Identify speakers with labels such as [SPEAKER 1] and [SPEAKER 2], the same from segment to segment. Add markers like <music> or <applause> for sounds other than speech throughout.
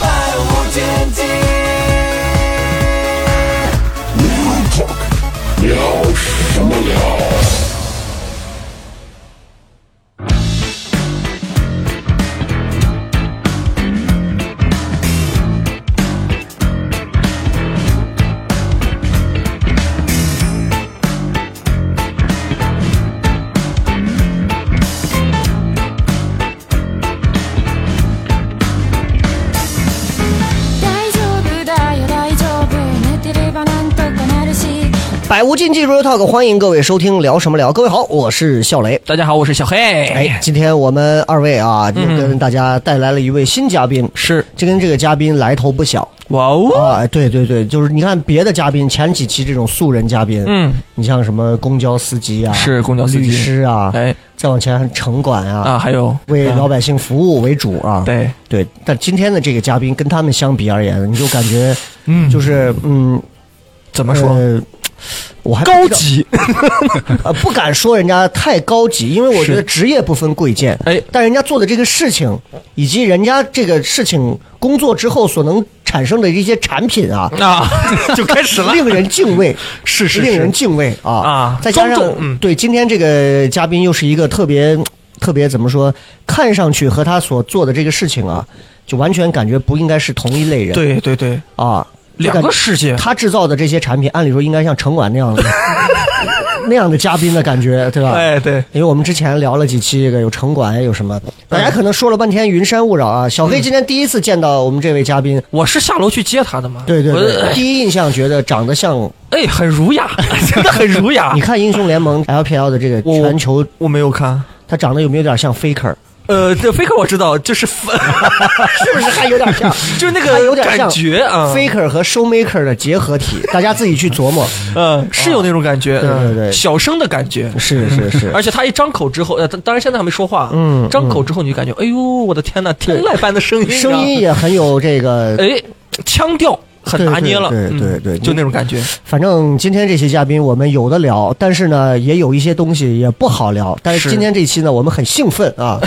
[SPEAKER 1] 百无禁忌。
[SPEAKER 2] 大丈夫だよ大丈夫寝てればなんとかなるし
[SPEAKER 3] 百无禁忌 Real Talk，欢迎各位收听聊什么聊。各位好，我是笑雷。
[SPEAKER 4] 大家好，我是小黑。
[SPEAKER 3] 哎，今天我们二位啊，就
[SPEAKER 4] 嗯
[SPEAKER 3] 跟大家带来了一位新嘉宾，
[SPEAKER 4] 是
[SPEAKER 3] 这跟这个嘉宾来头不小
[SPEAKER 4] 哇哦，
[SPEAKER 3] 啊。哎对对对，就是你看别的嘉宾，前几期这种素人嘉宾，
[SPEAKER 4] 嗯，
[SPEAKER 3] 你像什么公交司机啊，
[SPEAKER 4] 是公交司
[SPEAKER 3] 律
[SPEAKER 4] 机。
[SPEAKER 3] 师啊，
[SPEAKER 4] 哎
[SPEAKER 3] 再往前城管啊，
[SPEAKER 4] 啊，还有
[SPEAKER 3] 为
[SPEAKER 4] 啊
[SPEAKER 3] 老百姓服务为主啊。
[SPEAKER 4] 对，
[SPEAKER 3] 对，但今天的这个嘉宾跟他们相比而言，你就感觉
[SPEAKER 4] 嗯
[SPEAKER 3] 就是是嗯，
[SPEAKER 4] 怎么说
[SPEAKER 3] 呃，我还不知
[SPEAKER 4] 高
[SPEAKER 3] 道
[SPEAKER 4] 级？
[SPEAKER 3] 呃，不敢说人家太高级，因为我
[SPEAKER 4] 是
[SPEAKER 3] 觉得职业不分贵贱。
[SPEAKER 4] 哎
[SPEAKER 3] 但人家做的这个事情，以及人家这个事情工作之后所能产生的一些产品啊， <laughs>
[SPEAKER 4] 啊，就开始了。
[SPEAKER 3] 令人敬畏，
[SPEAKER 4] <laughs> 是是是
[SPEAKER 3] 令人敬畏啊
[SPEAKER 4] 啊
[SPEAKER 3] 再加
[SPEAKER 4] 庄
[SPEAKER 3] 上
[SPEAKER 4] 重、嗯
[SPEAKER 3] 对今天这个嘉宾又是一个特别特别怎么说，看上去和他所做的这个事情啊，就完全感觉不应该是同一类人。
[SPEAKER 4] 对对对，
[SPEAKER 3] 啊，就
[SPEAKER 4] 两
[SPEAKER 3] 感觉
[SPEAKER 4] 个世界。
[SPEAKER 3] 他制造的这些产品，按理说应该像城管那样的 <laughs> 那样的嘉宾的感觉，对吧？
[SPEAKER 4] 哎，对，
[SPEAKER 3] 因为我们之前聊了几期这个有城管有什么，大家可能说了半天云山雾绕啊。小黑今天第一次见到我们这位嘉宾，
[SPEAKER 4] 我是下楼去接他的嘛。
[SPEAKER 3] 对对对，
[SPEAKER 4] 嗯我，
[SPEAKER 3] 第一印象觉得长得像，
[SPEAKER 4] 哎，很
[SPEAKER 3] <laughs>
[SPEAKER 4] 儒雅，真的很儒雅
[SPEAKER 3] 你。看英雄联盟 LPL 的这个
[SPEAKER 4] 啊我
[SPEAKER 3] 全球，
[SPEAKER 4] 我没有看，
[SPEAKER 3] 他长得有没有点像 Faker？ <laughs>
[SPEAKER 4] 呃，这 faker 我知道，就是
[SPEAKER 3] 是不是还有点像？
[SPEAKER 4] <laughs> 就是那
[SPEAKER 3] 他
[SPEAKER 4] 个
[SPEAKER 3] 有点像
[SPEAKER 4] 感觉啊，
[SPEAKER 3] Faker 和 Showmaker 的结合体，大家自己去琢磨。 <laughs>
[SPEAKER 4] 嗯，是有那种感觉，
[SPEAKER 3] 对对
[SPEAKER 4] 嗯
[SPEAKER 3] 对
[SPEAKER 4] 小生的感觉，
[SPEAKER 3] 是是是，
[SPEAKER 4] 而且他一张口之后，呃，当当然现在还没说话，
[SPEAKER 3] 嗯
[SPEAKER 4] 张口之后你就感觉，哎呦，我的天呐，天籁般的声音，啊
[SPEAKER 3] 声音，也很有这个，
[SPEAKER 4] 哎，腔调很拿捏了，
[SPEAKER 3] 对对对
[SPEAKER 4] 嗯
[SPEAKER 3] 对对
[SPEAKER 4] 就那种感觉，
[SPEAKER 3] 反正今天这些嘉宾我们有的聊，但是呢，也有一些东西也不好聊。但是
[SPEAKER 4] 是
[SPEAKER 3] 今天这一期呢，我们很兴奋啊。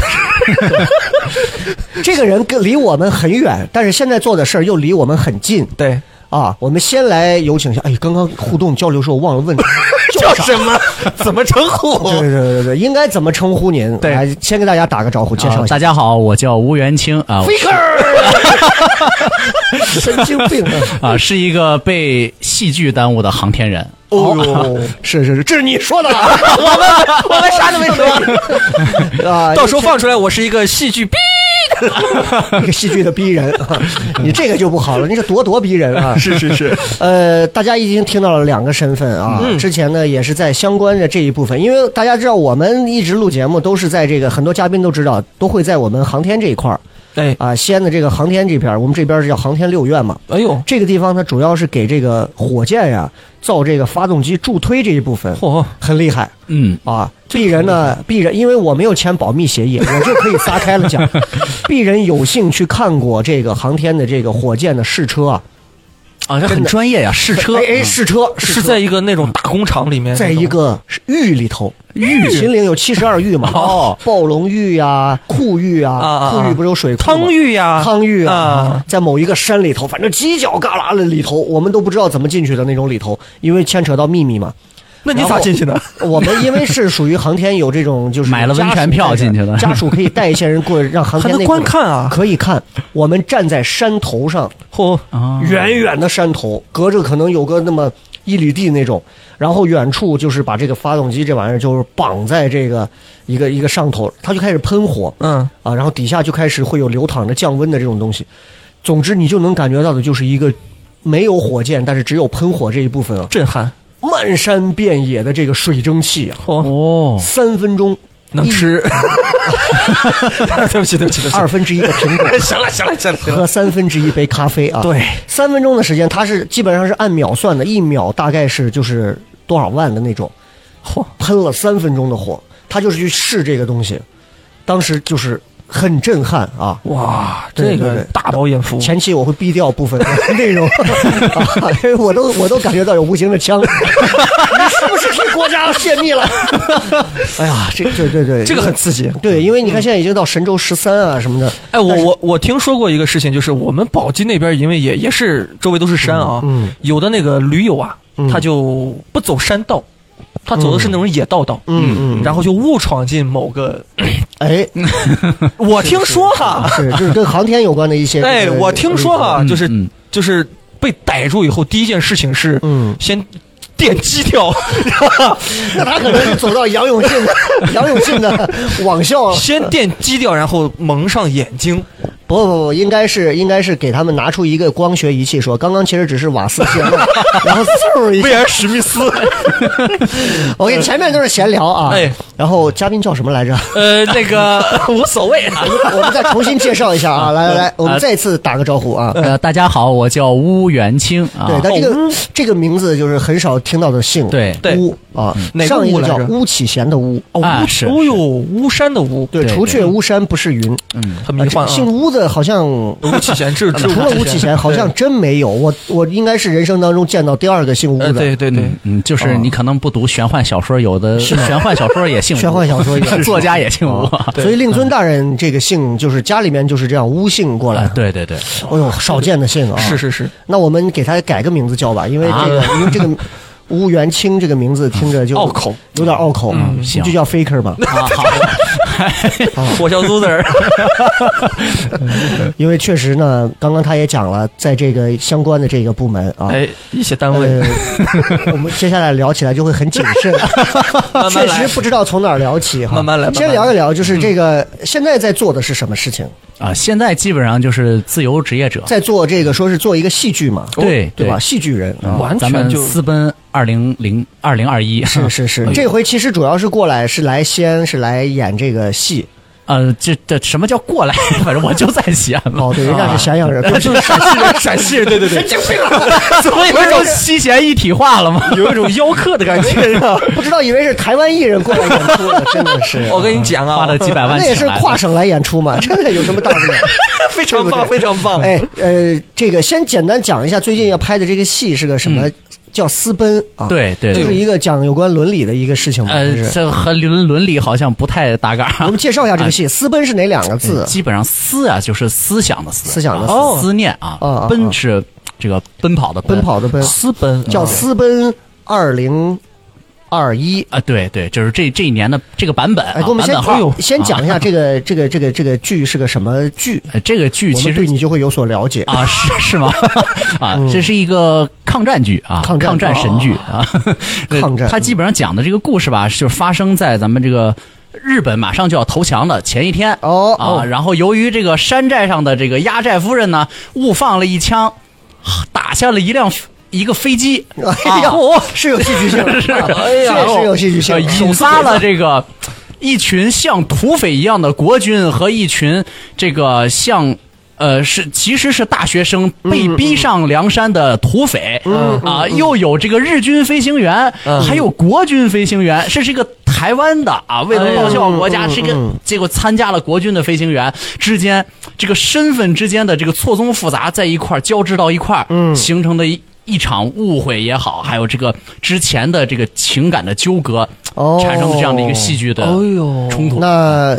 [SPEAKER 3] 这个人跟离我们很远，但是现在做的事儿又离我们很近
[SPEAKER 4] 对，
[SPEAKER 3] 啊。我们先来有请一下，哎，刚刚互动交流时候忘了问
[SPEAKER 4] 叫
[SPEAKER 3] 啥。
[SPEAKER 4] 什么？ <laughs> 怎么称呼？
[SPEAKER 3] 对对对对，应该怎么称呼您？
[SPEAKER 4] 对
[SPEAKER 3] 来先跟大家打个招呼，介绍一
[SPEAKER 5] 啊 <laughs>
[SPEAKER 3] 下。
[SPEAKER 5] 大家好，我叫吴元清啊我
[SPEAKER 3] <laughs> 神经病啊！
[SPEAKER 5] 啊，是一个被戏剧耽误的航天人。
[SPEAKER 3] 哦呦， <laughs> 是是是，这是你说的啊
[SPEAKER 4] <laughs> 我们啥都没
[SPEAKER 3] <laughs>
[SPEAKER 4] 说，
[SPEAKER 3] 啊！
[SPEAKER 4] <laughs> 到时候放出来，我是一个戏剧 B，
[SPEAKER 3] 一个戏剧的逼人 <laughs> 啊，你这个就不
[SPEAKER 4] <laughs>
[SPEAKER 3] 好了，你这咄咄逼人啊！
[SPEAKER 4] 是是是，
[SPEAKER 3] <laughs>
[SPEAKER 4] 嗯
[SPEAKER 3] 呃，大家已经听到了两个身份啊，之前呢也是在相关的这一部分，因为大家知道我们一直录节目都是在这个很多嘉宾都知道都会在我们航天这一块儿
[SPEAKER 4] 哎，
[SPEAKER 3] 啊，西安的这个航天这边儿，我们这边儿是叫航天六院嘛，
[SPEAKER 4] 哎呦，
[SPEAKER 3] 这个地方它主要是给这个火箭呀、造这个发动机助推这一部分，
[SPEAKER 4] 嚯，
[SPEAKER 3] 很厉害。
[SPEAKER 5] 嗯，
[SPEAKER 3] 啊，鄙人呢，鄙人，因为我没有签保密协
[SPEAKER 4] <laughs>
[SPEAKER 3] 议，我就可以撒开了讲。鄙人有幸去看过这个航天的这个火箭的试车啊，
[SPEAKER 5] 啊，这很专业呀、试车
[SPEAKER 3] 哎哎，试车
[SPEAKER 4] 嗯是
[SPEAKER 3] 试车
[SPEAKER 4] 在一个那种大工厂里面，
[SPEAKER 3] 在一个峪里头，
[SPEAKER 4] 峪
[SPEAKER 3] 秦岭有七十二峪嘛，
[SPEAKER 4] 哦，
[SPEAKER 3] 暴龙峪呀，库峪
[SPEAKER 4] 啊
[SPEAKER 3] 啊
[SPEAKER 4] 啊，
[SPEAKER 3] 库峪不是有水库吗
[SPEAKER 4] 汤浴呀，
[SPEAKER 3] 汤峪啊
[SPEAKER 4] 啊，
[SPEAKER 3] 在某一个山里头，反正犄角旮旯的里头，我们都不知道怎么进去的那种里头，因为牵扯到秘密嘛。
[SPEAKER 4] 那你咋进去的？
[SPEAKER 3] 我们因为是属于航天有这种就是
[SPEAKER 5] 买了温泉票进去的
[SPEAKER 3] 家属可以带一些人过，让航
[SPEAKER 4] 还
[SPEAKER 3] 天
[SPEAKER 4] <laughs> 能
[SPEAKER 3] 内部
[SPEAKER 4] 观看啊，
[SPEAKER 3] 可以看。我们站在山头上，
[SPEAKER 4] 嚯，
[SPEAKER 5] 啊，
[SPEAKER 3] 远远的山头，隔着可能有个那么一里地那种，然后远处就是把这个发动机这玩意儿就是绑在这个一个一个上头，它就开始喷火
[SPEAKER 4] 嗯，
[SPEAKER 3] 啊，然后底下就开始会有流淌着降温的这种东西。总之，你就能感觉到的就是一个没有火箭，但是只有喷火这一部分啊，
[SPEAKER 4] 震撼，
[SPEAKER 3] 漫山遍野的这个水蒸气啊，
[SPEAKER 4] 嚯，
[SPEAKER 5] 哦，
[SPEAKER 3] 三分钟
[SPEAKER 4] 能
[SPEAKER 3] <laughs>
[SPEAKER 4] 吃。 <laughs> 对不起，对不起，对不起。
[SPEAKER 3] 二分之一个苹果
[SPEAKER 4] <laughs> 行了，行了，行了，行了。
[SPEAKER 3] 和三分之一杯咖啡啊。
[SPEAKER 4] 对，
[SPEAKER 3] 三分钟的时间，它是基本上是按秒算的，一秒大概是就是多少万的那种。嚯，喷了三分钟的火，他就是去试这个东西，当时就是很震撼啊。
[SPEAKER 4] 哇，
[SPEAKER 3] 对
[SPEAKER 4] 这
[SPEAKER 3] 对
[SPEAKER 4] 个
[SPEAKER 3] 对
[SPEAKER 4] 大饱眼福，
[SPEAKER 3] 前期我会逼掉部分的 <laughs> 内容，啊、因为我都我都感觉到有无形的 <laughs> 枪，你是不是替国家泄密了？ <laughs> 哎呀，这这对对，
[SPEAKER 4] 这个很刺激。
[SPEAKER 3] 对，因为你看现在已经到神舟十三啊什么的，
[SPEAKER 4] 哎，我我我听说过一个事情，就是我们宝鸡那边，因为也也是周围都是山啊，
[SPEAKER 3] 嗯嗯
[SPEAKER 4] 有的那个驴友啊，
[SPEAKER 3] 嗯
[SPEAKER 4] 他就不走山道，他走的是那种野道道，
[SPEAKER 3] 嗯嗯，
[SPEAKER 4] 然后就误闯进某
[SPEAKER 3] <laughs>
[SPEAKER 4] 个，
[SPEAKER 3] 哎，
[SPEAKER 4] 我听说哈，
[SPEAKER 3] 是就是跟航天有关的一些，
[SPEAKER 4] 哎，我听说
[SPEAKER 3] 啊
[SPEAKER 4] 哈，
[SPEAKER 5] 嗯
[SPEAKER 4] 就是
[SPEAKER 5] 嗯
[SPEAKER 4] 就是被逮住以后，第一件事情是
[SPEAKER 3] 嗯，
[SPEAKER 4] 先电击掉，
[SPEAKER 3] <laughs> 那他可能是走到杨永信的杨永信的网校，啊
[SPEAKER 4] 先电击掉，然后蒙上眼睛，
[SPEAKER 3] 不不不，应该是应该是给他们拿出一个光学仪器，说刚刚其实只是瓦斯 <laughs> 泄漏，然后嗖一下
[SPEAKER 4] 威，尔史密斯，
[SPEAKER 3] 我跟你前面都是闲聊啊，
[SPEAKER 4] 呃哎
[SPEAKER 3] 然后嘉宾叫什么来着？
[SPEAKER 4] <laughs> <laughs> 呃，那
[SPEAKER 3] <laughs>
[SPEAKER 4] 个无所谓， <laughs>
[SPEAKER 3] 我们再重新介绍一下啊，来来
[SPEAKER 4] 呃
[SPEAKER 3] 来，我们再次打个招呼啊。
[SPEAKER 5] 呃，大家好，我叫乌元清啊。
[SPEAKER 3] 对，但这个这个名字就是很少听到的姓，
[SPEAKER 5] 对
[SPEAKER 4] 哦对嗯
[SPEAKER 3] 巫啊，
[SPEAKER 4] 哪个
[SPEAKER 3] 上一
[SPEAKER 4] 巫
[SPEAKER 3] 个
[SPEAKER 4] 来
[SPEAKER 3] 叫
[SPEAKER 4] 着
[SPEAKER 3] 巫启贤的巫，
[SPEAKER 4] 哦，
[SPEAKER 5] 啊
[SPEAKER 4] 巫
[SPEAKER 5] 是
[SPEAKER 4] 哦呦，巫山的巫，
[SPEAKER 3] 对，
[SPEAKER 5] 对
[SPEAKER 3] 除却巫山不是云，
[SPEAKER 5] 嗯，
[SPEAKER 4] 很
[SPEAKER 3] 啊
[SPEAKER 4] 迷幻
[SPEAKER 3] 这
[SPEAKER 4] 啊。嗯
[SPEAKER 3] 姓巫的好像
[SPEAKER 4] 吴启贤，这这
[SPEAKER 3] 除了吴启
[SPEAKER 4] <laughs>
[SPEAKER 3] 贤，好像真没有。我我应该是人生当中见到第二个姓吴
[SPEAKER 4] 呃，
[SPEAKER 3] 的
[SPEAKER 4] 对对对，
[SPEAKER 5] 嗯，
[SPEAKER 3] 哦
[SPEAKER 5] 就是你可能不读玄幻小说，有的玄幻小说也姓吴，
[SPEAKER 3] 玄幻小说也是
[SPEAKER 5] <laughs> 作家也姓吴。
[SPEAKER 3] 啊
[SPEAKER 5] 啊
[SPEAKER 3] 所以令
[SPEAKER 4] 嗯
[SPEAKER 3] 尊大人这个姓就是家里面就是这样巫姓过来，，
[SPEAKER 5] 啊对对对，
[SPEAKER 3] 哎呦，少见的姓啊。
[SPEAKER 4] 啊是，是是，
[SPEAKER 3] 那我们给他改个名字叫吧，因为这个因为这个吴元清这个名字听着就
[SPEAKER 4] 啊拗口，
[SPEAKER 3] 有点拗口啊，
[SPEAKER 5] 嗯行
[SPEAKER 3] 就叫 faker 吧，
[SPEAKER 5] 啊好，
[SPEAKER 4] <laughs>
[SPEAKER 3] 啊
[SPEAKER 4] 我叫 loser，
[SPEAKER 3] 因为确实呢，刚刚他也讲了，在这个相关的这个部门啊。
[SPEAKER 4] 哎，一些单
[SPEAKER 3] 呃
[SPEAKER 4] 位，，
[SPEAKER 3] 我们接下来聊起来就会很谨
[SPEAKER 4] <laughs>
[SPEAKER 3] 慎，
[SPEAKER 4] 慢慢
[SPEAKER 3] 确实
[SPEAKER 4] 来
[SPEAKER 3] 不知道从哪儿聊起哈。
[SPEAKER 4] 慢慢来慢慢来嗯
[SPEAKER 3] 先聊一聊，就是这个现在在做的是什么事情？
[SPEAKER 5] 啊，现在基本上就是自由职业者，
[SPEAKER 3] 在做这个说是做一个戏剧
[SPEAKER 4] 哦
[SPEAKER 3] 嘛，
[SPEAKER 5] 对
[SPEAKER 3] 对吧？
[SPEAKER 5] 对
[SPEAKER 3] 戏剧人啊，
[SPEAKER 4] 嗯完
[SPEAKER 5] 咱
[SPEAKER 4] 全
[SPEAKER 5] 们
[SPEAKER 4] 就嗯
[SPEAKER 5] 私奔二零零二零二一
[SPEAKER 3] 是是
[SPEAKER 5] <laughs>
[SPEAKER 3] 是，这回其实主要是过来是来西安是来演这个戏，
[SPEAKER 5] 呃，这这什么叫过来？ <laughs> 反正我就在西 <laughs> 安嘛。
[SPEAKER 3] 哦，对，人家是咸阳人，就是
[SPEAKER 5] <laughs>
[SPEAKER 4] 陕西人，哎陕西人，对对对，
[SPEAKER 5] 怎么有一种西咸一体化了吗？
[SPEAKER 4] 有一种邀客的感
[SPEAKER 5] <laughs>
[SPEAKER 4] 觉。
[SPEAKER 3] <laughs> 不知道以为是台湾艺人过来演出的，真的
[SPEAKER 5] <laughs>
[SPEAKER 3] 是。
[SPEAKER 4] 我跟你讲啊，
[SPEAKER 5] 花
[SPEAKER 4] <laughs>
[SPEAKER 5] 了几百万
[SPEAKER 3] 那
[SPEAKER 5] 请来
[SPEAKER 3] 也
[SPEAKER 5] 的，
[SPEAKER 3] 是跨省来演出
[SPEAKER 5] <laughs>
[SPEAKER 3] 嘛，真的有什么大不了？
[SPEAKER 4] 非常棒，非常棒。
[SPEAKER 3] 哎，呃，这个先简单讲一下最近要拍的这个戏是个什么，叫《私奔》啊？，
[SPEAKER 5] 嗯对对
[SPEAKER 3] 就是
[SPEAKER 5] 对，
[SPEAKER 3] 一个讲有关伦理的一个事情嘛。就
[SPEAKER 5] 呃，
[SPEAKER 3] 是
[SPEAKER 5] 这和伦伦理好像不太搭嘎。
[SPEAKER 3] 我们介绍一下这个戏，《私奔》是哪两个字？
[SPEAKER 5] <laughs> 基本上思啊，就是思想的思，
[SPEAKER 3] 思想的思
[SPEAKER 5] 思，思念啊，
[SPEAKER 3] 哦哦哦
[SPEAKER 5] 奔是这个奔啊跑的
[SPEAKER 3] 奔跑的奔，
[SPEAKER 4] 私奔
[SPEAKER 3] 叫《私奔二零二一》。
[SPEAKER 5] 啊，对对，就是这这一年的这个版本啊，
[SPEAKER 3] 哎，给我们
[SPEAKER 5] 版
[SPEAKER 3] 先
[SPEAKER 5] 本号
[SPEAKER 3] 先讲一下这个这个这个这个剧是个什么剧，
[SPEAKER 5] 呃这个啊剧
[SPEAKER 3] 我
[SPEAKER 5] 其
[SPEAKER 3] 们
[SPEAKER 5] 实
[SPEAKER 3] 对你就会有所了解。
[SPEAKER 5] 啊，是是吗？ <laughs> 啊，这是一个抗战剧啊，
[SPEAKER 3] 抗
[SPEAKER 5] 抗
[SPEAKER 3] 战哦
[SPEAKER 5] 神剧啊。对
[SPEAKER 3] 抗战
[SPEAKER 5] 它基本上讲的这个故事吧，就是发生在咱们这个日本马上就要投降的前一天。
[SPEAKER 3] 哦
[SPEAKER 5] 啊，
[SPEAKER 3] 哦
[SPEAKER 5] 然后由于这个山寨上的这个压寨夫人呢，误放了一枪，打下了一辆一个飞机，
[SPEAKER 3] <laughs>
[SPEAKER 5] 啊
[SPEAKER 3] 哎呀，是有戏剧性的，
[SPEAKER 5] <laughs> 是
[SPEAKER 3] 哎呀，确实有戏剧性
[SPEAKER 5] 呃，
[SPEAKER 3] 的，
[SPEAKER 5] 引发了这个一群像土匪一样的国军和一群这个像。呃，是其实是大学生被逼上梁山的土匪、啊，又有这个日军飞行员，还有国军飞行员，是这个台湾的啊，为了报效国家，是个、结果参加了国军的飞行员之间，这个身份之间的这个错综复杂，在一块儿交织到一块儿，形成的一一场误会也好，还有这个之前的这个情感的纠葛，
[SPEAKER 3] 哦
[SPEAKER 5] 产生了这样的一个戏剧的
[SPEAKER 4] 哎呦
[SPEAKER 5] 冲突。
[SPEAKER 3] 那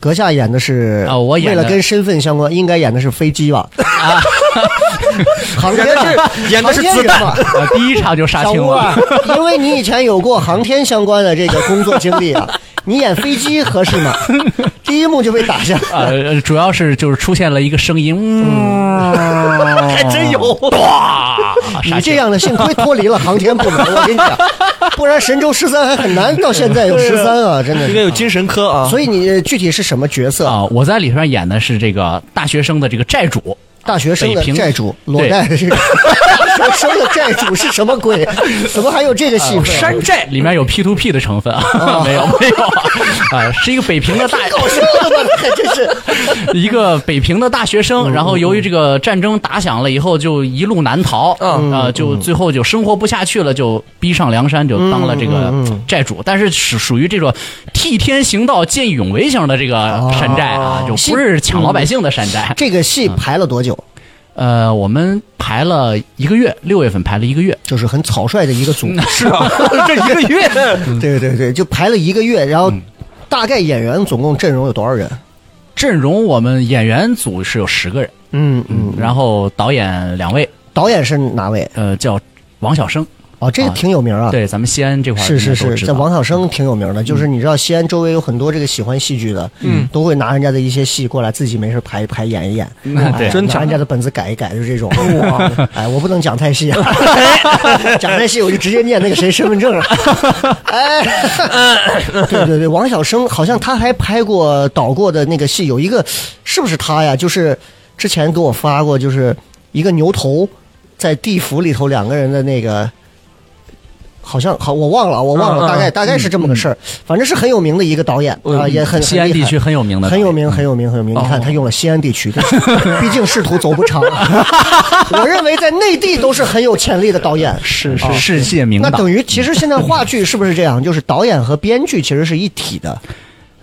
[SPEAKER 3] 阁下演的是
[SPEAKER 5] 啊我演
[SPEAKER 3] 为
[SPEAKER 5] 的
[SPEAKER 3] 了跟身份相关，应该演的是飞机
[SPEAKER 4] <laughs>
[SPEAKER 3] 吧？ <laughs> 航天
[SPEAKER 4] 演的是
[SPEAKER 3] 航
[SPEAKER 4] 子
[SPEAKER 3] 天员
[SPEAKER 4] 弹，
[SPEAKER 3] 吧？
[SPEAKER 5] 啊，第一场就杀
[SPEAKER 3] 小
[SPEAKER 5] 青
[SPEAKER 3] 吴啊
[SPEAKER 5] 了。， <laughs>
[SPEAKER 3] 因为你以前有过航天相关的这个工作经历
[SPEAKER 4] <laughs>
[SPEAKER 3] 啊，你演飞机合适吗？第一幕就被打下，
[SPEAKER 4] 啊
[SPEAKER 5] 呃，主要是就是出现了一个声音，嗯，还真有
[SPEAKER 3] 哦
[SPEAKER 5] 哇！杀
[SPEAKER 3] 你这
[SPEAKER 5] 青
[SPEAKER 3] 样的幸亏脱离了航天部门，我跟你讲，不然神舟十三还很难到现在有十三啊，真的
[SPEAKER 4] 应该
[SPEAKER 3] 是。
[SPEAKER 4] 有精神科啊。
[SPEAKER 3] 所以你呃具体是什么角色？
[SPEAKER 5] 啊！我在里边演的是这个大学生的这个债主，
[SPEAKER 3] 大学生的
[SPEAKER 5] 北平
[SPEAKER 3] 债主裸贷的这个， <laughs> 我生的债主是什么鬼？
[SPEAKER 5] <laughs>
[SPEAKER 3] 怎么还有这个戏份？
[SPEAKER 5] 山寨里面有 P to P 的成分
[SPEAKER 3] 哦
[SPEAKER 5] 啊？ <laughs> 没有没有啊，是一个北平的
[SPEAKER 3] <laughs>
[SPEAKER 5] 大
[SPEAKER 3] 搞笑的吧？这还真是。
[SPEAKER 5] <laughs> 一个北平的大学
[SPEAKER 3] 嗯
[SPEAKER 5] 生，然后由于这个战争打响了以后，就一路南逃，
[SPEAKER 4] 嗯
[SPEAKER 5] 啊，就最后就生活不下去了，就逼上梁山，就
[SPEAKER 3] 嗯
[SPEAKER 5] 当了这个债主，但是是属于这种替天行道、见义勇为型的这个山寨啊，就不是抢老百姓的山寨。
[SPEAKER 3] 嗯这个戏排了多久？
[SPEAKER 5] 呃，我们排了一个月，六月份排了一个月，
[SPEAKER 3] 就是很草率的一个
[SPEAKER 5] 嗯
[SPEAKER 3] 组，
[SPEAKER 4] 是啊， <laughs> 这一个月，
[SPEAKER 3] <laughs> 对对对，就排了一个月，然后
[SPEAKER 5] 嗯
[SPEAKER 3] 大概演员总共阵容有多少人？
[SPEAKER 5] <laughs> 阵容我们演员组是有十个人，
[SPEAKER 3] 嗯嗯，
[SPEAKER 5] 然后导演两位，
[SPEAKER 3] 导演是哪位？
[SPEAKER 5] 呃，叫王晓生，
[SPEAKER 3] 哦，这个
[SPEAKER 5] 啊
[SPEAKER 3] 挺有名啊。
[SPEAKER 5] 对，咱们西安这块儿
[SPEAKER 3] 是
[SPEAKER 5] 应该
[SPEAKER 3] 是
[SPEAKER 5] 都
[SPEAKER 3] 是，
[SPEAKER 5] 知
[SPEAKER 3] 在
[SPEAKER 5] 道嗯
[SPEAKER 3] 王晓生挺有名的，就是你知道西安周围有很多这个喜欢戏剧的，嗯，都会拿人家的一些戏过来自己没事排一排演一
[SPEAKER 5] <laughs>
[SPEAKER 3] 演，哎
[SPEAKER 4] 真
[SPEAKER 3] 拿
[SPEAKER 4] 强
[SPEAKER 3] 人家的本子改一改，就这种。哎，我不能讲太细，
[SPEAKER 5] <laughs>
[SPEAKER 3] 啊，讲太细我就直接念那个谁身份证了。 <laughs> 哎， <laughs> 对对对，王晓生好像他还拍过导过的那个戏，有一个是不是他呀？就是之前给我发过，就是一个牛头在地府里头两个人的那个。好像好，我忘了，我忘
[SPEAKER 4] 嗯
[SPEAKER 3] 了，
[SPEAKER 4] 嗯
[SPEAKER 3] 大概大概是这么个事儿，反正是很有名的一个导演啊，也很
[SPEAKER 5] 嗯西安地呃区很有名的，嗯
[SPEAKER 3] 很有名，很有名，很有名。你
[SPEAKER 5] 哦
[SPEAKER 3] 看他用了西安地
[SPEAKER 5] <laughs>
[SPEAKER 3] 区，这是毕竟仕途走不长啊。我认为在内地都是很有潜力的导演。
[SPEAKER 5] 是是世界名
[SPEAKER 3] 哦那
[SPEAKER 5] 导。
[SPEAKER 3] 等于其实现在话剧是不是这样？就是导演和编剧其实是一体的。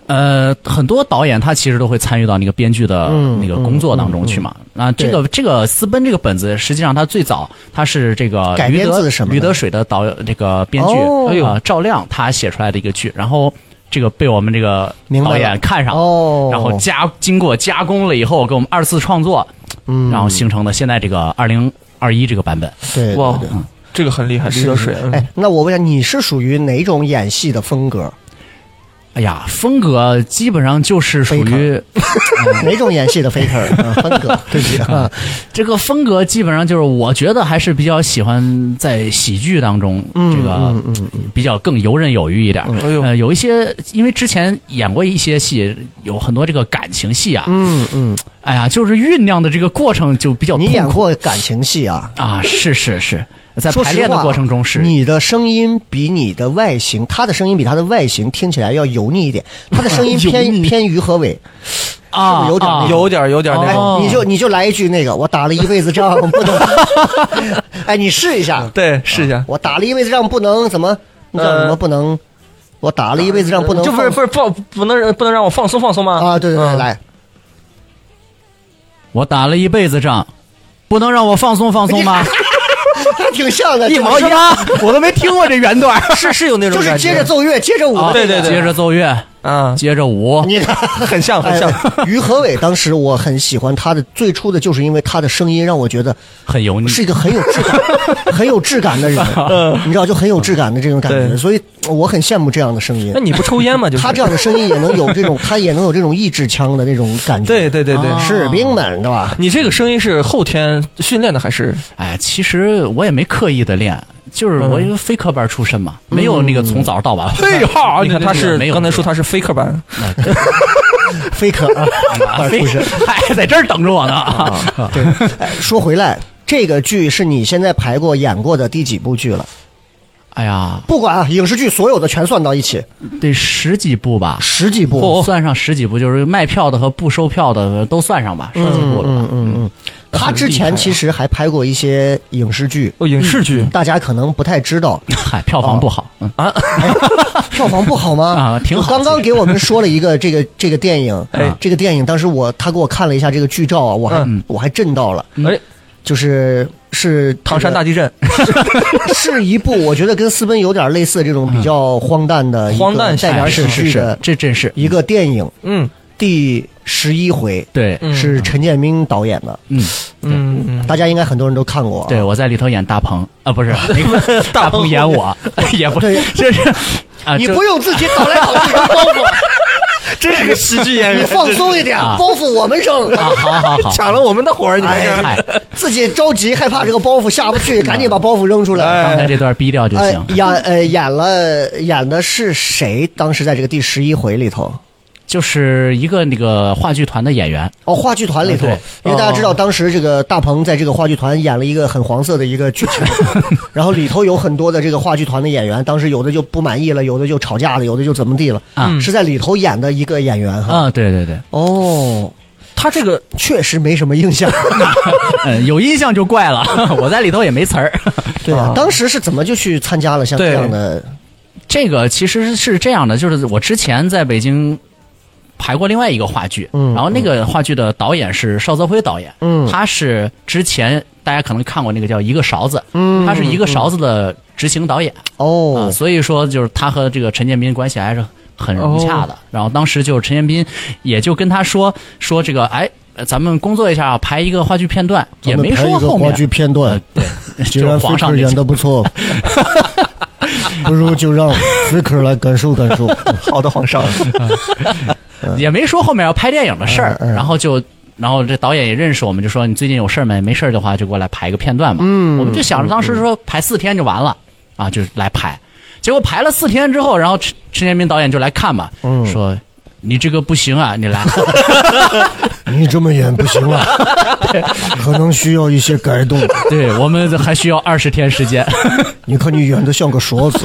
[SPEAKER 5] 呃，很多导演他其实都会参与到那个编剧的
[SPEAKER 3] 嗯
[SPEAKER 5] 那个工作当中去嘛。啊，这个这个私奔这个本子，实际上他最早他是这个
[SPEAKER 3] 改
[SPEAKER 5] 于
[SPEAKER 3] 编
[SPEAKER 5] 德
[SPEAKER 3] 自什么呢
[SPEAKER 5] 于德水的导这个编剧
[SPEAKER 3] 哦哎呦
[SPEAKER 5] 啊赵亮他写出来的一个剧，然后这个被我们这个
[SPEAKER 3] 明白了
[SPEAKER 5] 导演看上，
[SPEAKER 3] 哦
[SPEAKER 5] 然后加经过加工了以后，给我们二次创作，
[SPEAKER 3] 嗯
[SPEAKER 5] 然后形成的现在这个二零二一这个版本。
[SPEAKER 3] 对，
[SPEAKER 4] 哇
[SPEAKER 3] 对，
[SPEAKER 4] 这个很厉害，
[SPEAKER 3] 对
[SPEAKER 4] 驴得水嗯
[SPEAKER 3] 是，是哎，那我问一下，你是属于哪种演戏的风
[SPEAKER 5] <laughs>
[SPEAKER 3] 格？
[SPEAKER 5] 哎呀，风格基本上就是属于
[SPEAKER 3] 嗯哪种演戏的 faker 啊风格？对不起啊，
[SPEAKER 5] 这个风格，基本上就是我觉得还是比较喜欢在喜剧当中，这个
[SPEAKER 3] 嗯
[SPEAKER 5] 比较更游刃有余一点。
[SPEAKER 4] 哎呦
[SPEAKER 5] 呃，有一些因为之前演过一些戏，有很多这个感情戏啊，
[SPEAKER 3] 嗯嗯，
[SPEAKER 5] 哎呀，就是酝酿的这个过程就比较
[SPEAKER 3] 你
[SPEAKER 5] 痛
[SPEAKER 3] 演
[SPEAKER 5] 苦
[SPEAKER 3] 过感情戏啊？
[SPEAKER 5] 啊，是是是，在
[SPEAKER 3] 说实
[SPEAKER 5] 排练的
[SPEAKER 3] 话啊
[SPEAKER 5] 过程中是
[SPEAKER 3] 你的声音比你的外形，他的声音比他的外形听起来要油腻一点，他的
[SPEAKER 5] <laughs>
[SPEAKER 3] 声音偏偏于和伟，是不
[SPEAKER 5] 啊
[SPEAKER 3] 是有点
[SPEAKER 5] 啊
[SPEAKER 3] 那种
[SPEAKER 4] 有点有点那种，
[SPEAKER 5] 哦
[SPEAKER 3] 你就你就来一句那个，我打了一辈子仗不能， <laughs> 哎，你试一下，
[SPEAKER 4] 对，试一下。
[SPEAKER 3] 我打了一辈子仗不能怎
[SPEAKER 5] 呃
[SPEAKER 3] 么，你叫什么不能？我打了一辈子仗不能
[SPEAKER 4] 就
[SPEAKER 3] 放，
[SPEAKER 4] 不是不是不不能不能让我放松放松吗？
[SPEAKER 3] 啊？对对对，
[SPEAKER 4] 嗯
[SPEAKER 3] 来，
[SPEAKER 5] 我打了一辈子仗，不能让我放松放松吗？
[SPEAKER 3] 还挺像的，
[SPEAKER 5] 一毛一
[SPEAKER 3] 就是
[SPEAKER 5] 样，我都没听过这原段
[SPEAKER 4] <laughs>
[SPEAKER 5] 儿。
[SPEAKER 4] 是是有那种
[SPEAKER 3] 就
[SPEAKER 4] 感
[SPEAKER 3] 是
[SPEAKER 4] 觉，
[SPEAKER 3] 接着奏乐，接着舞
[SPEAKER 5] 啊，
[SPEAKER 4] 对对对
[SPEAKER 5] 接着奏乐，
[SPEAKER 4] 啊，
[SPEAKER 5] 接着舞，
[SPEAKER 3] 你 <laughs> 看，
[SPEAKER 4] 很像很像。
[SPEAKER 3] 哎 <laughs> 于和伟当时我很喜欢他的，最初的就是因为他的声音让我觉得
[SPEAKER 5] 很油腻。
[SPEAKER 3] 是一个很有质
[SPEAKER 4] <laughs>
[SPEAKER 3] 感、很有质感的人，你知道，就很有质感的这种感觉，
[SPEAKER 4] 啊对
[SPEAKER 3] 所以我很羡慕这样的声音
[SPEAKER 4] 那。你不抽烟吗？就是
[SPEAKER 3] 他这样的声音也能有这
[SPEAKER 4] <laughs>
[SPEAKER 3] 种，他也能有这种意志腔的那种感觉。啊
[SPEAKER 4] 对对对对，
[SPEAKER 3] 士兵们，对吧？
[SPEAKER 4] 你这个声音是后天训练的还是？
[SPEAKER 5] 哎，其实我也没刻意的练，就是我因为非科班出身嘛，没有那个从早到晚。
[SPEAKER 4] 哎
[SPEAKER 5] <laughs>
[SPEAKER 4] 呀，
[SPEAKER 5] 你
[SPEAKER 4] 你看
[SPEAKER 5] 看
[SPEAKER 4] 他是
[SPEAKER 5] 没有
[SPEAKER 4] 刚才说他是 faker 版，
[SPEAKER 3] 飞可 <laughs> 啊，
[SPEAKER 5] 啊，非
[SPEAKER 4] <laughs>
[SPEAKER 5] <laughs> 哎，在这儿等着我呢。啊
[SPEAKER 3] 对。哎说回来，这个剧是你现在排过、演过的第几部剧了？
[SPEAKER 5] <laughs> 哎呀，
[SPEAKER 3] 不管啊，影视剧所有的全算到一起，
[SPEAKER 5] 得十几部吧，
[SPEAKER 3] 十几部。
[SPEAKER 5] 算上十几部，就是卖票的和不收票的都算上吧，十几部了吧。嗯嗯，
[SPEAKER 3] 他之前其实还拍过一些影视剧，
[SPEAKER 4] 哦，影视剧
[SPEAKER 3] 大家可能不太知
[SPEAKER 5] <laughs>
[SPEAKER 3] 道。
[SPEAKER 5] 嗨，哎票房不好，嗯
[SPEAKER 4] 啊，
[SPEAKER 3] 票房不好吗？
[SPEAKER 5] 啊挺好
[SPEAKER 3] 我刚刚给我们说了一个
[SPEAKER 5] <laughs>
[SPEAKER 3] 这个这个电影，
[SPEAKER 4] 哎
[SPEAKER 3] 这个电影当时我他给我看了一下这个剧照啊，我还、
[SPEAKER 5] 嗯
[SPEAKER 3] 我还震到了，
[SPEAKER 4] 哎，
[SPEAKER 3] 就是是
[SPEAKER 4] 唐山大地震，
[SPEAKER 3] <laughs> 是一部我觉得跟《私奔》有点类似的这种比较荒诞的一个
[SPEAKER 4] 荒诞
[SPEAKER 3] 带点
[SPEAKER 5] 哎
[SPEAKER 3] 喜
[SPEAKER 5] 是是
[SPEAKER 3] 剧
[SPEAKER 5] 是
[SPEAKER 3] 的，
[SPEAKER 5] 这真是
[SPEAKER 3] 一个电影，
[SPEAKER 4] 嗯
[SPEAKER 3] 第十一回。
[SPEAKER 5] 对，
[SPEAKER 3] 是陈建斌导演的，
[SPEAKER 5] 嗯，
[SPEAKER 4] 嗯嗯，
[SPEAKER 3] 大家应该很多人都看过、啊。
[SPEAKER 5] 对，我在里头演大鹏啊，不是那个大鹏演我，也不
[SPEAKER 3] 对
[SPEAKER 5] 这是啊，
[SPEAKER 3] 你
[SPEAKER 5] 这
[SPEAKER 3] 不用自己倒来倒
[SPEAKER 5] <laughs>
[SPEAKER 3] 去的包袱，
[SPEAKER 4] 真是个喜剧演
[SPEAKER 3] 你放松一点，包袱我们扔。
[SPEAKER 5] 啊，好好
[SPEAKER 4] <laughs>
[SPEAKER 5] 好，
[SPEAKER 4] 抢了我们的活儿，你
[SPEAKER 3] 哎
[SPEAKER 4] 看看，
[SPEAKER 5] 嗨，
[SPEAKER 3] 自己着急害怕这个包袱下不去，赶紧把包袱扔出来。
[SPEAKER 4] 哎
[SPEAKER 5] 刚才这段逼掉就
[SPEAKER 3] 呃
[SPEAKER 5] 嗯行，。
[SPEAKER 3] 演呃演了演的是谁？当时在这个第十一回里头，
[SPEAKER 5] 就是一个那个话剧团的演员，
[SPEAKER 3] 哦，话剧团里头
[SPEAKER 5] 啊对，
[SPEAKER 3] 因为大家知道，
[SPEAKER 4] 哦
[SPEAKER 3] 当时这个大鹏在这个话剧团演了一个很黄色的一个剧
[SPEAKER 5] <laughs>
[SPEAKER 3] 情，然后里头有很多的这个话剧团的演员，当时有的就不满意了，有的就吵架了，有的就怎么地了，
[SPEAKER 5] 啊
[SPEAKER 3] 是在里头演的一个演员哈。
[SPEAKER 5] 啊，对对对，
[SPEAKER 3] 哦，
[SPEAKER 4] 他这个
[SPEAKER 3] 确实没什么印
[SPEAKER 5] <laughs>
[SPEAKER 3] 象。
[SPEAKER 5] 嗯，有印象就怪 <laughs> 了，我在里头也没词儿。
[SPEAKER 3] 对啊，当时是怎么就去参加了像这样的？
[SPEAKER 5] 这个其实是这样的，就是我之前在北京排过另外一个话剧，
[SPEAKER 3] 嗯
[SPEAKER 5] 然后那个话剧的导演是邵泽辉导演，
[SPEAKER 3] 嗯
[SPEAKER 5] 他是之前大家可能看过那个叫《一个勺子》，
[SPEAKER 3] 嗯
[SPEAKER 5] 他是一个勺子的执行导演啊，
[SPEAKER 3] 哦，
[SPEAKER 5] 所以说就是他和这个陈建斌关系还是很融
[SPEAKER 3] 哦
[SPEAKER 5] 洽的。然后当时就是陈建斌也就跟他说说这个，哎，呃咱们工作一下，排一个话剧片段，也没
[SPEAKER 3] 哦咱们
[SPEAKER 5] 说
[SPEAKER 3] 拍一个
[SPEAKER 5] 后
[SPEAKER 3] 话
[SPEAKER 5] 面。啊
[SPEAKER 3] 剧片段， <laughs>
[SPEAKER 5] 对，
[SPEAKER 3] 既
[SPEAKER 5] 就是
[SPEAKER 3] 然
[SPEAKER 5] 皇
[SPEAKER 3] Faker
[SPEAKER 5] 上这
[SPEAKER 3] 演的不错，
[SPEAKER 5] <laughs>
[SPEAKER 3] 不如就让 Faker 来感受感
[SPEAKER 5] <laughs>
[SPEAKER 3] 受。
[SPEAKER 4] 好的皇上，
[SPEAKER 5] 也没说后面要拍电影的事儿，
[SPEAKER 3] 嗯嗯
[SPEAKER 5] 然后就。然后这导演也认识我们，就说你最近有事儿没？没事儿的话就过来排个片段嘛。嗯，我们就想着当时说排四天就完
[SPEAKER 3] 嗯
[SPEAKER 5] 了啊，就来排。结果排了四天之后，然后陈陈建斌导演就来看嘛，
[SPEAKER 3] 嗯
[SPEAKER 5] 说你这个不行啊，你来。 <laughs>
[SPEAKER 3] 你这么演不行了，可能需要一些改动。
[SPEAKER 5] 对我们还需要二十天时间，
[SPEAKER 3] 你看你演的像个勺
[SPEAKER 5] <laughs>
[SPEAKER 3] 子。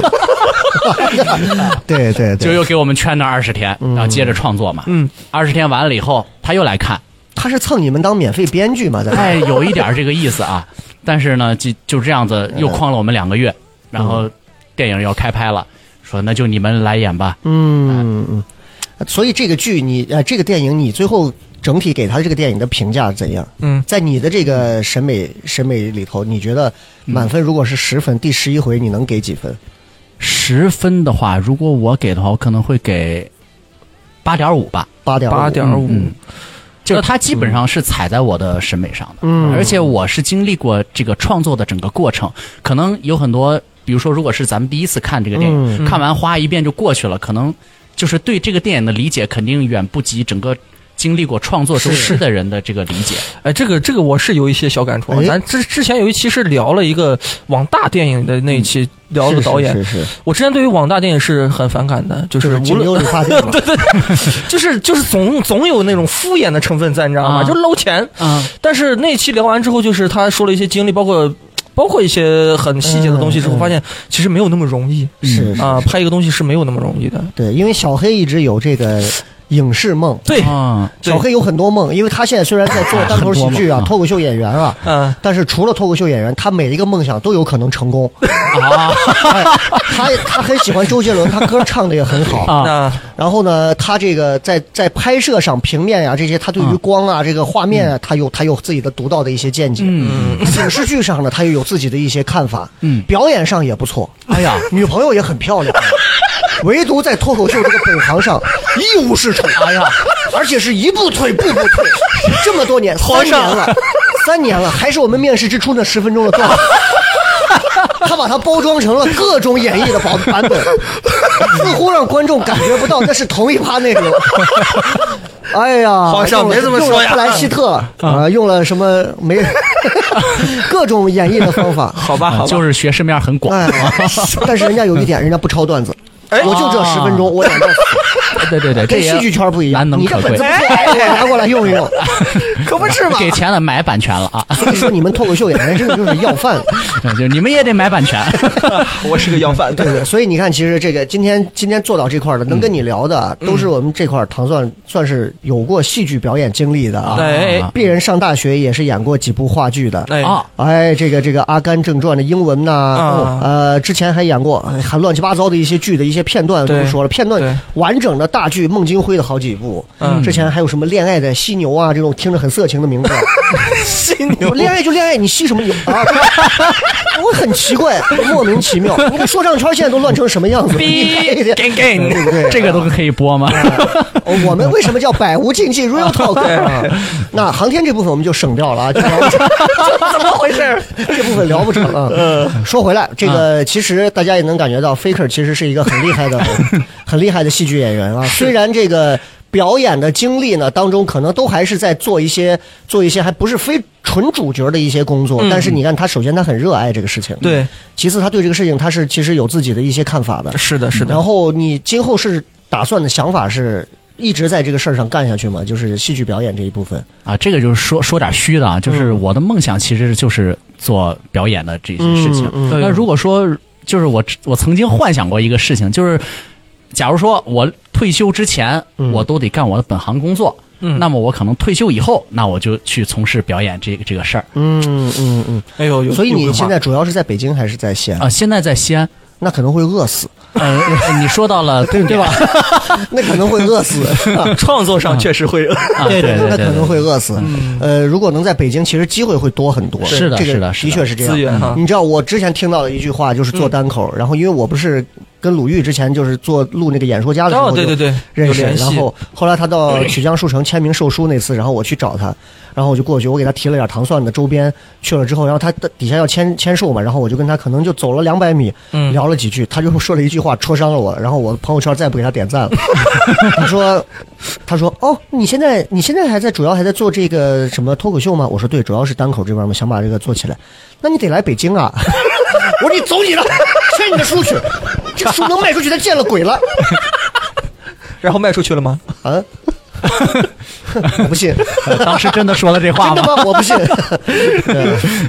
[SPEAKER 3] 对对
[SPEAKER 5] 就
[SPEAKER 3] 对，
[SPEAKER 5] 又给我们圈那二十天，然后接着创作嘛。嗯，二十天完了以后，他又来
[SPEAKER 3] <laughs>
[SPEAKER 5] 看，
[SPEAKER 3] 他是蹭你们当免费编剧嘛，在那
[SPEAKER 5] 哎，有一点儿这个意思啊。但是呢，就就这样子又框了我们两个
[SPEAKER 3] 嗯
[SPEAKER 5] 月，然后电影要开拍了，说那就你们来演吧。
[SPEAKER 3] 嗯嗯嗯。所以这个剧你呃，这个电影你最后整体给他的这个电影的评价怎样？
[SPEAKER 4] 嗯，
[SPEAKER 3] 在你的这个审美审美里头，你觉得
[SPEAKER 4] 嗯
[SPEAKER 3] 满分如果是十分，第十一回你能给几分？
[SPEAKER 5] 十分的话，如果我给的话，我可能会给八点五吧。
[SPEAKER 3] 八点
[SPEAKER 4] 八点五，
[SPEAKER 5] 嗯就是它基本上是踩在我的审美上的，
[SPEAKER 3] 嗯
[SPEAKER 5] 而且我是经历过这个创作的整个过程，可能有很多，比如说，如果是咱们第一次看
[SPEAKER 3] 嗯
[SPEAKER 5] 这个电影，看完花一遍就过去了，可能就是对这个电影的理解肯定远不及整个经历过创作周期的人的这个理解。
[SPEAKER 4] 哎，这个这个我是有一些小感触啊
[SPEAKER 3] 哎。
[SPEAKER 4] 咱之之前有一期是聊了一个网大电影的那一期，聊了导演。
[SPEAKER 3] 是是是，
[SPEAKER 4] 我之前对于网大电影是很反感的，就
[SPEAKER 3] 就是是
[SPEAKER 4] 无
[SPEAKER 3] 金
[SPEAKER 4] 论
[SPEAKER 3] 牛理发店
[SPEAKER 4] <laughs>
[SPEAKER 3] 嘛。
[SPEAKER 4] 就是就是总总有那种敷衍的成分在，你知道吗？
[SPEAKER 5] 啊
[SPEAKER 4] 就捞钱。
[SPEAKER 5] 嗯，
[SPEAKER 4] 但是那期聊完之后，就是他说了一些经历，包括包括一些很细节的东西之后，
[SPEAKER 3] 嗯嗯
[SPEAKER 4] 发现其实没有那么容易
[SPEAKER 3] 是是
[SPEAKER 4] 啊，拍一个东西是没有那么容易的。
[SPEAKER 3] 对，因为小黑一直有这个影视梦。
[SPEAKER 4] 对，
[SPEAKER 5] 嗯，
[SPEAKER 4] 对
[SPEAKER 3] 啊小黑有很多梦，因为他现在虽然在做单口喜剧
[SPEAKER 5] 很多
[SPEAKER 3] 啊、
[SPEAKER 5] 梦啊
[SPEAKER 3] 脱口秀演员啊，
[SPEAKER 4] 嗯，
[SPEAKER 3] <laughs> 但是除了脱口秀演员，他每一个梦想都有可能成功。 <laughs>
[SPEAKER 5] 啊
[SPEAKER 3] 哎他他很喜欢周杰伦，他歌唱的也很好。
[SPEAKER 5] 啊，
[SPEAKER 4] 那
[SPEAKER 3] 然后呢，他这个在在拍摄上平面呀、这些，他对于光啊、这个画面啊，他有他有自己的独到的一些见解。
[SPEAKER 5] 嗯，
[SPEAKER 3] 影视剧上呢，他又有自己的一些看法。
[SPEAKER 5] 嗯
[SPEAKER 3] 表演上也不错，
[SPEAKER 5] 哎呀，
[SPEAKER 3] 女朋友也很漂亮。唯独在脱口秀这个本行上一无是处，哎呀，而且是一步退步步退，这么多年，三年了，三年了，还是我们面试之初那十分钟的段子。他把它包装成了各种演绎的版版本，似乎让观众感觉不到那是同一趴内容。哎呀，
[SPEAKER 4] 皇上
[SPEAKER 3] 用了
[SPEAKER 4] 别这么说
[SPEAKER 3] 用了
[SPEAKER 4] 呀
[SPEAKER 3] 布莱希特啊、用了什么没 <laughs> 各种演绎的方法。
[SPEAKER 4] <laughs> 好吧，
[SPEAKER 3] <laughs>
[SPEAKER 4] 好吧，
[SPEAKER 5] 啊就是学识面很广。
[SPEAKER 3] 哎，
[SPEAKER 5] <laughs>
[SPEAKER 3] 但是人家有一点，人家不抄段子，
[SPEAKER 4] 哎
[SPEAKER 3] 我就这十分钟，我演到死，
[SPEAKER 5] 对对啊哎对，这
[SPEAKER 3] 跟
[SPEAKER 5] 也
[SPEAKER 3] 戏剧圈不一样。
[SPEAKER 5] 难能
[SPEAKER 3] 你这
[SPEAKER 5] 可
[SPEAKER 3] 本
[SPEAKER 5] 贵
[SPEAKER 3] 子，不错，哎我拿过来用一用。
[SPEAKER 4] <laughs> 可不是嘛。
[SPEAKER 5] <laughs> 给钱了买版权了啊， <laughs>
[SPEAKER 3] 所以说你们脱口秀演员真的就是要饭。
[SPEAKER 5] 就你们也得买版权。
[SPEAKER 4] 我是个要饭的
[SPEAKER 3] 对。对，所以你看，其实这个今天今天做到这块儿
[SPEAKER 5] 嗯
[SPEAKER 3] 的，能跟你聊的，都是我们这块儿糖蒜算是有过戏剧表演经历的
[SPEAKER 5] <laughs>
[SPEAKER 3] 啊。
[SPEAKER 4] 哎
[SPEAKER 3] 鄙人上大学也是演过几部话剧的。
[SPEAKER 4] 哎
[SPEAKER 5] 啊，
[SPEAKER 3] <laughs> 哎，这个这个《阿甘正传》的英文呐、
[SPEAKER 4] 啊
[SPEAKER 3] 呃，之前还演过哎还乱七八糟的一些剧的一些片段，就
[SPEAKER 4] 对
[SPEAKER 3] 不说了。片段
[SPEAKER 4] 对
[SPEAKER 3] 完整的大剧，孟京辉的好几部，
[SPEAKER 4] 嗯
[SPEAKER 3] 之前还有什么《恋爱的犀牛》啊，这种听着很色情的名
[SPEAKER 4] <laughs>
[SPEAKER 3] 字。
[SPEAKER 4] 犀
[SPEAKER 3] <laughs>
[SPEAKER 4] 牛
[SPEAKER 3] 恋爱就恋爱，你吸什么牛 <laughs> 啊？我很奇怪，莫名其妙。你看说唱圈现在都乱成什么样子？
[SPEAKER 5] 逼
[SPEAKER 4] gang gang，
[SPEAKER 3] 对
[SPEAKER 5] 这个都可以播吗？
[SPEAKER 3] 哦我们为什么叫百无禁忌 real talk 啊？那航天这部分我们就省掉了啊，就聊不成 <laughs> 怎么回事？这部分聊不成啊。说回来，这个其实大家也能感觉到，Faker 其实是一个很厉害的、很厉害的戏剧演员啊。虽然这个表演的经历呢，当中可能都还是在做一些做一些还不是非纯主角的一些工作，但是你看他，首先他很热爱这个事情，
[SPEAKER 4] 对，
[SPEAKER 3] 其次他对这个事情他是其实有自己的一些看法的，
[SPEAKER 4] 是的，是的。
[SPEAKER 3] 然后你今后是打算的想法是一直在这个事儿上干下去嘛，就是戏剧表演这一部分。
[SPEAKER 5] 啊，这个就是说说点虚的啊，就是
[SPEAKER 3] 嗯
[SPEAKER 5] 我的梦想其实就是做表演的这些事情。
[SPEAKER 3] 嗯
[SPEAKER 4] 嗯
[SPEAKER 5] 那如果说就是我我曾经幻想过一个事情，就是假如说我退休之前，
[SPEAKER 3] 嗯
[SPEAKER 5] 我都得干我的本行工作，
[SPEAKER 4] 嗯
[SPEAKER 5] 那么我可能退休以后，那我就去从事表演这个这个事儿
[SPEAKER 3] 嗯嗯嗯
[SPEAKER 4] 哎呦，有
[SPEAKER 3] 所以
[SPEAKER 4] 有
[SPEAKER 3] 你
[SPEAKER 4] 规划
[SPEAKER 3] 现在主要是在北京还是在西安？
[SPEAKER 5] 啊、现在在
[SPEAKER 3] <laughs>
[SPEAKER 5] 西安，
[SPEAKER 3] 那可能会饿
[SPEAKER 5] <laughs>
[SPEAKER 3] 死，
[SPEAKER 5] 呃，你说到了对对吧？
[SPEAKER 3] 那可能会饿死。
[SPEAKER 4] 创作
[SPEAKER 3] 嗯
[SPEAKER 4] 上确实
[SPEAKER 3] <laughs>
[SPEAKER 4] 会，
[SPEAKER 5] 啊， <laughs> 对对对
[SPEAKER 3] 那
[SPEAKER 5] 对
[SPEAKER 3] 可能会饿死。呃，如果能在北京，其实机会会多很多。
[SPEAKER 5] 是的
[SPEAKER 3] 这个
[SPEAKER 5] 是的是
[SPEAKER 3] 的
[SPEAKER 5] 的
[SPEAKER 3] 确
[SPEAKER 5] 嗯
[SPEAKER 3] 是这样。嗯
[SPEAKER 4] 资源哈
[SPEAKER 3] 你知道我之前听到的一句话就是做单口，然后因为我不是跟鲁豫之前就是做录那个演说家的时候，
[SPEAKER 4] 哦，对对对，
[SPEAKER 3] 认
[SPEAKER 4] 有
[SPEAKER 3] 识，
[SPEAKER 4] 联
[SPEAKER 3] 然
[SPEAKER 4] 系，
[SPEAKER 3] 后后来他到曲江树城签名售书那次，然后我去找他，然后我就过去，我给他提了点糖蒜的周边，去了之后，然后他底下要签签售嘛，然后我就跟他可能就走了两百米，
[SPEAKER 4] 嗯
[SPEAKER 3] 聊了几句，他就说了一句话戳伤了我，然后我朋友圈再也不给他点
[SPEAKER 4] <laughs>
[SPEAKER 3] 赞了，他说他说哦，你现在你现在还在主要还在做这个什么脱口秀吗？我说对，主要是单口这边嘛，想把这个做起来，那你得来北京啊， <laughs> 我说你走你的，签你的书去，这书能卖出去，他见了鬼了。
[SPEAKER 4] 然后卖出去了吗？
[SPEAKER 3] 啊， <laughs> 我不信，
[SPEAKER 5] 当时真的说了这话
[SPEAKER 3] 真的
[SPEAKER 5] 吗？
[SPEAKER 3] 吗？我不信。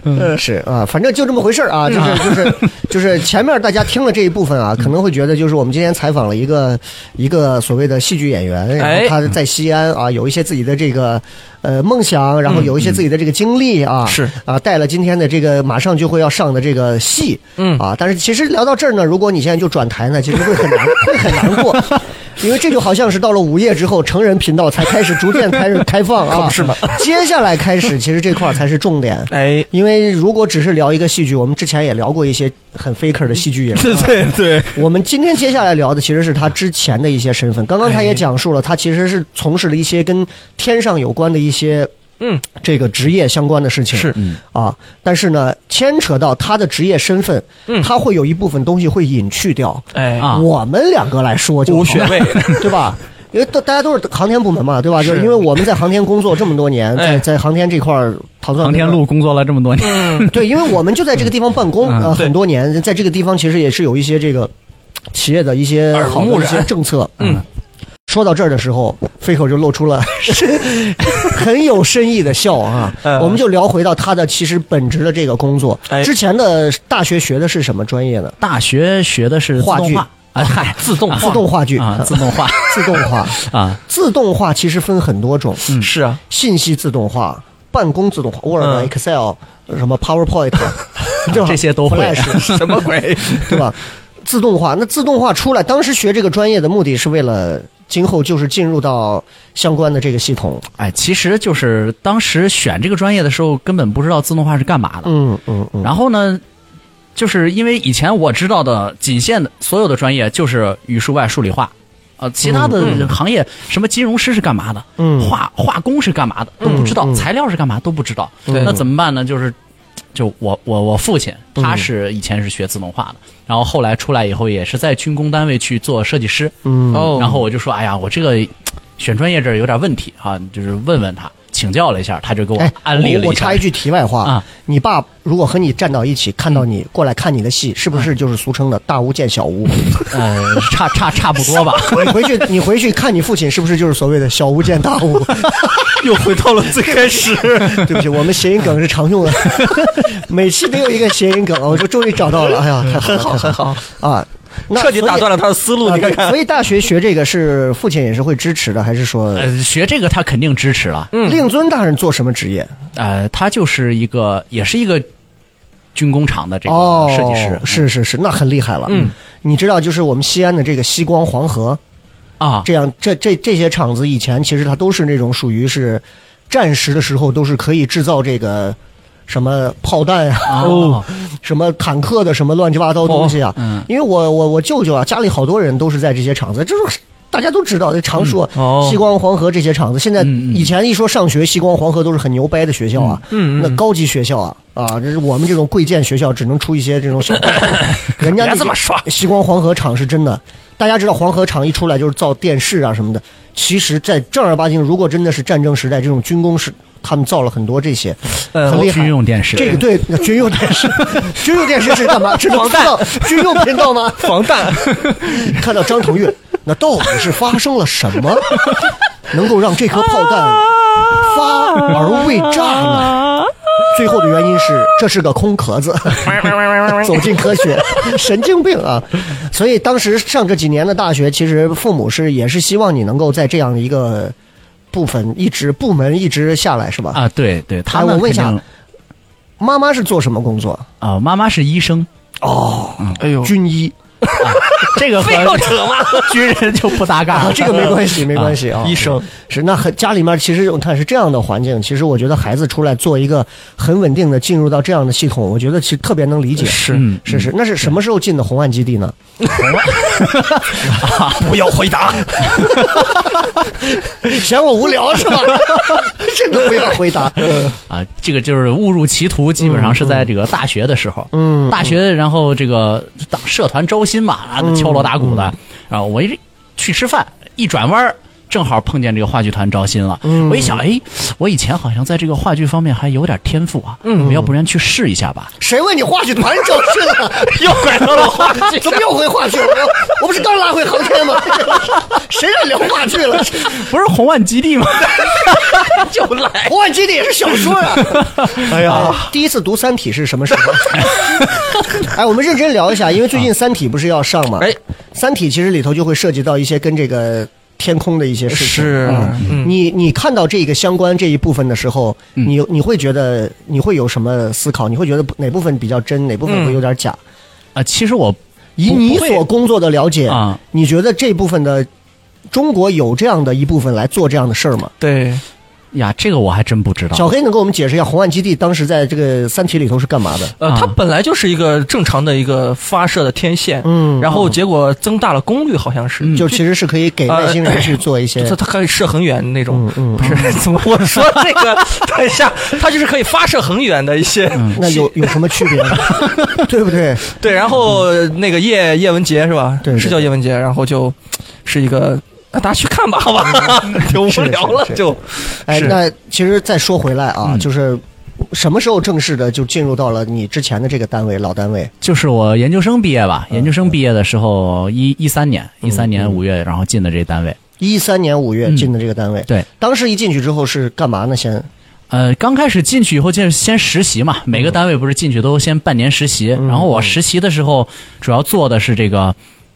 [SPEAKER 3] 嗯是啊，反正就这么回事儿啊，就是就是就是前面大家听了这一部分啊，可能会觉得就是我们今天采访了一个一个所谓的戏剧演员，然后
[SPEAKER 4] 哎
[SPEAKER 3] 他在西安啊有一些自己的这个呃梦想，然后有一些自己的这个经历啊，
[SPEAKER 4] 是
[SPEAKER 3] 啊带了今天的这个马上就会要上的这个戏，
[SPEAKER 4] 嗯
[SPEAKER 3] 啊，但是其实聊到这儿呢，如果你现在就转台呢，其实会很难会很难过。 <laughs> 因为这就好像是到了午夜之后，成人频道才开始逐渐开始开放啊，是吗？ <laughs> 接下来开始，其实这块儿才是重点。
[SPEAKER 4] 哎，
[SPEAKER 3] 因为如果只是聊一个戏剧，我们之前也聊过一些很 faker 的戏剧演员。
[SPEAKER 4] <laughs> <laughs> 对对对，
[SPEAKER 3] 我们今天接下来聊的其实是他之前的一些身份。刚刚他也讲述了，他其实是从事了一些跟天上有关的一些
[SPEAKER 4] 嗯
[SPEAKER 3] 这个职业相关的事情。
[SPEAKER 4] 是
[SPEAKER 3] 啊，但是呢，牵扯到他的职业身份，
[SPEAKER 4] 嗯
[SPEAKER 3] 他会有一部分东西会隐去掉。
[SPEAKER 4] 哎
[SPEAKER 5] 啊
[SPEAKER 3] 我们两个来说就好
[SPEAKER 4] 无学位，
[SPEAKER 3] <laughs> 对吧？因为都大家都是航天部门嘛，对吧？就是因为我们在航天工作这么多年，在
[SPEAKER 4] 哎
[SPEAKER 3] 在航天这块儿，唐钻
[SPEAKER 5] 航天路工作了这么多年，
[SPEAKER 3] 对，因为我们就在这个地方办公
[SPEAKER 5] 嗯
[SPEAKER 3] 呃
[SPEAKER 4] 对
[SPEAKER 3] 很多年，在这个地方其实也是有一些这个企业的一些
[SPEAKER 4] 耳濡
[SPEAKER 3] 好
[SPEAKER 4] 目
[SPEAKER 3] 的一
[SPEAKER 4] 染
[SPEAKER 3] 些政策。
[SPEAKER 4] 嗯，
[SPEAKER 3] 说到这儿的时候，飞口就露出了 <laughs> 很有深意的笑啊。
[SPEAKER 4] 嗯
[SPEAKER 3] 我们就聊回到他的其实本职的这个工作。
[SPEAKER 4] 哎
[SPEAKER 3] 之前的大学学的是什么专业呢？
[SPEAKER 5] 大学学的是自
[SPEAKER 3] 话
[SPEAKER 5] 动
[SPEAKER 3] 剧
[SPEAKER 5] 化，啊，嗨，自动
[SPEAKER 3] 自动话剧
[SPEAKER 5] 啊，自动
[SPEAKER 3] <laughs>
[SPEAKER 5] 化
[SPEAKER 3] 自动化，
[SPEAKER 5] 啊，
[SPEAKER 3] 自动化其实分很多种。
[SPEAKER 4] 是啊，
[SPEAKER 3] 信息自动化、办公自动化，Word、
[SPEAKER 4] 嗯
[SPEAKER 3] Excel、什么
[SPEAKER 5] <laughs>
[SPEAKER 3] PowerPoint，对吧？
[SPEAKER 5] 这些都会
[SPEAKER 3] Flash，
[SPEAKER 5] <laughs>
[SPEAKER 4] 什么鬼？
[SPEAKER 3] <laughs> 对吧？自动化，那自动化出来，当时学这个专业的目的是为了今后就是进入到相关的这个系统。
[SPEAKER 5] 哎，其实就是当时选这个专业的时候，根本不知道自动化是干嘛的。
[SPEAKER 3] 嗯嗯嗯，
[SPEAKER 5] 然后呢，就是因为以前我知道的仅限的所有的专业就是语数外、数理化，呃，其他的行业、什么金融师是干嘛的，
[SPEAKER 3] 嗯
[SPEAKER 5] 化化工是干嘛的都不知道，
[SPEAKER 3] 嗯嗯
[SPEAKER 5] 材料是干嘛都不知道。
[SPEAKER 4] 对
[SPEAKER 5] 那怎么办呢？就是。就我我我父亲，
[SPEAKER 3] 嗯
[SPEAKER 5] 他是以前是学自动化的，然后后来出来以后也是在军工单位去做设计师，
[SPEAKER 3] 嗯
[SPEAKER 4] 哦
[SPEAKER 5] 然后我就说，哎呀，我这个嘖选专业这儿有点问题啊，就是问问他，请教了一下，他就给我
[SPEAKER 3] 哎，
[SPEAKER 5] 安利了
[SPEAKER 3] 我我
[SPEAKER 5] 一下。
[SPEAKER 3] 插一句题外话
[SPEAKER 5] 啊，
[SPEAKER 3] 你爸如果和你站到一起，看到你过来看你的戏，是不
[SPEAKER 5] 啊
[SPEAKER 3] 是就是俗称的大巫见小
[SPEAKER 5] <laughs>
[SPEAKER 3] 巫？
[SPEAKER 5] 呃，差差差不
[SPEAKER 3] <laughs>
[SPEAKER 5] 多吧。
[SPEAKER 3] 你回去你回去看你父亲是不是就是所谓的小巫见大巫？
[SPEAKER 4] 又回到了最
[SPEAKER 3] <laughs>
[SPEAKER 4] 开始，
[SPEAKER 3] 对不起，我们谐音梗是常用的， <laughs> 每期都有一个谐音梗，我就终于找到了。哎呀，太好了，太
[SPEAKER 4] 哦很好，
[SPEAKER 3] 好啊！那啊
[SPEAKER 4] 彻底打
[SPEAKER 3] 了
[SPEAKER 4] 断了他的思路，你看看
[SPEAKER 3] 所，以大学学这个是父亲也是会支持的，还是说
[SPEAKER 5] 呃，学这个他肯定支持了。
[SPEAKER 3] 令尊大人做什么职业？
[SPEAKER 5] 呃，他就是一个，也是一个军工厂的这
[SPEAKER 3] 哦
[SPEAKER 5] 个，设计师。嗯
[SPEAKER 3] 是是是，那很厉害了。嗯，你知道，就是我们西安的这个西光黄河
[SPEAKER 5] 啊，
[SPEAKER 3] 这样，这这这些厂子以前其实它都是那种属于是战时的时候都是可以制造这个什么炮弹呀、
[SPEAKER 5] 哦，
[SPEAKER 3] <laughs> 什么坦克的什么乱七八糟东西啊。
[SPEAKER 5] 嗯
[SPEAKER 3] 因为我我我舅舅啊，家里好多人都是在这些厂子，这是大家都知道，这常说、
[SPEAKER 4] 嗯哦
[SPEAKER 3] 西光黄河这些厂子。现在
[SPEAKER 5] 嗯嗯
[SPEAKER 3] 以前一说上学，西光黄河都是很牛掰的学校啊，
[SPEAKER 4] 嗯嗯
[SPEAKER 3] 那高级学校啊啊，这是我们这种贵贱学校只能出一些这种
[SPEAKER 5] <laughs>
[SPEAKER 3] 小人家那
[SPEAKER 5] 别这么说
[SPEAKER 3] 西光黄河厂是真的。大家知道黄河厂一出来就是造电视啊什么的，其实，在正儿八经，如果真的是战争时代这种军工时，他们造了很多这些，
[SPEAKER 4] 嗯
[SPEAKER 3] 很厉害。
[SPEAKER 5] 军呃用电视。
[SPEAKER 3] 这个对军用电视，军用电视是干嘛？是能
[SPEAKER 4] 防弹
[SPEAKER 3] 知道军用频道吗？
[SPEAKER 4] 防弹，
[SPEAKER 3] 看到张腾岳，那到底是发生了什么，能够让这颗炮弹发而未炸呢？最后的原因是这是个空壳子，走进科学，神经病啊！所以当时上这几年的大学，其实父母是也是希望你能够在这样的一个部分一直部门一直下来，是吧？
[SPEAKER 5] <laughs> 啊，对对，他
[SPEAKER 3] 哎
[SPEAKER 5] 们
[SPEAKER 3] 我问一下
[SPEAKER 5] 肯定
[SPEAKER 3] 妈妈是做什么工作？
[SPEAKER 5] 啊，妈妈是医生，
[SPEAKER 4] 哎呦，
[SPEAKER 3] 军医 <laughs>
[SPEAKER 5] 这个和 <laughs> 军人就不搭嘎
[SPEAKER 3] 啊
[SPEAKER 5] 了，，
[SPEAKER 3] 这个没关系，没关系啊。
[SPEAKER 4] 医生，
[SPEAKER 3] 是那很家里面其实有看是这样的环境，其实我觉得孩子出来做一个很稳定的进入到这样的系统，我觉得其实特别能理解。
[SPEAKER 4] 是
[SPEAKER 5] 嗯
[SPEAKER 3] 是是，那是什么时候进的红岸基地呢？
[SPEAKER 5] 啊
[SPEAKER 4] 不要回答。
[SPEAKER 3] 嫌我无聊是吧？
[SPEAKER 5] <laughs>
[SPEAKER 3] 这个不要回答。
[SPEAKER 5] <laughs> 啊，这个就是误入歧途，基本上是在这个大学的时候，
[SPEAKER 3] 嗯，
[SPEAKER 5] 大学然后这个当社团招新嘛，啊，敲锣打鼓的，然后我一去吃饭，一转弯儿正好碰见这个话剧团招新了，
[SPEAKER 3] 嗯
[SPEAKER 5] 我一想，哎，我以前好像在这个话剧方面还有点天赋啊，嗯，要不然去试一下吧，
[SPEAKER 3] 谁问你话剧团招新了？
[SPEAKER 5] <laughs> 又拐到了话剧，
[SPEAKER 3] 怎么又回话剧了？我不是刚拉回航天
[SPEAKER 5] <laughs>
[SPEAKER 3] 吗？谁让聊话剧了？
[SPEAKER 5] 不是红万基
[SPEAKER 3] <laughs>
[SPEAKER 5] 地吗？就来，
[SPEAKER 3] 红岸基地也是小说啊。
[SPEAKER 4] <laughs> 哎呀，
[SPEAKER 3] 第一次读《三体》是什
[SPEAKER 5] <laughs>
[SPEAKER 3] 么时候？哎，我们认真聊一下，因为最近《三体》不是要上嘛？
[SPEAKER 4] 哎，
[SPEAKER 3] 《三体》其实里头就会涉及到一些跟这个天空的一些事情。
[SPEAKER 4] 是
[SPEAKER 3] 嗯，你你看到这个相关这一部分的时候，
[SPEAKER 5] 嗯
[SPEAKER 3] 你你会觉得你会有什么思考？你会觉得哪部分比较真，哪部分会有点假？
[SPEAKER 5] 啊，其实我
[SPEAKER 3] 以
[SPEAKER 5] 嗯不
[SPEAKER 3] 你
[SPEAKER 5] 不会
[SPEAKER 3] 所工作的了解
[SPEAKER 5] 啊，
[SPEAKER 3] 你觉得这部分的中国有这样的一部分来做这样的事儿吗？
[SPEAKER 4] 对，
[SPEAKER 5] 呀，这个我还真不知道，
[SPEAKER 3] 小黑能给我们解释一下红岸基地当时在这个《三体》里头是干嘛的？
[SPEAKER 4] 呃，
[SPEAKER 5] 啊
[SPEAKER 4] 它本来就是一个正常的一个发射的天线，
[SPEAKER 3] 嗯
[SPEAKER 4] 然后结果增大了功率，好像是，
[SPEAKER 5] 嗯
[SPEAKER 3] 就其实是可以给
[SPEAKER 5] 呃
[SPEAKER 3] 外星人去做一些
[SPEAKER 5] <laughs>
[SPEAKER 4] 就它它可以射很远那种
[SPEAKER 3] 嗯，嗯
[SPEAKER 4] 不是怎么我说这个，等一下，它就是可以发射很远的一些，
[SPEAKER 3] 那有有什么区别
[SPEAKER 5] <laughs>
[SPEAKER 3] 呢？对不对？
[SPEAKER 4] 对，然后呃那个叶叶文洁是吧？
[SPEAKER 3] 嗯对对
[SPEAKER 4] 是叫叶文洁，然后就是一个，啊大家去看吧，好吧， <laughs> 挺无聊了
[SPEAKER 3] 嗯是是是
[SPEAKER 4] 就，
[SPEAKER 3] 哎，
[SPEAKER 4] 是
[SPEAKER 3] 那其实再说回来啊，
[SPEAKER 5] 嗯
[SPEAKER 3] 就是什么时候正式的就进入到了你之前的这个单位老单位？
[SPEAKER 5] 就是我研究生毕业
[SPEAKER 3] 嗯
[SPEAKER 5] 吧，研究生毕业的时候一一三年，一三年五月，然后进的这单位。
[SPEAKER 3] 一三年五月
[SPEAKER 5] 嗯
[SPEAKER 3] 进的这个单位，
[SPEAKER 5] 对，
[SPEAKER 3] 当时一进去之后是干嘛呢？先，
[SPEAKER 5] 呃，刚开始进去以后，就是先实习
[SPEAKER 3] 嗯
[SPEAKER 5] 嘛，每个单位不是进去都先半年实习。然后我实习的时候，主要做的是这个，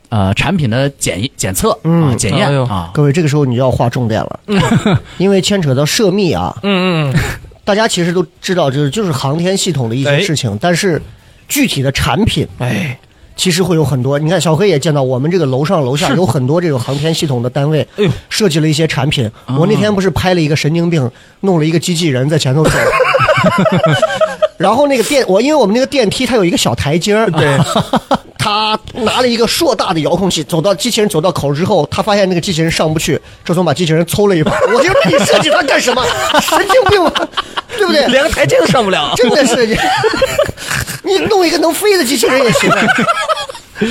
[SPEAKER 5] 呃，产品的检验检测啊，
[SPEAKER 3] 嗯
[SPEAKER 5] 检
[SPEAKER 4] 哎
[SPEAKER 5] 验
[SPEAKER 4] 呦
[SPEAKER 5] 啊，
[SPEAKER 3] 各位这个时候你就要划重点了，因为牵扯到涉密啊，
[SPEAKER 4] 嗯嗯嗯，
[SPEAKER 3] 大家其实都知道，就是就是航天系统的一些
[SPEAKER 4] 哎
[SPEAKER 3] 事情，但是具体的产品
[SPEAKER 4] 哎，
[SPEAKER 3] 其实会有很多。你看，小黑也见到我们这个楼上楼下有很多这种航天系统的单位
[SPEAKER 4] 哎呦，啊
[SPEAKER 3] 设计了一些产品。我那天不是拍了一个神经病，弄了一个机器人在前头
[SPEAKER 4] <laughs>
[SPEAKER 3] 走。然后那个电，我因为我们那个电梯它有一个小台阶儿，对， <laughs> 他拿了一个硕大的遥控器，走到机器人走到口之后，他发现那个机器人上不去，这从把机器人抽了一把。我就说你设计它干什么？神经病吧，对不对？
[SPEAKER 4] 连个台阶都上不了，
[SPEAKER 3] 真的是 <laughs> 你，你弄一个能飞的机器人也
[SPEAKER 4] <laughs>
[SPEAKER 3] 行啊。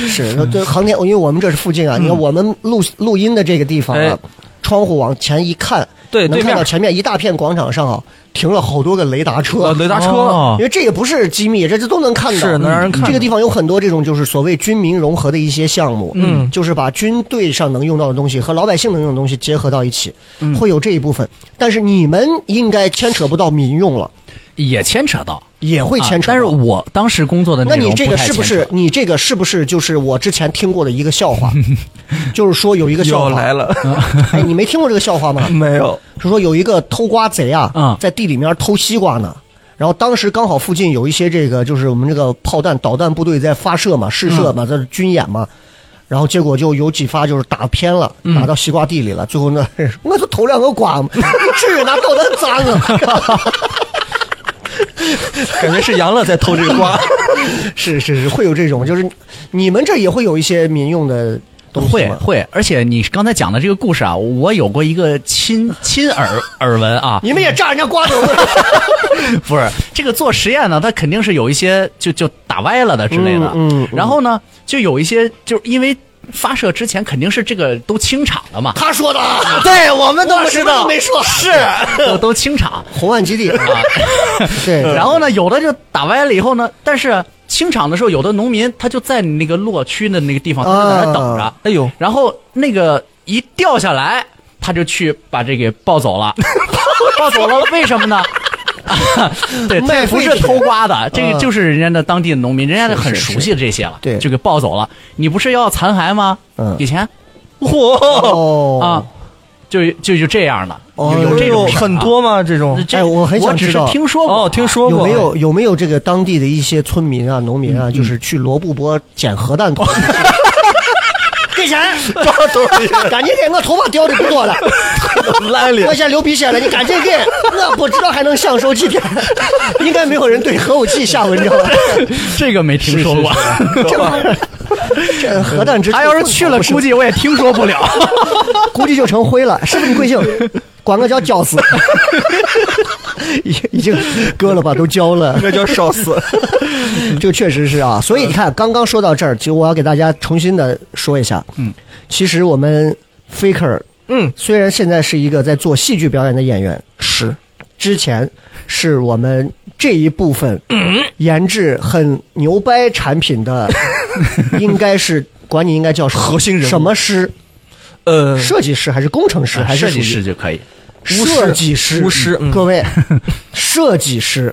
[SPEAKER 3] 是，对航天，因为我们这是附近啊，
[SPEAKER 4] 嗯
[SPEAKER 3] 你看我们录录音的这个地方啊，窗户往前一看，
[SPEAKER 4] 哎对
[SPEAKER 3] 能
[SPEAKER 4] 对
[SPEAKER 3] 看
[SPEAKER 4] 面
[SPEAKER 3] 到前面一大片广场上啊，停了好多个雷达车，
[SPEAKER 4] 呃雷达车
[SPEAKER 5] 哦
[SPEAKER 3] 因为这也不是机密，这这都能看到。嗯
[SPEAKER 4] 是能让人看到
[SPEAKER 3] 这个地方有很多这种就是所谓军民融合的一些项目，嗯，就是把军队上能用到的东西和老百姓能用的东西结合到一起，
[SPEAKER 4] 嗯
[SPEAKER 3] 会有这一部分。但是你们应该牵扯不到民用了，
[SPEAKER 5] 也牵扯到，
[SPEAKER 3] 也会牵扯到。
[SPEAKER 5] 啊但是我当时工作的
[SPEAKER 3] 那
[SPEAKER 5] 内容
[SPEAKER 3] 你这个
[SPEAKER 5] 太
[SPEAKER 3] 是不
[SPEAKER 5] 牵扯
[SPEAKER 3] 是你这个是不是就是我之前听过的一个笑
[SPEAKER 5] <laughs>
[SPEAKER 3] 话？就是说有一个笑
[SPEAKER 4] 又
[SPEAKER 3] 话
[SPEAKER 4] 来，了，
[SPEAKER 3] 哎，你没听过这个笑话
[SPEAKER 5] <laughs>
[SPEAKER 3] 吗？
[SPEAKER 4] <laughs> 没有，
[SPEAKER 3] 是说有一个偷瓜贼啊，
[SPEAKER 5] 嗯
[SPEAKER 3] 在地里面偷西瓜呢。然后当时刚好附近有一些这个，就是我们这个炮弹导弹部队在发射嘛、试射嘛，
[SPEAKER 5] 嗯
[SPEAKER 3] 在军演嘛。然后结果就有几发就是打偏了，
[SPEAKER 5] 嗯
[SPEAKER 3] 打到西瓜地里了。最后 <laughs> 呢，我就偷两个瓜嘛，你至于拿导弹砸我？
[SPEAKER 4] 感觉是杨乐在偷这个瓜，
[SPEAKER 3] <laughs> 是是是，会有这种，就是你们这也会有一些民用的东西
[SPEAKER 5] 会
[SPEAKER 3] 吗
[SPEAKER 5] 会，而且你刚才讲的这个故事啊，我有过一个亲亲耳耳闻啊，
[SPEAKER 3] 你们也炸人家瓜头了？
[SPEAKER 5] <laughs> 不是这个做实验呢，它肯定是有一些就就打歪了的之类的。
[SPEAKER 3] 嗯嗯嗯
[SPEAKER 5] 然后呢，就有一些就是因为发射之前肯定是这个都清场
[SPEAKER 3] <laughs>
[SPEAKER 5] 了嘛，
[SPEAKER 3] 他说的啊，
[SPEAKER 5] <laughs> 对我们
[SPEAKER 3] 我什么都没说。是
[SPEAKER 5] 都都清场。 <laughs>
[SPEAKER 3] 红岸基地啊，对，
[SPEAKER 5] 然后呢，有的就打歪了以后呢，但是。清场的时候，有的农民他就在你那个落区的那个地方
[SPEAKER 3] 啊
[SPEAKER 5] 在那等着，
[SPEAKER 4] <laughs> 哎呦，
[SPEAKER 5] 然后那个一掉下来，他就去把这给抱
[SPEAKER 3] <laughs>
[SPEAKER 5] 走了，抱走了，为什么呢？对，
[SPEAKER 3] 卖
[SPEAKER 5] 这不是
[SPEAKER 3] 废铁
[SPEAKER 5] 偷瓜的，这
[SPEAKER 3] 嗯
[SPEAKER 5] 个就是人家的当地的农民，人家
[SPEAKER 3] 是
[SPEAKER 5] 很
[SPEAKER 3] 是
[SPEAKER 5] 熟悉这些了，
[SPEAKER 3] 对
[SPEAKER 5] 就给抱走了。你不是要残骸吗？
[SPEAKER 3] 嗯
[SPEAKER 5] 给钱
[SPEAKER 4] <laughs> 哇，
[SPEAKER 3] 哦
[SPEAKER 5] 啊，就就就这样的，
[SPEAKER 3] 哦
[SPEAKER 5] 有有这种事儿啊
[SPEAKER 4] 哎很多吗？这种
[SPEAKER 5] 这
[SPEAKER 3] 哎我很想
[SPEAKER 5] 只
[SPEAKER 3] 知
[SPEAKER 5] 是
[SPEAKER 3] 道
[SPEAKER 5] 听说嗯过
[SPEAKER 4] 哦，听说
[SPEAKER 3] 有
[SPEAKER 4] 过
[SPEAKER 3] 没有有没有这个当地的一些村民啊、农民啊，就是去罗布泊捡核弹
[SPEAKER 5] <laughs>
[SPEAKER 3] 头？给钱，
[SPEAKER 5] <laughs>
[SPEAKER 3] 赶紧给我头发掉的不多了，
[SPEAKER 4] 来
[SPEAKER 3] 我现在流鼻血了，你赶紧给，
[SPEAKER 5] <laughs>
[SPEAKER 3] 我不知道还能享受几天。应该没有人对核武器下文章了，
[SPEAKER 5] <laughs> 这个没听说过。 <laughs>
[SPEAKER 3] 这玩意儿这核弹之
[SPEAKER 5] 他要是去了，估计我也听说不了。
[SPEAKER 3] 估计就成灰了，是不是你贵姓？管我叫焦死， <laughs> 已已经割了吧，都焦了。
[SPEAKER 4] 那叫烧死。
[SPEAKER 3] 这个确实是啊，所以你看，刚刚说到这儿，其实我要给大家重新的说一下，嗯，其实我们 Faker，
[SPEAKER 4] 嗯，
[SPEAKER 3] 虽然现在是一个在做戏剧表演的演员，是，之前是我们这一部分研制很牛掰产品的，应该是管你应该叫什么
[SPEAKER 4] 核心人物
[SPEAKER 3] 什么师，
[SPEAKER 4] <laughs> <laughs> 呃，
[SPEAKER 3] 设计师还是工程师还是
[SPEAKER 5] 设
[SPEAKER 3] 属
[SPEAKER 5] 计
[SPEAKER 3] 于
[SPEAKER 5] 师就可以。
[SPEAKER 4] 巫师
[SPEAKER 3] 设计师，
[SPEAKER 4] 巫师嗯
[SPEAKER 3] 各
[SPEAKER 4] <laughs>
[SPEAKER 3] 位，设计师。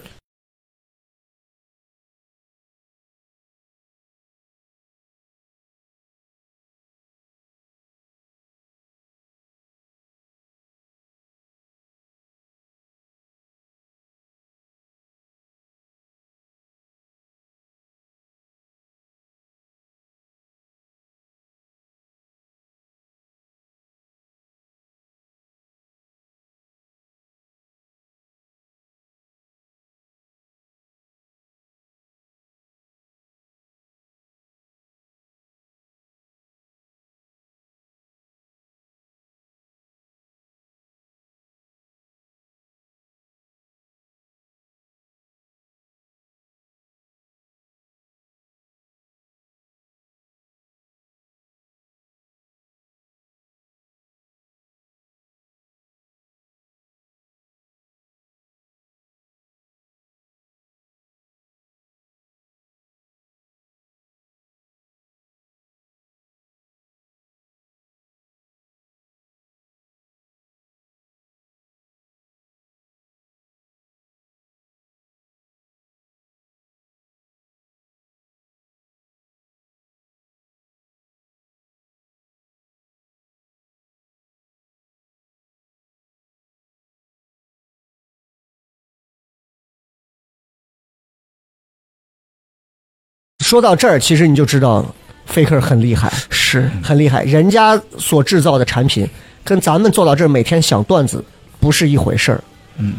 [SPEAKER 3] 说到这儿，其实你就知道 Faker 很厉害，
[SPEAKER 4] 是
[SPEAKER 3] 很厉害。人家所制造的产品，跟咱们做到这儿每天想段子不是一回事儿，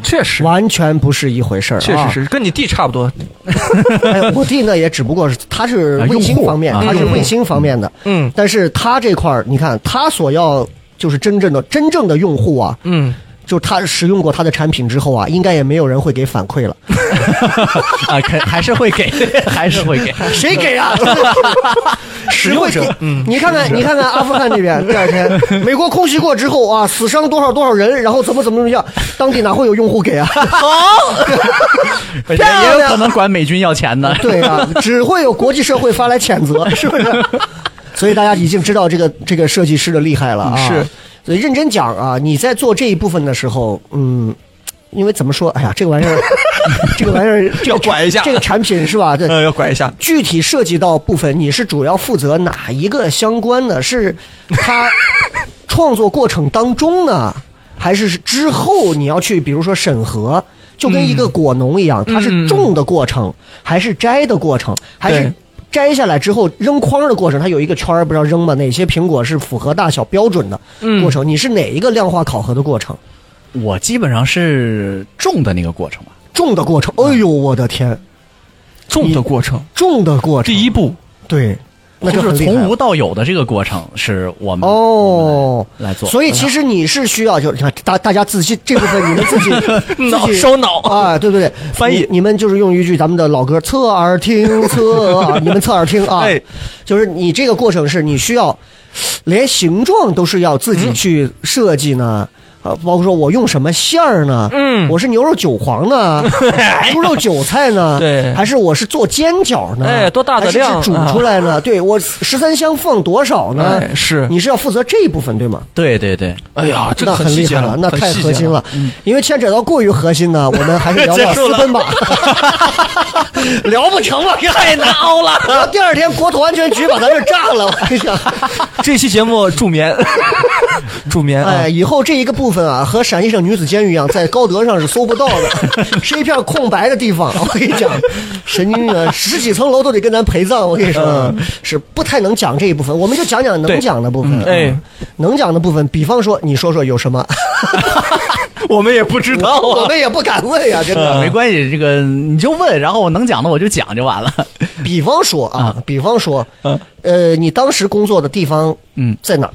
[SPEAKER 4] 确实。
[SPEAKER 3] 完全不是一回事儿。
[SPEAKER 4] 确实是跟你弟差不多，
[SPEAKER 3] 是，哎我弟呢也只不过是他是
[SPEAKER 5] 啊
[SPEAKER 3] 卫星
[SPEAKER 5] 用户
[SPEAKER 3] 方面，
[SPEAKER 5] 啊
[SPEAKER 3] 他是
[SPEAKER 4] 用户
[SPEAKER 3] 卫星方面的，
[SPEAKER 4] 嗯
[SPEAKER 3] 但是他这块儿，你看他所要就是真正的真正的用户啊，
[SPEAKER 4] 嗯，
[SPEAKER 3] 就他使用过他的产品之后啊，应该也没有人会给反馈了。
[SPEAKER 5] 啊，肯还是会
[SPEAKER 3] <laughs>
[SPEAKER 5] 给，还是会给。
[SPEAKER 3] 谁给 <laughs> 啊？使用者，你看看，你看看阿富汗这边，第二天美国空袭过之后啊，死伤多少多少人，然后怎么怎么怎么样，当地哪会有用户 <laughs> 给啊？
[SPEAKER 5] 也
[SPEAKER 3] 亮
[SPEAKER 5] 也有可能管美军要钱 <laughs> 的。
[SPEAKER 3] 对啊，只会有国际社会发来谴 <laughs> 责，是不是？所以大家已经知道这个这个设计师的厉害了啊。
[SPEAKER 4] 是，
[SPEAKER 3] 所以认真讲啊，你在做这一部分的时候，嗯，因为怎么说，哎呀，这个玩意 <laughs> 儿，这个玩意儿
[SPEAKER 4] 要拐一下
[SPEAKER 3] 这个产品是吧？对，
[SPEAKER 4] 呃，要拐一下，
[SPEAKER 3] 具体涉及到部分，你是主要负责哪一个相关的？是它创作过程当中呢， <laughs> 还是是之后你要去，比如说审核？就跟一个果农一样，
[SPEAKER 4] 嗯
[SPEAKER 3] 它是种的过程，还是摘的过程，还是
[SPEAKER 4] 对
[SPEAKER 3] 摘下来之后扔筐的过程？它有一个圈儿，不知道扔吗？哪些苹果是符合大小标准的过
[SPEAKER 4] 嗯
[SPEAKER 3] 程？你是哪一个量化考核的过程？
[SPEAKER 5] 我基本上是种的那个过程吧。
[SPEAKER 3] 种的过程？哎呦，我的天！
[SPEAKER 4] 种的过程，
[SPEAKER 3] 种的过程，
[SPEAKER 4] 第一步，
[SPEAKER 3] 对，那就
[SPEAKER 5] 就
[SPEAKER 3] 很
[SPEAKER 5] 是
[SPEAKER 3] 厉害了
[SPEAKER 5] 从无到有的这个过程是我们
[SPEAKER 3] 哦，
[SPEAKER 5] 来做
[SPEAKER 3] 所以其实你是需要，就是你看大大家仔细这部分，你们自
[SPEAKER 5] <laughs>
[SPEAKER 3] 己自
[SPEAKER 5] 嗯哦
[SPEAKER 4] 脑
[SPEAKER 3] 己
[SPEAKER 4] 烧脑
[SPEAKER 3] 啊，对对对，
[SPEAKER 4] 翻译
[SPEAKER 3] 你你们就是用一句咱们的老歌“侧耳听，侧
[SPEAKER 4] <laughs>
[SPEAKER 3] 耳”，你们侧耳听啊
[SPEAKER 4] 哎，
[SPEAKER 3] 就是你这个过程是你需要，连形状都是要自己去设计呢。呃，包括说我用什么馅儿呢？
[SPEAKER 4] 嗯
[SPEAKER 3] 我是牛肉韭黄
[SPEAKER 4] <laughs>
[SPEAKER 3] 呢，猪肉韭菜呢？
[SPEAKER 4] 对
[SPEAKER 3] 还是我是做煎饺呢？
[SPEAKER 4] 哎多大的量
[SPEAKER 3] 还是是煮出来呢？对我十三香放多少呢？
[SPEAKER 4] 哎是
[SPEAKER 3] 你是要负责这一部分对吗？
[SPEAKER 5] 对对对，
[SPEAKER 4] 哎呀，这个
[SPEAKER 3] 那很
[SPEAKER 4] 细
[SPEAKER 3] 厉
[SPEAKER 4] 节
[SPEAKER 3] 害那太
[SPEAKER 4] 很细节嗯
[SPEAKER 3] 核心了。因为牵扯到过于核心
[SPEAKER 4] <laughs>
[SPEAKER 3] 呢，我们还是聊聊
[SPEAKER 4] 结束
[SPEAKER 3] 私
[SPEAKER 4] 了
[SPEAKER 3] 奔吧。聊不成了，
[SPEAKER 5] 哎
[SPEAKER 3] 太
[SPEAKER 5] <laughs>
[SPEAKER 3] 难
[SPEAKER 5] 哦
[SPEAKER 3] 熬了。 <laughs> 然后第二天，国土安全局把咱这炸了。我跟你
[SPEAKER 4] <laughs>
[SPEAKER 3] 讲，
[SPEAKER 4] 哎这期节目助 <laughs> 眠，助眠啊
[SPEAKER 3] 哎，！以后这一个部分啊，和陕西省女子监狱一样，在高德上是搜不到
[SPEAKER 4] <laughs>
[SPEAKER 3] 的，是一片空白的地方。我跟你讲，神经啊，十几层楼都得跟咱陪葬。我跟你说，是不太能讲这一部分，我们就讲讲能
[SPEAKER 4] 嗯对
[SPEAKER 3] 讲的部分。
[SPEAKER 4] 哎
[SPEAKER 3] 嗯，能讲的部分，比方说，你说说有什
[SPEAKER 4] <laughs>
[SPEAKER 3] 么？
[SPEAKER 5] 我们也不知道
[SPEAKER 4] 啊
[SPEAKER 3] <laughs> 我们也不敢问呀，真的
[SPEAKER 4] 嗯
[SPEAKER 5] 没。关系，这个你就问，然后我能讲的我就讲就完了。
[SPEAKER 3] <laughs> 比方说啊，比方说，呃，你当时工作的地方，
[SPEAKER 5] 嗯，
[SPEAKER 3] 在哪儿？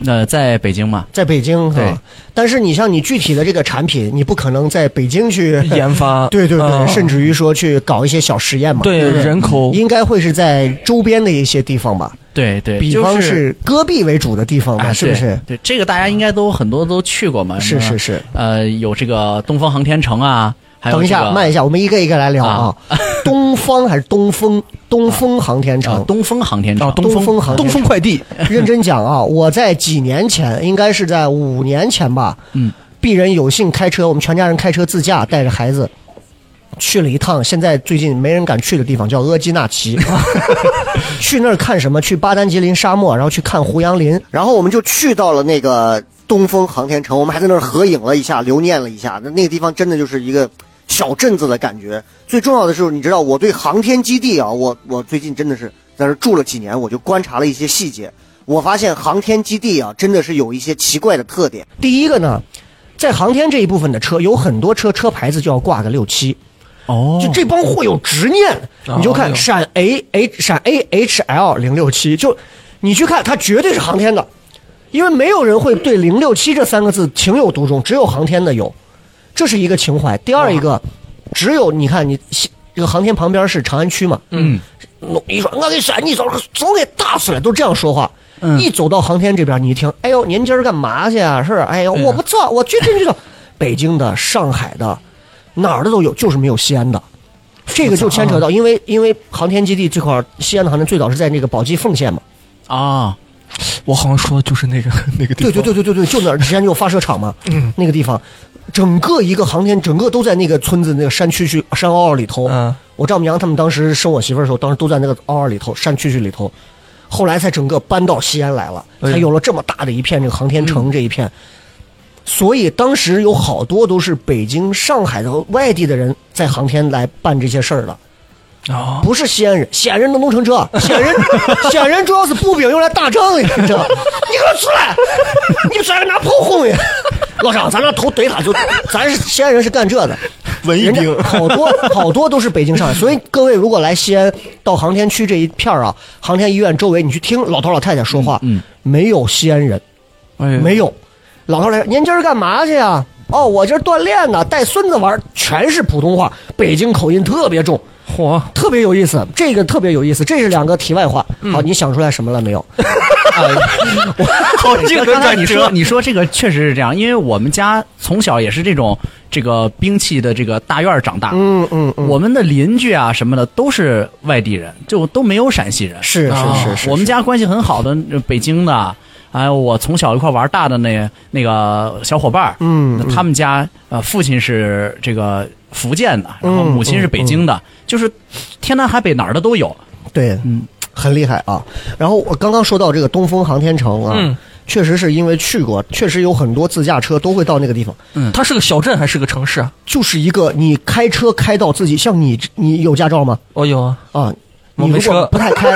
[SPEAKER 5] 那在北京嘛，
[SPEAKER 3] 在北京
[SPEAKER 5] 对
[SPEAKER 3] 哈。但是你像你具体的这个产品，你不可能在北京
[SPEAKER 5] <laughs>
[SPEAKER 3] 去
[SPEAKER 4] 研发，
[SPEAKER 3] <laughs> 对对对，
[SPEAKER 5] 啊
[SPEAKER 4] 嗯
[SPEAKER 3] 甚至于说去搞一些小实验嘛。
[SPEAKER 4] 对
[SPEAKER 3] 不
[SPEAKER 4] 人口
[SPEAKER 3] 应该会是在周边的一些地方吧，
[SPEAKER 5] 对对，
[SPEAKER 3] 比
[SPEAKER 5] 就
[SPEAKER 3] 方是戈壁为主的地方吧，
[SPEAKER 5] 啊，
[SPEAKER 3] 是不是？
[SPEAKER 5] 对？对，这个大家应该都很多都去过嘛。
[SPEAKER 3] 是
[SPEAKER 5] 什
[SPEAKER 3] 是
[SPEAKER 5] 么
[SPEAKER 3] 是。
[SPEAKER 5] 呃，有这个东方航天城啊，还有
[SPEAKER 3] 等一
[SPEAKER 5] 这
[SPEAKER 3] 下，
[SPEAKER 5] 个
[SPEAKER 3] 慢一下，我们一个一个来聊啊。
[SPEAKER 5] <laughs>
[SPEAKER 3] 东方还是东风？东风航天
[SPEAKER 5] 啊
[SPEAKER 3] 城，。
[SPEAKER 5] 东风航天城
[SPEAKER 4] 啊，，
[SPEAKER 3] 哦东风
[SPEAKER 4] 风
[SPEAKER 3] 航天
[SPEAKER 4] 东风快递，
[SPEAKER 3] <laughs> 认真讲啊，我在几年前，应该是在五年前吧，
[SPEAKER 5] 嗯，
[SPEAKER 3] 鄙人有幸开车，我们全家人开车自驾，带着孩子。去了一趟现在最近没人敢去的地方，叫额济纳旗。去那儿看什么？去巴丹吉林沙漠，然后去看胡杨林。然后我们就去到了那个东风航天城，我们还在那儿合影了一下，留念了一下。那那个地方真的就是一个小镇子的感觉。最重要的是，你知道我对航天基地啊，我我最近真的是在那儿住了几年，我就观察了一些细节。我发现航天基地啊，真的是有一些奇怪的特点。第一个呢，在航天这一部分的车，有很多车车牌子就要挂个六七。
[SPEAKER 5] 哦
[SPEAKER 3] 就这帮货有执念，
[SPEAKER 4] 哦
[SPEAKER 3] 你就看
[SPEAKER 4] 有
[SPEAKER 3] 闪 A H 闪 A H L 零六七，就你去看，它绝对是航天的，因为没有人会对零六七这三个字情有独钟，只有航天的有，这是一个情怀。第二一个，只有你看你西这个航天旁边是长安区嘛，
[SPEAKER 5] 嗯，
[SPEAKER 3] 弄一说我给闪，你走总给打死了，都这样说话。
[SPEAKER 5] 嗯
[SPEAKER 3] 一走到航天这边，你一听，哎呦，您今儿干嘛去啊？是，哎呦，
[SPEAKER 4] 对啊
[SPEAKER 3] 我不知道，我去真知道，北京的、上海的，哪儿的都有，就是没有西安的。这个就牵扯到，因为因为航天基地这块儿，西安的航天最早是在那个宝鸡奉县嘛，
[SPEAKER 5] 啊，
[SPEAKER 4] 我好像说的就是那个 <laughs> 那个地
[SPEAKER 3] 对
[SPEAKER 4] 方，
[SPEAKER 3] 对对对对对，就那儿之前就有发射场嘛，嗯，那个地方，整个一个航天，整个都在那个村子那个山区区山坳里头，
[SPEAKER 4] 嗯，
[SPEAKER 3] 我丈母娘他们当时生我媳妇儿的时候，当时都在那个坳坳里头、山区区里头，后来才整个搬到西安来了，
[SPEAKER 4] 哎呀嗯
[SPEAKER 3] 才有了这么大的一片这个航天城这一片。所以当时有好多都是北京、上海的外地的人在航天来办这些事儿的，
[SPEAKER 4] 啊，
[SPEAKER 3] 不是西安人，西安人能弄成这，西安人，西安人主要是步兵用来打仗的，你知道？你给我出来！你出来拿炮轰呀！老张，咱俩头怼他就，咱是西安人是干这的，
[SPEAKER 5] 哎
[SPEAKER 4] 文艺
[SPEAKER 3] 人家
[SPEAKER 5] <laughs>
[SPEAKER 4] 兵
[SPEAKER 3] 好多好多都是北京上海，所以各位如果来西安到航天区这一片儿啊，航天医院周围，你去听老头老太太说话，
[SPEAKER 5] 嗯嗯
[SPEAKER 3] 没有西安人，
[SPEAKER 4] 哎
[SPEAKER 3] 没有。老头来说，您今儿干嘛去呀？哦，我今儿锻炼呢，带孙子玩儿，全是普通话，北京口音特别重。
[SPEAKER 4] 嚯，
[SPEAKER 3] 特别有意思，这个特别有意思，这是两个题外话。好，你想出来什么了没有？
[SPEAKER 4] 好这
[SPEAKER 5] <laughs> 刚才你说你说这个确实是这样，因为我们家从小也是这种这个兵器的这个大院儿长大，
[SPEAKER 3] 嗯嗯嗯，
[SPEAKER 5] 我们的邻居啊什么的都是外地人，就都没有陕西人。
[SPEAKER 3] 是
[SPEAKER 4] 啊
[SPEAKER 3] 是是是，
[SPEAKER 5] 我们家关系很好的呃北京的，还有我从小一块玩大的那那个小伙伴儿，
[SPEAKER 3] 嗯
[SPEAKER 5] 他们家呃父亲是这个福建的，
[SPEAKER 3] 嗯
[SPEAKER 5] 然后母亲是北京的，就是天南海北哪儿的都有。
[SPEAKER 3] 啊对，
[SPEAKER 5] 嗯，
[SPEAKER 3] 很厉害啊。然后我刚刚说到这个东风航天城啊，
[SPEAKER 4] 嗯
[SPEAKER 3] 确实是因为去过，确实有很多自驾车都会到那个地方，
[SPEAKER 4] 它是个小镇还是个城市啊？
[SPEAKER 3] 就是一个你开车开到自己，像你你有驾照吗？
[SPEAKER 4] 哦有啊，
[SPEAKER 3] 啊，你
[SPEAKER 4] 我没
[SPEAKER 3] 如果
[SPEAKER 4] 车
[SPEAKER 3] 不太
[SPEAKER 4] <laughs>
[SPEAKER 3] 开，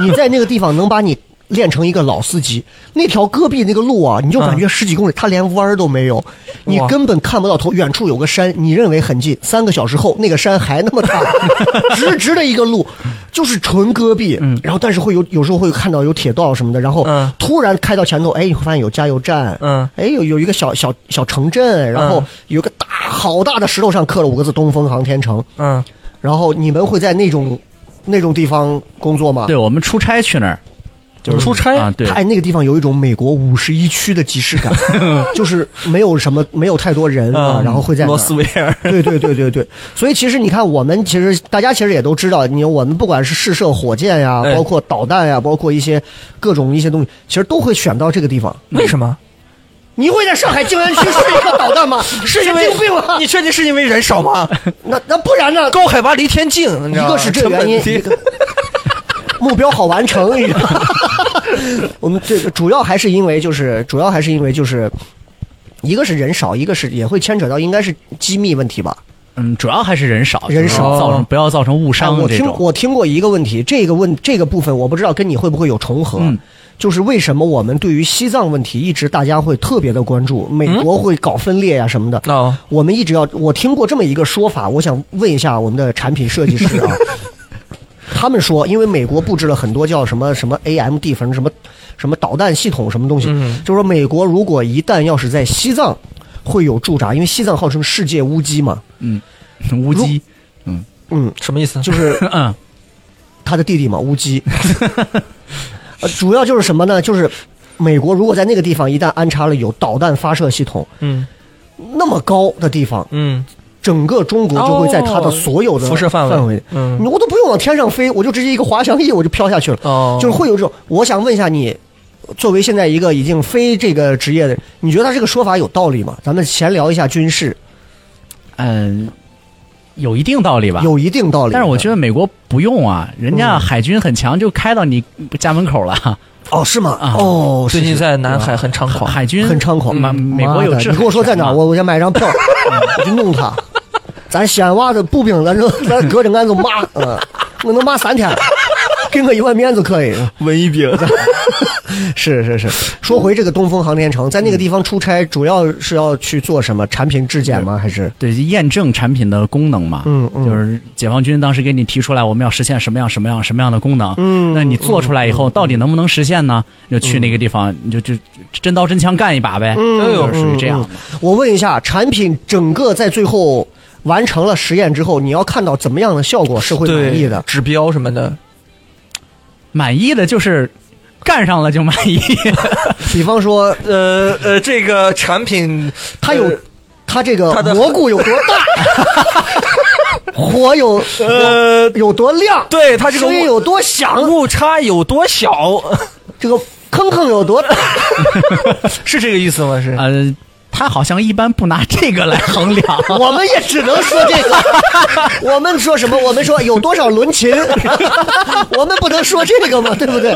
[SPEAKER 3] 你在那个地方能把你。练成一个老司机，那条戈壁那个路啊，你就感觉十几公里，它连弯儿都没有，你
[SPEAKER 4] 嗯哇
[SPEAKER 3] 根本看不到头。远处有个山，你认为很近，三个小时后那个山还那么大， <laughs> 直直的一个路，就是纯戈壁。然后但是会有有时候会看到有铁道什么的，然后
[SPEAKER 4] 嗯
[SPEAKER 3] 突然开到前头，哎，你会发现有加油站，
[SPEAKER 4] 嗯
[SPEAKER 3] 哎，有有一个小小小城镇，然后
[SPEAKER 4] 嗯
[SPEAKER 3] 有个大好大的石头上刻了五个字“东风航天城”。
[SPEAKER 4] 嗯，
[SPEAKER 3] 然后你们会在那种那种地方工作吗？
[SPEAKER 5] 对，我们出差去那儿，
[SPEAKER 4] 就是出差
[SPEAKER 5] 啊，对，
[SPEAKER 3] 它那个地方有一种美国五十一区的即视
[SPEAKER 4] <laughs>
[SPEAKER 3] 感，就是没有什么没有太多人啊，然后会在那
[SPEAKER 4] 嗯罗
[SPEAKER 3] 儿
[SPEAKER 4] 斯威尔，
[SPEAKER 3] 对对对对对，所以其实你看，我们其实大家其实也都知道，你我们不管是试射火箭呀，
[SPEAKER 4] 哎
[SPEAKER 3] 包括导弹呀，包括一些各种一些东西，其实都会选到这个地方。
[SPEAKER 4] 为什么？
[SPEAKER 3] 你会在上海静安区试一个导弹吗？是
[SPEAKER 4] 因
[SPEAKER 3] 神
[SPEAKER 4] 为
[SPEAKER 3] 经病吗？
[SPEAKER 4] 你确定是因为人少 <laughs> 吗？
[SPEAKER 3] 那那不然呢？
[SPEAKER 4] 高海拔离天近，你
[SPEAKER 3] 一
[SPEAKER 4] 知道吗
[SPEAKER 3] 个是这个原因，一
[SPEAKER 4] 成本
[SPEAKER 3] 个目标好完成。一
[SPEAKER 5] <laughs>
[SPEAKER 3] 个我们这个主要还是因为就是主要还是因为就是。一个是人少，一个是也会牵扯到应该是机密问题吧。
[SPEAKER 5] 嗯，主要还是人少，
[SPEAKER 3] 人
[SPEAKER 5] 就是
[SPEAKER 3] 少
[SPEAKER 5] 造成不要造成误
[SPEAKER 3] 哎
[SPEAKER 5] 伤
[SPEAKER 3] 我
[SPEAKER 5] 这
[SPEAKER 3] 听
[SPEAKER 5] 种。
[SPEAKER 3] 我听过一个问题，这个问这个部分我不知道跟你会不会有重合，
[SPEAKER 5] 嗯
[SPEAKER 3] 就是为什么我们对于西藏问题一直大家会特别的关注，美
[SPEAKER 5] 嗯
[SPEAKER 3] 国会搞分裂呀、什么的。
[SPEAKER 4] 低 <laughs> 哦，
[SPEAKER 3] 我们一直要，我听过这么一个说法，我想问一下我们的产品设计师啊，他们说，因为美国布置了很多叫什么什么 AMD，反正什么什么导弹系统什么东西，就是说美国如果一旦要是在西藏会有驻扎，因为西藏号称世界乌鸡嘛，
[SPEAKER 5] 乌鸡，
[SPEAKER 3] 嗯，
[SPEAKER 4] 什么意思？
[SPEAKER 3] 就
[SPEAKER 4] 就
[SPEAKER 3] 是
[SPEAKER 5] 嗯，
[SPEAKER 3] 他的弟弟嘛，乌鸡。呃，主要就是什么呢？就是美国如果在那个地方一旦安插了有导弹发射系统
[SPEAKER 4] 嗯
[SPEAKER 3] 那么高的地方，
[SPEAKER 4] 嗯，
[SPEAKER 3] 整个中国就会在它的所有的
[SPEAKER 4] 哦辐射范
[SPEAKER 3] 范
[SPEAKER 4] 围
[SPEAKER 3] 围，
[SPEAKER 4] 嗯
[SPEAKER 3] 我都不用往天上飞，我就直接一个滑翔翼我就飘下去了。
[SPEAKER 4] 哦
[SPEAKER 3] 就是会有这种。我想问一下你，作为现在一个已经非这个职业的，你觉得他这个说法有道理吗？咱们闲聊一下军事，
[SPEAKER 5] 嗯，有一定道理吧？
[SPEAKER 4] 啊
[SPEAKER 3] 有嗯一定道理的。
[SPEAKER 5] 但是我觉得美国不用啊，人家海军很强，就开到你家门口了。
[SPEAKER 3] 哦，是吗？
[SPEAKER 5] 啊
[SPEAKER 3] 哦，是
[SPEAKER 4] 最近
[SPEAKER 3] 是
[SPEAKER 4] 在南 <laughs> 嗯海很猖狂，
[SPEAKER 5] 海军
[SPEAKER 3] 很猖狂嗯
[SPEAKER 5] 嘛美国有
[SPEAKER 3] 妈的
[SPEAKER 5] 制
[SPEAKER 3] 你
[SPEAKER 5] 海
[SPEAKER 3] 跟我说在
[SPEAKER 5] 权
[SPEAKER 3] 哪儿，
[SPEAKER 5] 嘛
[SPEAKER 3] 我我先买
[SPEAKER 4] <laughs>
[SPEAKER 3] 张票，嗯我就弄他。咱西安娃子步兵，咱这咱隔着俺就骂，嗯，我能骂三天，给我一碗面就可以。
[SPEAKER 4] 文艺兵，
[SPEAKER 3] <laughs> 是是是。说回这个东风航天城，在
[SPEAKER 4] 嗯
[SPEAKER 3] 那个地方出差，主要是要去做什么？产品质检吗？还是？
[SPEAKER 5] 对验证产品的功能嘛，
[SPEAKER 3] 嗯嗯
[SPEAKER 5] 就是解放军当时给你提出来，我们要实现什么样什么样什么样的功能，
[SPEAKER 3] 嗯
[SPEAKER 5] 那你做出来以后，到底能不能实现呢？就去那个地方，你就就真刀真枪干一把呗，
[SPEAKER 3] 嗯
[SPEAKER 5] 就是属于这样的。
[SPEAKER 3] 我问一下，产品整个在最后完成了实验之后，你要看到怎么样的效果是会满意
[SPEAKER 4] <laughs> 对
[SPEAKER 3] 的？
[SPEAKER 4] 指标什么的，
[SPEAKER 5] 满意的就是干上了就满
[SPEAKER 3] <laughs>
[SPEAKER 5] 意，
[SPEAKER 3] 比方说，
[SPEAKER 4] 呃呃，这个产品
[SPEAKER 3] 它有
[SPEAKER 4] 呃
[SPEAKER 3] 它这个
[SPEAKER 4] 它的
[SPEAKER 3] 蘑菇有多大，
[SPEAKER 4] <laughs>
[SPEAKER 3] 火有
[SPEAKER 4] 呃
[SPEAKER 3] 有多亮，
[SPEAKER 4] 对它这个
[SPEAKER 3] 声音
[SPEAKER 4] 木
[SPEAKER 3] 有多响，
[SPEAKER 4] 呃误差有多小， <laughs>
[SPEAKER 3] 这个坑坑有多大，
[SPEAKER 4] 是这个意思吗？是
[SPEAKER 5] 呃，他好像一般不拿这个来衡量。
[SPEAKER 3] <laughs> 我们也只能说这个。我们说什么？我们说有多少轮琴，我们不能说这个嘛，对不对？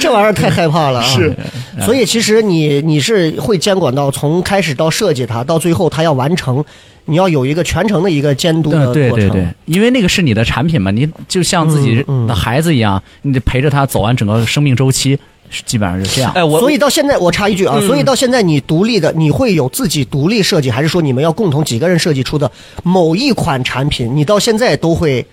[SPEAKER 3] 这玩意儿太害怕了、啊。是，所以其实你你是会监管到从开始到设计它，到最后它要完成，你要有一个全程的一个监督的过程。
[SPEAKER 5] 嗯
[SPEAKER 3] 嗯
[SPEAKER 5] 对对对，因为那个是你的产品嘛，你就像自己的孩子一样，你得陪着他走完整个生命周期，是基本上是
[SPEAKER 3] <laughs>
[SPEAKER 5] 这样。
[SPEAKER 4] 哎，我
[SPEAKER 3] 所以到现在，我插一句
[SPEAKER 5] 嗯
[SPEAKER 3] 啊，所以到现在你独立的，你会有自己独立设计，还是说你们要共同几个人设计出的某一款产品，你到现在都会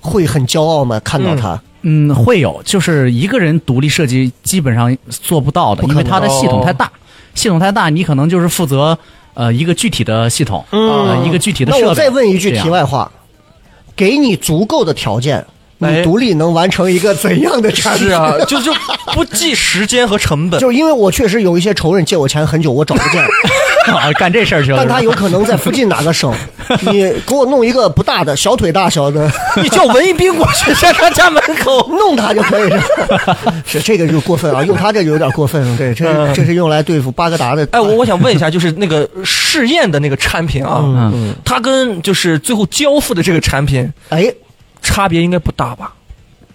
[SPEAKER 3] 会很骄傲吗？看到它，
[SPEAKER 5] 嗯，会有，就是一个人独立设计基本上做不到的，
[SPEAKER 3] 不可能哦
[SPEAKER 5] 因为它的系统太大，系统太大，你可能就是负责呃一个具体的系统，呃一个具体的设备。
[SPEAKER 3] 嗯那我再问一句
[SPEAKER 5] 这样
[SPEAKER 3] 题，外话，给你足够的条件，你
[SPEAKER 4] 哎
[SPEAKER 3] 独立能完成一个怎样的产品？
[SPEAKER 4] 是
[SPEAKER 6] <laughs>
[SPEAKER 4] 啊，就就不计时间和成本，
[SPEAKER 3] <laughs> 就因为我确实有一些仇人借我钱很久，我找
[SPEAKER 5] <laughs>
[SPEAKER 3] 不见，
[SPEAKER 5] <laughs> 啊干这事儿去了。
[SPEAKER 3] 但他
[SPEAKER 5] 是
[SPEAKER 3] 有
[SPEAKER 5] 吧
[SPEAKER 3] 可能在附近哪个
[SPEAKER 5] <laughs>
[SPEAKER 3] 省，你给我弄一个不大的小腿大小的。
[SPEAKER 4] <laughs> 你叫文艺兵过去，在他家门口。
[SPEAKER 3] 弄他就可以了， <laughs> 是这个就过分啊！用他这就有点过分了。对，这这是用来对付巴格达的。
[SPEAKER 4] 嗯哎，我我想问一下，就是那个试验的那个产品啊，
[SPEAKER 5] 嗯
[SPEAKER 4] 它跟就是最后交付的这个产品
[SPEAKER 3] 哎，
[SPEAKER 4] 差别应该不大吧？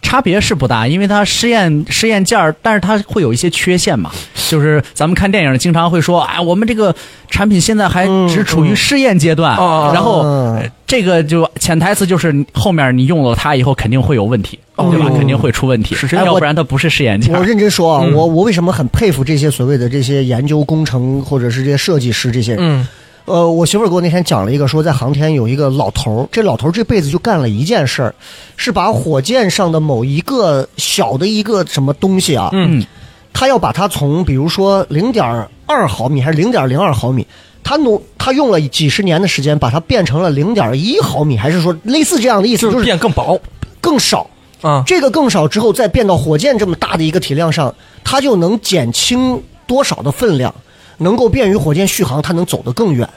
[SPEAKER 5] 差别是不大，因为它实验实验件儿，但是它会有一些缺陷嘛，就是咱们看电影经常会说，哎，我们这个产品现在还只处于试验阶段，
[SPEAKER 4] 哦
[SPEAKER 5] 然后、
[SPEAKER 3] 嗯
[SPEAKER 5] 呃这个就潜台词就是后面你用了它以后肯定会有问题，对吧？肯定会出问题，
[SPEAKER 4] 哦
[SPEAKER 5] 哎
[SPEAKER 4] 是这样
[SPEAKER 5] 要不然它不是试验件
[SPEAKER 3] 我
[SPEAKER 5] 儿。
[SPEAKER 3] 认真说啊，我我为什么很佩服这些所谓的这些研究工程或者是这些设计师这些人？
[SPEAKER 4] 嗯，
[SPEAKER 3] 呃，我媳妇儿给我那天讲了一个，说在航天有一个老头儿，这老头儿这辈子就干了一件事儿，是把火箭上的某一个小的一个什么东西啊，
[SPEAKER 4] 嗯，
[SPEAKER 3] 他要把它从比如说零点二毫米还是零点零二毫米，他努他用了几十年的时间把它变成了零点一毫米，还是说类似这样的意思，
[SPEAKER 4] 就
[SPEAKER 3] 就是是
[SPEAKER 4] 变更薄，
[SPEAKER 3] 更少。
[SPEAKER 4] 啊
[SPEAKER 3] 这个更少之后再变到火箭这么大的一个体量上，它就能减轻多少的分量，能够便于火箭续航，它能走得更远。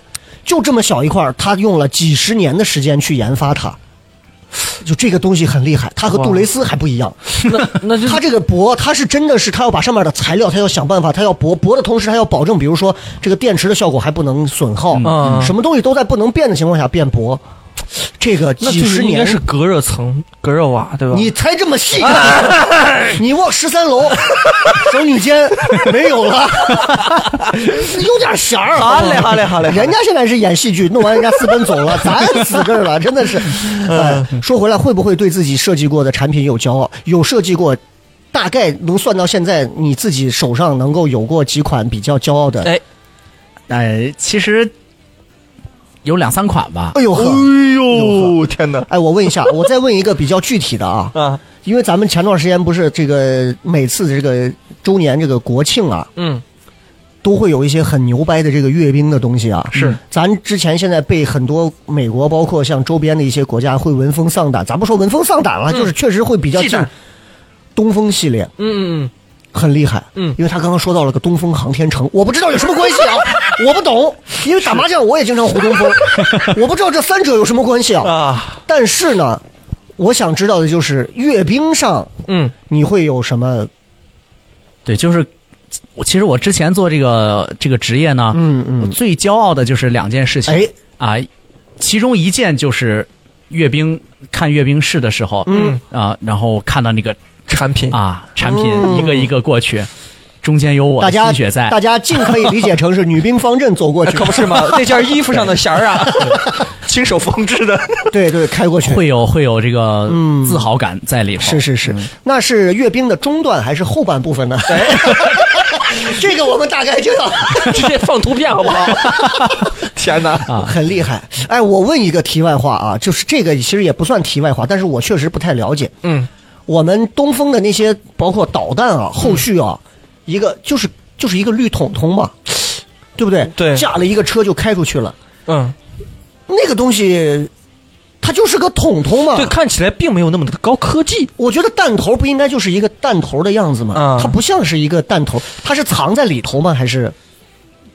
[SPEAKER 3] 就这么小一块儿，它用了几十年的时间去研发它。就这个东西很厉害，它和杜蕾斯还不一样。
[SPEAKER 4] <laughs> 那那就
[SPEAKER 3] 它这个薄，它是真的是它要把上面的材料，它要想办法，它要薄薄的同时，它要保证，比如说这个电池的效果还不能损耗，
[SPEAKER 4] 嗯
[SPEAKER 3] 什么东西都在不能变的情况下变薄。这个
[SPEAKER 4] 那
[SPEAKER 3] 几十
[SPEAKER 4] 应该
[SPEAKER 3] 年
[SPEAKER 4] 是隔热层、隔热瓦，对吧？啊哎
[SPEAKER 3] 你才这么细 <laughs> 干、你往十三
[SPEAKER 4] <laughs>
[SPEAKER 3] 楼整女间没有了，有点弦儿。
[SPEAKER 4] 啊好嘞好嘞好嘞
[SPEAKER 3] 人家现在是演戏剧，弄完人家私奔走
[SPEAKER 4] <laughs>
[SPEAKER 3] 了，咱死这儿了，真的是。
[SPEAKER 4] 嗯
[SPEAKER 3] 哎，说回来，会不会对自己设计过的产品有骄傲？有设计过，大概能算到现在你自己手上能够有过几款比较骄傲的？
[SPEAKER 4] 哎，
[SPEAKER 5] 哎，其实有两三款吧。
[SPEAKER 3] 哎呦呵，
[SPEAKER 4] 嗯
[SPEAKER 6] 哎呦，天哪！
[SPEAKER 3] 哎，我问一下，我再问一个比较具体的啊。
[SPEAKER 4] 啊，
[SPEAKER 3] 因为咱们前段时间不是这个每次的这个周年这个国庆啊，
[SPEAKER 4] 嗯，
[SPEAKER 3] 都会有一些很牛掰的这个阅兵的东西啊。是，咱之前现在被很多美国，包括像周边的一些国家会闻风丧胆，咱不说闻风丧胆了，就是确实会比较
[SPEAKER 5] 嗯忌
[SPEAKER 3] 近
[SPEAKER 5] 惮
[SPEAKER 3] 东风系列。
[SPEAKER 4] 嗯嗯
[SPEAKER 3] 很厉害，
[SPEAKER 4] 嗯
[SPEAKER 3] 因为他刚刚说到了个东风航天城，我不知道有什么关系
[SPEAKER 5] <laughs>
[SPEAKER 3] 啊，我不懂，因为打麻将我也经常胡东风，我不知道这三者有什么关系
[SPEAKER 4] 嗯
[SPEAKER 3] 啊。
[SPEAKER 4] 啊，
[SPEAKER 3] 但是呢，我想知道的就是阅兵上
[SPEAKER 4] 嗯
[SPEAKER 3] 你会有什么？
[SPEAKER 5] 对，就是我其实我之前做这个这个职业呢，
[SPEAKER 3] 嗯
[SPEAKER 5] 我
[SPEAKER 3] 嗯，
[SPEAKER 5] 最骄傲的就是两件事情
[SPEAKER 3] 哎，
[SPEAKER 5] 啊，其中一件就是阅兵看阅兵式的时候，
[SPEAKER 3] 嗯
[SPEAKER 5] 啊，然后看到那个
[SPEAKER 4] 产品
[SPEAKER 5] 啊产品
[SPEAKER 3] 嗯
[SPEAKER 5] 一个一个过去，中间有我
[SPEAKER 3] 大
[SPEAKER 5] 的
[SPEAKER 3] 家
[SPEAKER 5] 心血在
[SPEAKER 3] 大，家尽可以理解成是女兵方阵走
[SPEAKER 5] <laughs>
[SPEAKER 3] 过去，
[SPEAKER 4] 哎可不是嘛，那件衣服上的弦儿啊，
[SPEAKER 6] <laughs> 亲手缝制的，
[SPEAKER 3] <laughs> 对对，开过去。
[SPEAKER 5] 会有会有这个自豪感在里头。
[SPEAKER 3] 嗯是是
[SPEAKER 5] 嗯
[SPEAKER 3] 是，那是阅兵的中段还是后半部分呢？
[SPEAKER 5] 哎
[SPEAKER 3] <laughs> 这个我们大概知道，
[SPEAKER 4] <laughs> 直接放图片好不好？
[SPEAKER 6] 天哪！
[SPEAKER 5] 啊
[SPEAKER 3] <laughs> 很厉害。哎，我问一个题外话啊，就是这个其实也不算题外话，但是我确实不太了解。
[SPEAKER 4] 嗯，
[SPEAKER 3] 我们东风的那些包括导弹啊、后续啊，
[SPEAKER 5] 嗯
[SPEAKER 3] 一个就是就是一个绿桶桶嘛，对不对？
[SPEAKER 4] 对
[SPEAKER 3] 架了一个车就开出去了，
[SPEAKER 4] 嗯，
[SPEAKER 3] 那个东西它就是个桶桶嘛。
[SPEAKER 4] 对，看起来并没有那么的高科技。
[SPEAKER 3] 我觉得弹头不应该就是一个弹头的样子吗？
[SPEAKER 4] 嗯
[SPEAKER 3] 它不像是一个弹头，它是藏在里头吗？还是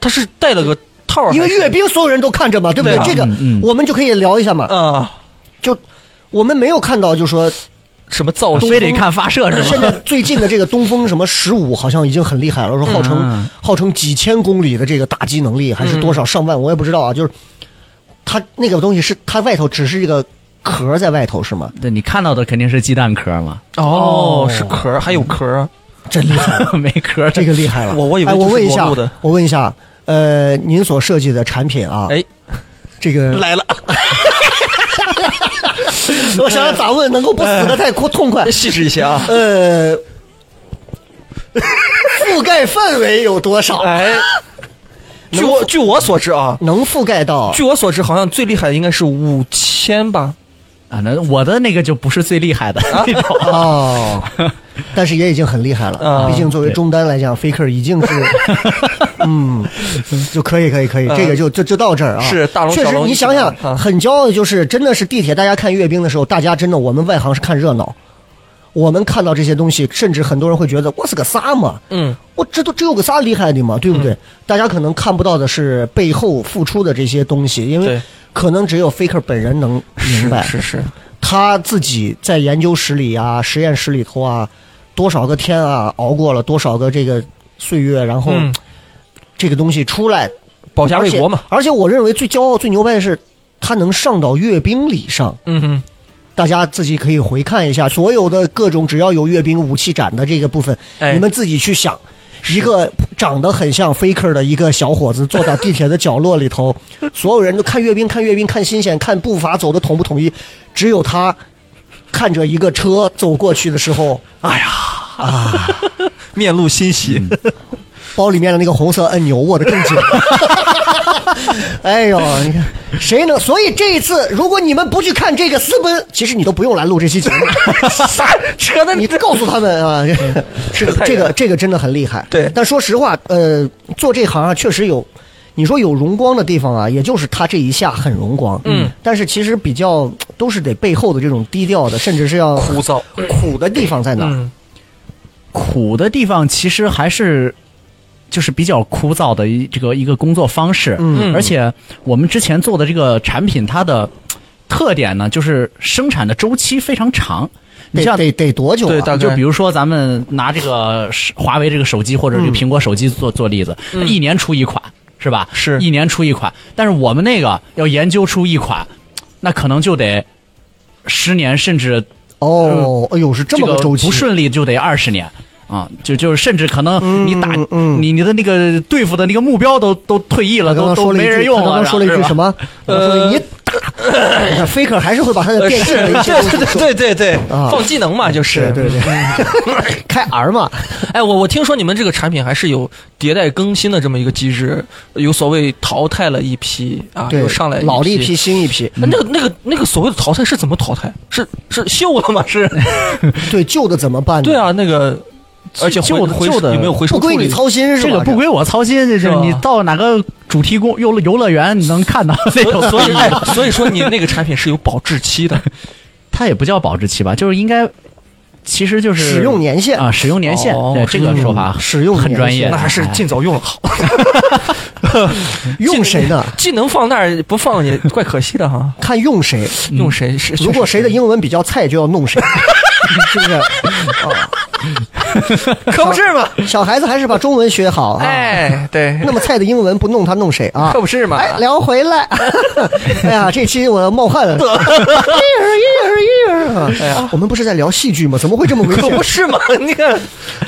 [SPEAKER 4] 它是带了个套哦儿还是，
[SPEAKER 3] 因为阅兵所有人都看着嘛，对不对？
[SPEAKER 4] 对啊
[SPEAKER 3] 这个
[SPEAKER 5] 嗯嗯
[SPEAKER 3] 我们就可以聊一下嘛。
[SPEAKER 4] 啊，
[SPEAKER 3] 就我们没有看到，就
[SPEAKER 4] <coughs>
[SPEAKER 3] 说
[SPEAKER 4] 什么造
[SPEAKER 5] 非得看发射是
[SPEAKER 3] 现
[SPEAKER 5] 吗？
[SPEAKER 3] 在最近的这个东风什么十五好像已经很厉害了，说号称、
[SPEAKER 5] 嗯
[SPEAKER 3] 号称几千公里的这个打击能力，还是多少上万，我也不知道啊。就是它那个东西是它外头只是一个壳在外头是吗？
[SPEAKER 5] 对你看到的肯定是鸡蛋壳嘛，
[SPEAKER 4] 哦，是壳儿，还有壳儿，
[SPEAKER 3] 真厉害，
[SPEAKER 5] <laughs> 没壳。
[SPEAKER 3] 这个厉害了。
[SPEAKER 4] 我我以为
[SPEAKER 3] 哎我
[SPEAKER 4] 就是
[SPEAKER 3] 问一
[SPEAKER 4] 裸
[SPEAKER 3] 下
[SPEAKER 4] 露的，
[SPEAKER 3] 我问一下，呃，您所设计的产品啊，
[SPEAKER 4] 哎，
[SPEAKER 3] 这个
[SPEAKER 4] 来了，
[SPEAKER 3] 我想想咋问能够不死的
[SPEAKER 4] 哎
[SPEAKER 3] 太哭痛快。
[SPEAKER 4] 细致一些啊。
[SPEAKER 3] 呃，覆盖范围有多少？
[SPEAKER 4] 哎，据我据我所知啊，
[SPEAKER 3] 能覆盖到
[SPEAKER 4] 据我所知，好像最厉害的应该是五千吧。
[SPEAKER 5] 啊，那我的那个就不是最厉
[SPEAKER 3] <laughs>
[SPEAKER 5] 害的那种。
[SPEAKER 4] <laughs>
[SPEAKER 3] 哦，但是也已经很厉害了。
[SPEAKER 4] 啊
[SPEAKER 3] 毕竟作为中单来讲，Faker 已
[SPEAKER 4] <laughs>
[SPEAKER 3] 经是，嗯，就可以可以可以，
[SPEAKER 4] 嗯
[SPEAKER 3] 这个就就就到这儿啊。
[SPEAKER 4] 是大龙
[SPEAKER 3] 确
[SPEAKER 4] 小
[SPEAKER 3] 实，
[SPEAKER 4] 龙
[SPEAKER 3] 你想想
[SPEAKER 4] 一起玩啊，
[SPEAKER 3] 很骄傲的就是真的是地铁，大家看阅兵的时候，大家真的我们外行是看热闹。我们看到这些东西，甚至很多人会觉得我是个啥嘛，
[SPEAKER 4] 嗯，
[SPEAKER 3] 我哦这都只有个啥厉害的嘛，对不对？大家可能看不到的是背后付出的这些东西，因为
[SPEAKER 4] 对嗯
[SPEAKER 3] 可能只有 Faker 本人能明白。
[SPEAKER 4] 是是，
[SPEAKER 3] 他自己在研究室里啊、实验室里头啊，多少个天啊，熬过了多少个这个岁月，然后
[SPEAKER 4] 嗯，
[SPEAKER 3] 这个东西出来，
[SPEAKER 4] 保家
[SPEAKER 3] 而
[SPEAKER 4] 卫
[SPEAKER 3] 且
[SPEAKER 4] 国嘛。
[SPEAKER 3] 而且我认为最骄傲、最牛掰的是，他能上到阅兵礼上。
[SPEAKER 4] 嗯哼，
[SPEAKER 3] 大家自己可以回看一下所有的各种只要有阅兵武器展的这个部分，
[SPEAKER 4] 哎
[SPEAKER 3] 你们自己去想。一个长得很像 Faker 的一个小伙子坐到地铁的角落里头，所有人都看阅兵，看阅兵，看新鲜，看步伐走的统不统一，只有他看着一个车走过去的时候，
[SPEAKER 4] 面露欣喜。
[SPEAKER 3] 包里面的那个红色按钮握得更紧。哎呦，你看谁能？所以这一次，如果你们不去看这个私奔，其实你都不用来录这期节目。扯的你告诉他们啊， <laughs> 这个这个这个真的很厉害。
[SPEAKER 4] 对
[SPEAKER 3] 但说实话，呃，做这行啊，确实有你说有荣光的地方啊，也就是他这一下很荣光，
[SPEAKER 4] 嗯，
[SPEAKER 3] 但是其实比较都是得背后的这种低调的，甚至是要
[SPEAKER 6] 枯燥，
[SPEAKER 3] 苦的地方在哪儿？
[SPEAKER 4] 嗯，
[SPEAKER 5] 苦的地方其实还是就是比较枯燥的一这个一个工作方式，
[SPEAKER 3] 嗯
[SPEAKER 5] 而且我们之前做的这个产品，它的特点呢，就是生产的周期非常长。你
[SPEAKER 3] 得
[SPEAKER 5] 像
[SPEAKER 3] 得得多久啊？
[SPEAKER 6] 对大概
[SPEAKER 5] 就比如说，咱们拿这个是华为这个手机或者这个
[SPEAKER 3] 嗯
[SPEAKER 5] 苹果手机做、做例子，一年出一款是吧？
[SPEAKER 6] 嗯是
[SPEAKER 5] 一年出一款，但是我们那个要研究出一款，那可能就得十年，甚至
[SPEAKER 3] 哦，哎呦，是这么
[SPEAKER 5] 个
[SPEAKER 3] 周期，
[SPEAKER 5] 不顺利就得二十年啊，就就是甚至可能你打、
[SPEAKER 3] 嗯嗯
[SPEAKER 5] 你你的那个对付的那个目标都都退役了，
[SPEAKER 3] 他刚刚
[SPEAKER 5] 都都
[SPEAKER 3] 说了一
[SPEAKER 5] 没
[SPEAKER 3] 句，
[SPEAKER 5] 人用
[SPEAKER 3] 他刚
[SPEAKER 5] 了，
[SPEAKER 3] 刚说了一
[SPEAKER 5] 是
[SPEAKER 3] 句
[SPEAKER 5] 吧
[SPEAKER 3] 什么？他说了你打，faker 还是会把他呃的电视的一些东西说
[SPEAKER 4] 呃对对对对，
[SPEAKER 3] 啊
[SPEAKER 4] 放技能嘛，就是。
[SPEAKER 3] 对对对，开 R 嘛，
[SPEAKER 4] 哎，我我听说你们这个产品还是有迭代更新的这么一个机制，有所谓淘汰了一批啊，
[SPEAKER 3] 对
[SPEAKER 4] 又，上来
[SPEAKER 3] 老的一
[SPEAKER 4] 一
[SPEAKER 3] 批，。新一批，
[SPEAKER 4] 那那个那个那个所谓的淘汰是怎么淘汰？是是锈了吗？
[SPEAKER 3] <laughs>
[SPEAKER 4] 是？
[SPEAKER 3] 对旧的怎么办呢？
[SPEAKER 4] 对，啊，那个，而且回
[SPEAKER 5] 旧的
[SPEAKER 4] 回
[SPEAKER 5] 旧的
[SPEAKER 4] 有没有回收
[SPEAKER 3] 不
[SPEAKER 4] 处
[SPEAKER 3] 归
[SPEAKER 4] 理
[SPEAKER 3] 你？
[SPEAKER 4] <laughs>
[SPEAKER 3] 操心是吧？
[SPEAKER 5] 这个不归我操心，这
[SPEAKER 4] 是
[SPEAKER 5] 是
[SPEAKER 4] 吧
[SPEAKER 5] 你到哪个主题公游乐游乐园，你能
[SPEAKER 3] <laughs>
[SPEAKER 5] 看到 <laughs> 那种
[SPEAKER 4] 所以
[SPEAKER 5] 东西
[SPEAKER 4] 哎所以说你那个产品是有保质期
[SPEAKER 3] <laughs>
[SPEAKER 4] 的，
[SPEAKER 5] 它也不叫保质期吧，就是应该，其实就是
[SPEAKER 3] 使用年限
[SPEAKER 5] 啊，使用年限，
[SPEAKER 4] 哦
[SPEAKER 5] 对这个说法
[SPEAKER 3] 嗯使用
[SPEAKER 5] 很
[SPEAKER 3] 年
[SPEAKER 5] 专
[SPEAKER 3] 限
[SPEAKER 5] 业，
[SPEAKER 6] 那还是
[SPEAKER 5] 哎
[SPEAKER 6] 尽早用了好。
[SPEAKER 3] <laughs> 用谁呢？
[SPEAKER 4] <laughs> 技能放那儿不放也怪可惜的哈。
[SPEAKER 3] 看用谁。
[SPEAKER 4] 用谁是？
[SPEAKER 3] 嗯如果谁的英文比较菜，就要弄
[SPEAKER 4] <laughs>
[SPEAKER 3] 谁，是不是？
[SPEAKER 4] 可不是嘛？
[SPEAKER 3] 小孩子还是把中文学好啊。
[SPEAKER 4] 哎，
[SPEAKER 3] <laughs>
[SPEAKER 4] 对，
[SPEAKER 3] 那么菜的英文不弄他弄谁啊？
[SPEAKER 4] <laughs> 可不是嘛？
[SPEAKER 3] 哎， <laughs> 聊回来，哎呀，这期我要冒
[SPEAKER 4] <laughs>
[SPEAKER 3] 汗了，哎一会儿一会儿一会儿啊。我们不是在聊戏剧吗？怎么会这么危
[SPEAKER 4] 可
[SPEAKER 3] 险
[SPEAKER 4] 哎 <laughs> 不？是嘛？你看，
[SPEAKER 3] <laughs>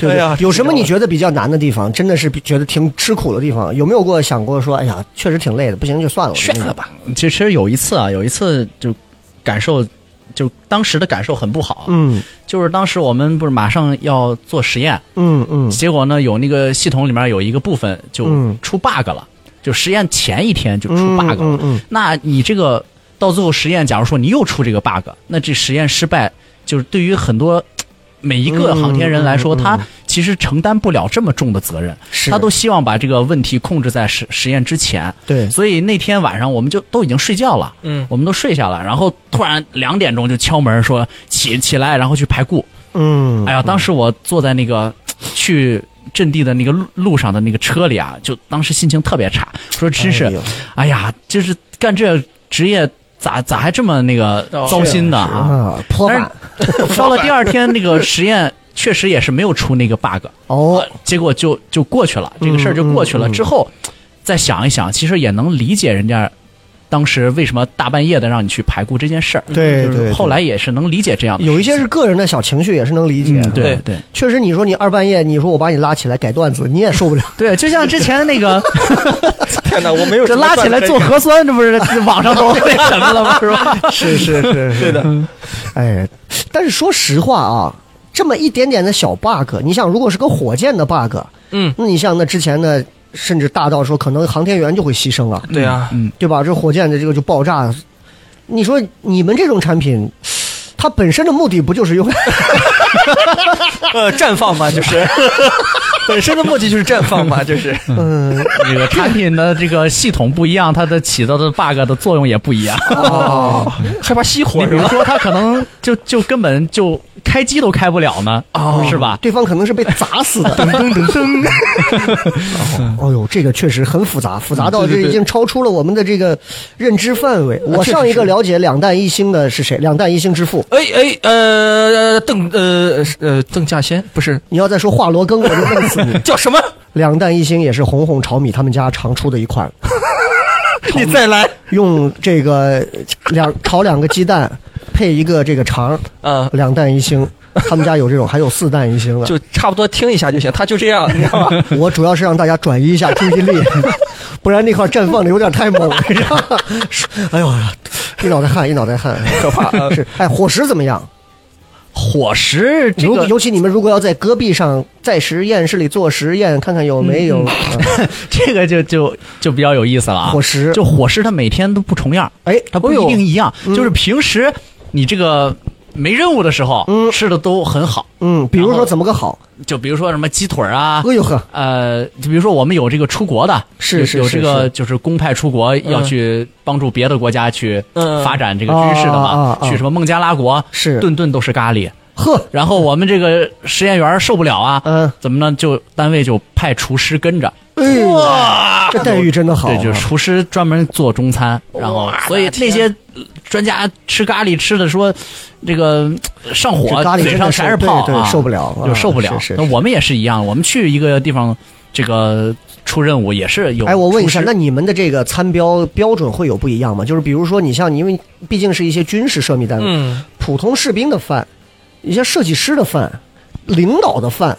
[SPEAKER 3] 对不
[SPEAKER 4] 哎呀
[SPEAKER 3] 对？有什么你觉得比较难的地方？真的是比觉得挺吃苦的地方？有没有过想过说，哎呀，确实挺累的，不行就算了，
[SPEAKER 4] 炫了吧？
[SPEAKER 5] 其实有一次啊，有一次就感受，就当时的感受很不好，
[SPEAKER 3] 嗯
[SPEAKER 5] 就是当时我们不是马上要做实验，
[SPEAKER 3] 嗯嗯
[SPEAKER 5] 结果呢有那个系统里面有一个部分就
[SPEAKER 3] 嗯
[SPEAKER 5] 出 bug 了，就实验前一天就出
[SPEAKER 3] 嗯
[SPEAKER 5] bug 了，
[SPEAKER 3] 嗯嗯
[SPEAKER 5] 那你这个到最后实验，假如说你又出这个 bug，那这实验失败，就是对于很多每一个航天人来说，
[SPEAKER 3] 嗯嗯嗯
[SPEAKER 5] 他其实承担不了这么重的责任，
[SPEAKER 3] 是
[SPEAKER 5] 他都希望把这个问题控制在实实验之前。
[SPEAKER 3] 对
[SPEAKER 5] 所以那天晚上我们就都已经睡觉了，
[SPEAKER 4] 嗯
[SPEAKER 5] 我们都睡下了，然后突然两点钟就敲门说起起来，然后去排固。
[SPEAKER 3] 嗯，
[SPEAKER 5] 哎呀，当时我坐在那个去阵地的那个路路上的那个车里啊，就当时心情特别差，说真是
[SPEAKER 3] 哎呦，
[SPEAKER 5] 哎呀，就是干这职业咋咋还这么那个
[SPEAKER 4] 哦
[SPEAKER 5] 糟心呢啊？
[SPEAKER 3] 啊，泼
[SPEAKER 5] 但
[SPEAKER 3] 板
[SPEAKER 5] 是到了第二天，那个实验确实也是没有出那个 bug，
[SPEAKER 3] 哦，
[SPEAKER 5] 结果就就过去了，这个事儿就过去了。
[SPEAKER 3] 嗯嗯嗯
[SPEAKER 5] 之后再想一想，其实也能理解人家当时为什么大半夜的让你去排骨这件事儿。
[SPEAKER 3] 对
[SPEAKER 5] 就是
[SPEAKER 3] 对
[SPEAKER 5] 后来也是能理解这样的事情。
[SPEAKER 3] 有一些是个人的小情绪，也是能理解。
[SPEAKER 5] 嗯，对
[SPEAKER 4] 对
[SPEAKER 5] 对
[SPEAKER 3] 确实，你说你二半夜，你说我把你拉起来改段子，你也受不了。
[SPEAKER 5] 对，就像之前那个。
[SPEAKER 6] 天哪，我
[SPEAKER 5] <laughs>
[SPEAKER 6] 没有
[SPEAKER 5] 这拉起来做核酸，这不是网上都那什么了吗？是吧？
[SPEAKER 3] 是是是是
[SPEAKER 6] 对的，
[SPEAKER 3] 哎，但是说实话啊，这么一点点的小 bug，你想，如果是个火箭的 bug，
[SPEAKER 4] 嗯，
[SPEAKER 3] 那你像那之前的，甚至大到说可能航天员就会牺牲啊，
[SPEAKER 4] 对啊，
[SPEAKER 3] 对吧？这火箭的这个就爆炸，你说你们这种产品，它本身的目的不就是用来？
[SPEAKER 4] 呃，绽放嘛，就是 <laughs> 本身的目的就是绽放嘛，就是。
[SPEAKER 3] 嗯，
[SPEAKER 5] <laughs> 这个产品的这个系统不一样，它的起到的 bug 的作用也不一样。
[SPEAKER 3] 哦，
[SPEAKER 4] 害怕熄火
[SPEAKER 5] 你
[SPEAKER 4] 是
[SPEAKER 5] 比如
[SPEAKER 4] 吧？
[SPEAKER 5] 说，它可能就就根本就开机都开不了呢，
[SPEAKER 4] 哦
[SPEAKER 5] 是吧？
[SPEAKER 3] 啊对方可能是被砸死的。
[SPEAKER 6] 噔噔噔，
[SPEAKER 3] 哦呦，这个确实很复杂，复杂到
[SPEAKER 4] 对
[SPEAKER 3] 这
[SPEAKER 4] 对对
[SPEAKER 3] 已经超出了我们的这个认知范围。我上一个了解两弹一星的是谁？两弹一星之父。
[SPEAKER 4] 哎哎呃邓呃是呃邓稼先不是
[SPEAKER 3] 你要再说华罗庚，我就弄死你。
[SPEAKER 4] 叫什么？
[SPEAKER 3] 两弹一星也是红红炒米他们家常出的一款，
[SPEAKER 4] 你再来
[SPEAKER 3] 用这个两炒两个鸡蛋，配一个这个肠，
[SPEAKER 4] 啊、
[SPEAKER 3] 两弹一星。他们家有这种，还有四弹一星的。
[SPEAKER 4] 就差不多听一下就行，他就这样，你知道 <laughs> 吧？
[SPEAKER 3] <laughs> 我主要是让大家转移一下注意
[SPEAKER 5] <laughs>
[SPEAKER 3] 力，不然那块绽放的有点太猛了。是吧哎呦，一脑袋汗，一脑袋汗，可怕、
[SPEAKER 4] 啊
[SPEAKER 5] 呃
[SPEAKER 3] 是，哎，伙食怎么样？
[SPEAKER 5] 伙食这
[SPEAKER 3] 尤、
[SPEAKER 5] 个
[SPEAKER 3] 尤其你们如果要在戈壁上，在实验室里做实验，看看有没有、呃
[SPEAKER 5] 这个就就就比较有意思了嗯啊。
[SPEAKER 3] 伙食
[SPEAKER 5] 就伙食，它每天都不重样，
[SPEAKER 3] 哎，
[SPEAKER 5] 它不
[SPEAKER 3] 哎
[SPEAKER 5] 一
[SPEAKER 3] 呦
[SPEAKER 5] 定一样。就是平时你这个没任务的时候，吃的都很好。
[SPEAKER 3] 嗯，比如说怎么个好？
[SPEAKER 5] 就比如说什么鸡腿儿啊，
[SPEAKER 3] 哎呦呵，
[SPEAKER 5] 呃，就比如说我们有这个出国的，
[SPEAKER 3] 是
[SPEAKER 5] 有
[SPEAKER 3] 是
[SPEAKER 5] 有
[SPEAKER 3] 是
[SPEAKER 5] 这个
[SPEAKER 3] 是
[SPEAKER 5] 就是公派出国要去帮助别的国家去
[SPEAKER 4] 嗯
[SPEAKER 5] 发展这个军事的
[SPEAKER 3] 啊
[SPEAKER 5] 嘛，
[SPEAKER 3] 啊啊
[SPEAKER 5] 去什么孟加拉国，
[SPEAKER 3] 是
[SPEAKER 5] 顿顿都是咖喱。
[SPEAKER 3] 呵，
[SPEAKER 5] 然后我们这个实验园受不了啊，
[SPEAKER 3] 嗯
[SPEAKER 5] 怎么呢？就单位就派厨师跟着，
[SPEAKER 3] 哎哇，这待遇真的好啊，
[SPEAKER 5] 对，就是厨师专门做中餐，然后所以那些呃专家吃咖喱吃的说这个呃上火
[SPEAKER 3] 这，咖喱
[SPEAKER 5] 嘴
[SPEAKER 3] 真
[SPEAKER 5] 上
[SPEAKER 3] 的是
[SPEAKER 5] 全是泡
[SPEAKER 3] 对对
[SPEAKER 5] 啊，
[SPEAKER 3] 受不了啊
[SPEAKER 5] 就受不了
[SPEAKER 3] 是是。
[SPEAKER 5] 那
[SPEAKER 3] 是
[SPEAKER 5] 我们也是一样，我们去一个地方，这个出任务也是有。
[SPEAKER 3] 哎，我问一下，那你们的这个参标标准会有不一样吗？就是比如说，你像你，因为毕竟是一些军事涉密单位，
[SPEAKER 4] 嗯，
[SPEAKER 3] 普通士兵的饭，一些设计师的饭，领导的饭，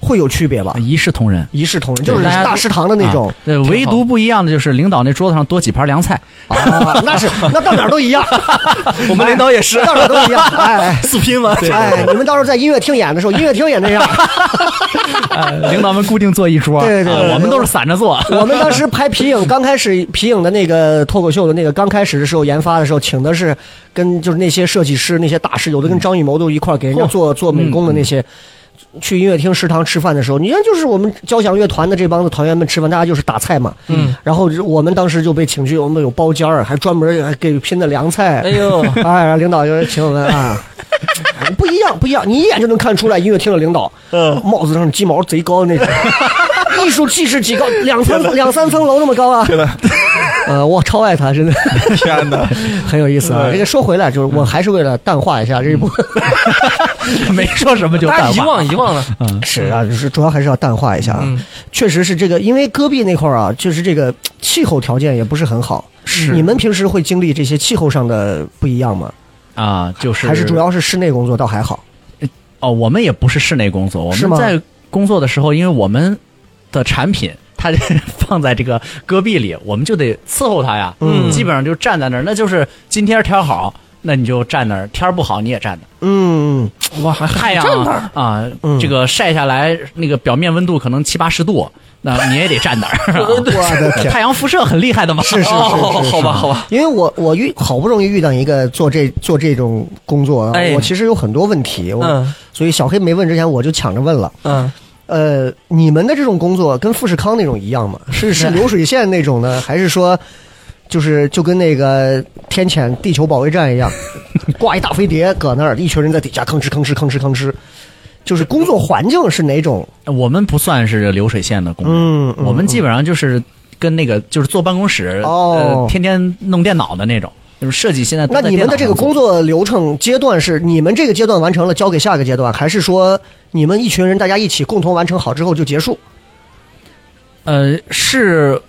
[SPEAKER 3] 会有区别
[SPEAKER 4] 哎
[SPEAKER 3] 吧？
[SPEAKER 5] 一视同仁。
[SPEAKER 3] 一视同仁，就是
[SPEAKER 5] 大家都
[SPEAKER 3] 大食堂的那种
[SPEAKER 5] 啊，对，
[SPEAKER 4] 好
[SPEAKER 5] 唯独不一样的就是领导那桌子上多几盘凉菜，
[SPEAKER 3] 啊 <laughs> 那是那到哪儿都一样，
[SPEAKER 4] <laughs> 我们领导也是
[SPEAKER 3] 到哪儿都一样，
[SPEAKER 4] <laughs>
[SPEAKER 3] 哎。
[SPEAKER 4] 四拼嘛，
[SPEAKER 3] 哎哎，你们到时候在音乐厅演的时候，音乐厅也那样。
[SPEAKER 5] 呃领导们固定坐一桌，
[SPEAKER 3] 对对
[SPEAKER 5] 啊
[SPEAKER 3] 对
[SPEAKER 5] 我们都是散着
[SPEAKER 3] <laughs>
[SPEAKER 5] 坐。 <laughs>
[SPEAKER 3] 我们当时拍皮影，刚开始皮影的那个脱口秀的那个，刚开始的时候研发的时候，请的是跟就是那些设计师、那些大师，有的跟张艺谋都一块儿给人家做做美工的那些。去音乐厅、食堂吃饭的时候，你看，就是我们交响乐团的这帮子团员们吃饭，大家就是打菜嘛。嗯。然后我们当时就被请去，我们有包间儿，还专门还给拼的凉菜。
[SPEAKER 4] 哎呦，
[SPEAKER 3] <laughs> 哎，然后领导就请我们啊，哎不一样，不一样，你一眼就能看出来音乐厅的领导，帽子上鸡毛贼高那种，艺术气势极高，两层两三层楼那么高啊。
[SPEAKER 6] 天呐，
[SPEAKER 3] <laughs> 呃，我超爱他，真的
[SPEAKER 6] 天呐，
[SPEAKER 3] <laughs> 很有意思啊。这个说回来，就是我还是为了淡化一下这一部，
[SPEAKER 5] 没说什么就
[SPEAKER 4] 大家
[SPEAKER 5] 淡
[SPEAKER 4] 遗
[SPEAKER 5] 忘
[SPEAKER 4] 忘遗忘了，
[SPEAKER 3] <laughs> 是啊，就是主要还是要淡化一下啊。
[SPEAKER 4] 嗯
[SPEAKER 3] 确实是这个，因为戈壁那块儿啊，就是这个气候条件也不是很好。
[SPEAKER 5] 是
[SPEAKER 3] 你们平时会经历这些气候上的不一样吗？
[SPEAKER 5] 啊，就是
[SPEAKER 3] 还是主要是室内工作倒还好？
[SPEAKER 5] 哦，我们也不是室内工作，我
[SPEAKER 3] 是吗
[SPEAKER 5] 们在工作的时候，因为我们的产品它放在这个戈壁里，我们就得伺候它呀。
[SPEAKER 4] 嗯
[SPEAKER 5] 基本上就站在那儿，那就是今天天儿好，那你就站那儿；天儿不好，你也站那儿。
[SPEAKER 3] 嗯，
[SPEAKER 4] 哇，还
[SPEAKER 5] 太阳
[SPEAKER 4] 站那
[SPEAKER 5] 啊
[SPEAKER 4] 儿，
[SPEAKER 5] 啊
[SPEAKER 3] 嗯
[SPEAKER 5] 这个晒下来，那个表面温度可能七八十度，那你也得站那
[SPEAKER 3] <laughs> 我
[SPEAKER 5] 儿。
[SPEAKER 3] 的天！
[SPEAKER 5] <laughs> 太阳辐射很厉害的嘛，
[SPEAKER 3] 是是是
[SPEAKER 4] 哦，
[SPEAKER 3] 是
[SPEAKER 4] 好吧，好吧，
[SPEAKER 3] 因为我我遇好不容易遇到一个做这做这种工作啊，
[SPEAKER 4] 哎
[SPEAKER 3] 我其实有很多问题，我、
[SPEAKER 4] 嗯
[SPEAKER 3] 所以小黑没问之前我就抢着问了。
[SPEAKER 4] 嗯，
[SPEAKER 3] 呃，你们的这种工作跟富士康那种一样
[SPEAKER 4] <laughs>
[SPEAKER 3] 吗？是是流水线那种呢，还是说就是就跟那个天谴地球保卫战一
[SPEAKER 4] <laughs>
[SPEAKER 3] 样，挂一大飞碟搁那儿，一群人在底下吭哧吭哧吭哧吭哧，就是工作环境是哪种？
[SPEAKER 5] 我们不算是流水线的工作，
[SPEAKER 3] 嗯嗯
[SPEAKER 5] 我们基本上就是跟那个就是坐办公室，
[SPEAKER 3] 哦
[SPEAKER 5] 呃，天天弄电脑的那种，就是设计现在都
[SPEAKER 3] 那
[SPEAKER 5] 在
[SPEAKER 3] 你们的这个
[SPEAKER 5] 电脑上做
[SPEAKER 3] 工作流程阶段是你们这个阶段完成了，交给下个阶段，还是说你们一群人大家一起共同完成好之后就结束？
[SPEAKER 5] 呃是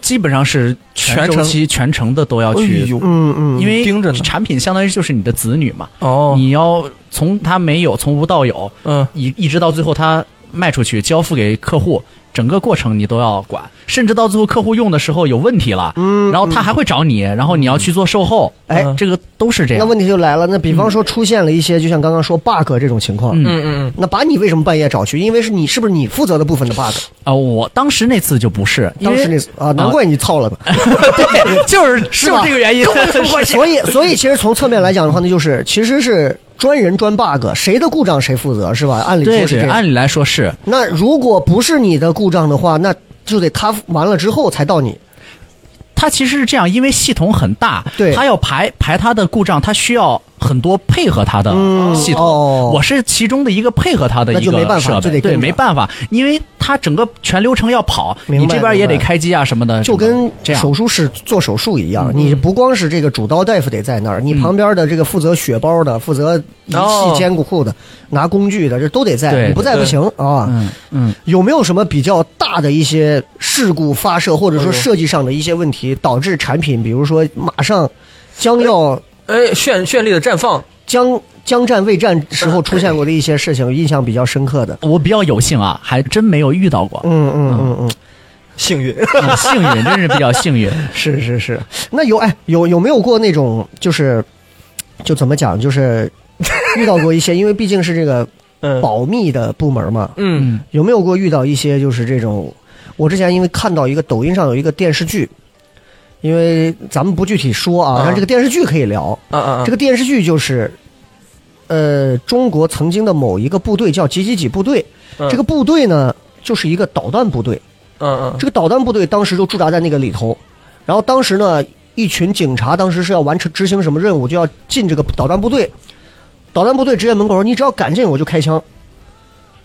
[SPEAKER 5] 基本上是全周期全程的都要
[SPEAKER 4] 哎
[SPEAKER 5] 去，
[SPEAKER 3] 嗯嗯
[SPEAKER 5] 因为
[SPEAKER 4] 盯着呢
[SPEAKER 5] 产品相当于就是你的子女嘛，
[SPEAKER 4] 哦，
[SPEAKER 5] 你要从它没有从无到有，
[SPEAKER 4] 嗯，
[SPEAKER 5] 一一直到最后它卖出去交付给客户。整个过程你都要管，甚至到最后客户用的时候有问题了，嗯，然后他还会找你，然后你要去做售后，
[SPEAKER 3] 嗯哎
[SPEAKER 5] 这个都是这样。
[SPEAKER 3] 那问题就来了，那比方说出现了一些，就像刚刚说 bug 这种情况，
[SPEAKER 5] 嗯
[SPEAKER 4] 嗯嗯
[SPEAKER 3] 那把你为什么半夜找去？因为是你是不是你负责的部分的 bug？
[SPEAKER 5] 啊、我当时那次就不是，因
[SPEAKER 3] 当
[SPEAKER 5] 为
[SPEAKER 3] 时那次啊，难怪你操 <laughs> 了吧。
[SPEAKER 5] 对， <laughs> 就
[SPEAKER 3] <laughs>
[SPEAKER 5] 是就是
[SPEAKER 3] 吧
[SPEAKER 5] 这个原因， <laughs>
[SPEAKER 3] 所以所以其实从侧面来讲的话，那就是其实是专人专 bug，谁的故障谁负责是吧？按理
[SPEAKER 5] 对
[SPEAKER 3] 说是
[SPEAKER 5] 对，
[SPEAKER 3] 这样。
[SPEAKER 5] 按理来说是，
[SPEAKER 3] 那如果不是你的故障的话，那就得他完了之后才到你。
[SPEAKER 5] 它其实是这样，因为系统很大，
[SPEAKER 3] 对
[SPEAKER 5] 它要排排它的故障，它需要很多配合它的系统。
[SPEAKER 3] 哦
[SPEAKER 5] 我是其中的一个配合它的一
[SPEAKER 3] 那就
[SPEAKER 5] 个设备，
[SPEAKER 3] 没办法就得跟
[SPEAKER 5] 对，
[SPEAKER 3] 着
[SPEAKER 5] 没办法，因为它整个全流程要跑，
[SPEAKER 3] 明白
[SPEAKER 5] 你这边也得
[SPEAKER 3] 明白
[SPEAKER 5] 开机啊什么的，
[SPEAKER 3] 就
[SPEAKER 5] 什么
[SPEAKER 3] 跟
[SPEAKER 5] 的这样嗯
[SPEAKER 3] 手术室做手术一样，你不光是这个主刀大夫得在那儿，你旁边的这个负责血包
[SPEAKER 5] 哦
[SPEAKER 3] 的、负责仪器监护的、拿工具的，这都得在，
[SPEAKER 5] 对
[SPEAKER 3] 你不在不行啊。
[SPEAKER 5] 嗯嗯，
[SPEAKER 3] 有没有什么比较大的一些事故发射，或者说
[SPEAKER 5] 嗯
[SPEAKER 4] 哎呦
[SPEAKER 3] 设计上的一些问题，导致产品，比如说马上将要
[SPEAKER 4] 嗯，哎，绚绚丽的绽放，
[SPEAKER 3] 将将战未战时候出现过的一些事情，印象比较深刻的？
[SPEAKER 5] 我比较有幸啊，还真没有遇到过，
[SPEAKER 3] 嗯嗯嗯嗯，
[SPEAKER 4] 幸运，
[SPEAKER 5] 嗯幸运，真是比较幸运。
[SPEAKER 3] 是是是，那有哎有有没有过那种就是，就怎么讲就是 <laughs> 遇到过一些，因为毕竟是这个
[SPEAKER 4] 嗯
[SPEAKER 3] 保密的部门嘛，
[SPEAKER 4] 嗯
[SPEAKER 3] 有没有过遇到一些就是这种？我之前因为看到一个抖音上有一个电视剧，因为咱们不具体说啊，
[SPEAKER 4] 啊
[SPEAKER 3] 但这个电视剧可以聊。
[SPEAKER 4] <laughs> 啊啊，
[SPEAKER 3] 这个
[SPEAKER 4] 个
[SPEAKER 3] 电视剧就是呃，中国曾经的某一个部队叫几几几部队，
[SPEAKER 4] 嗯
[SPEAKER 3] 这个部队呢就是一个导弹部队，
[SPEAKER 4] 嗯嗯
[SPEAKER 3] 这个导弹部队当时就驻扎在那个里头，然后当时呢，一群警察当时是要完成执行什么任务，就要进这个导弹部队。导弹部队直接门口说：“你只要敢进，我就开枪。”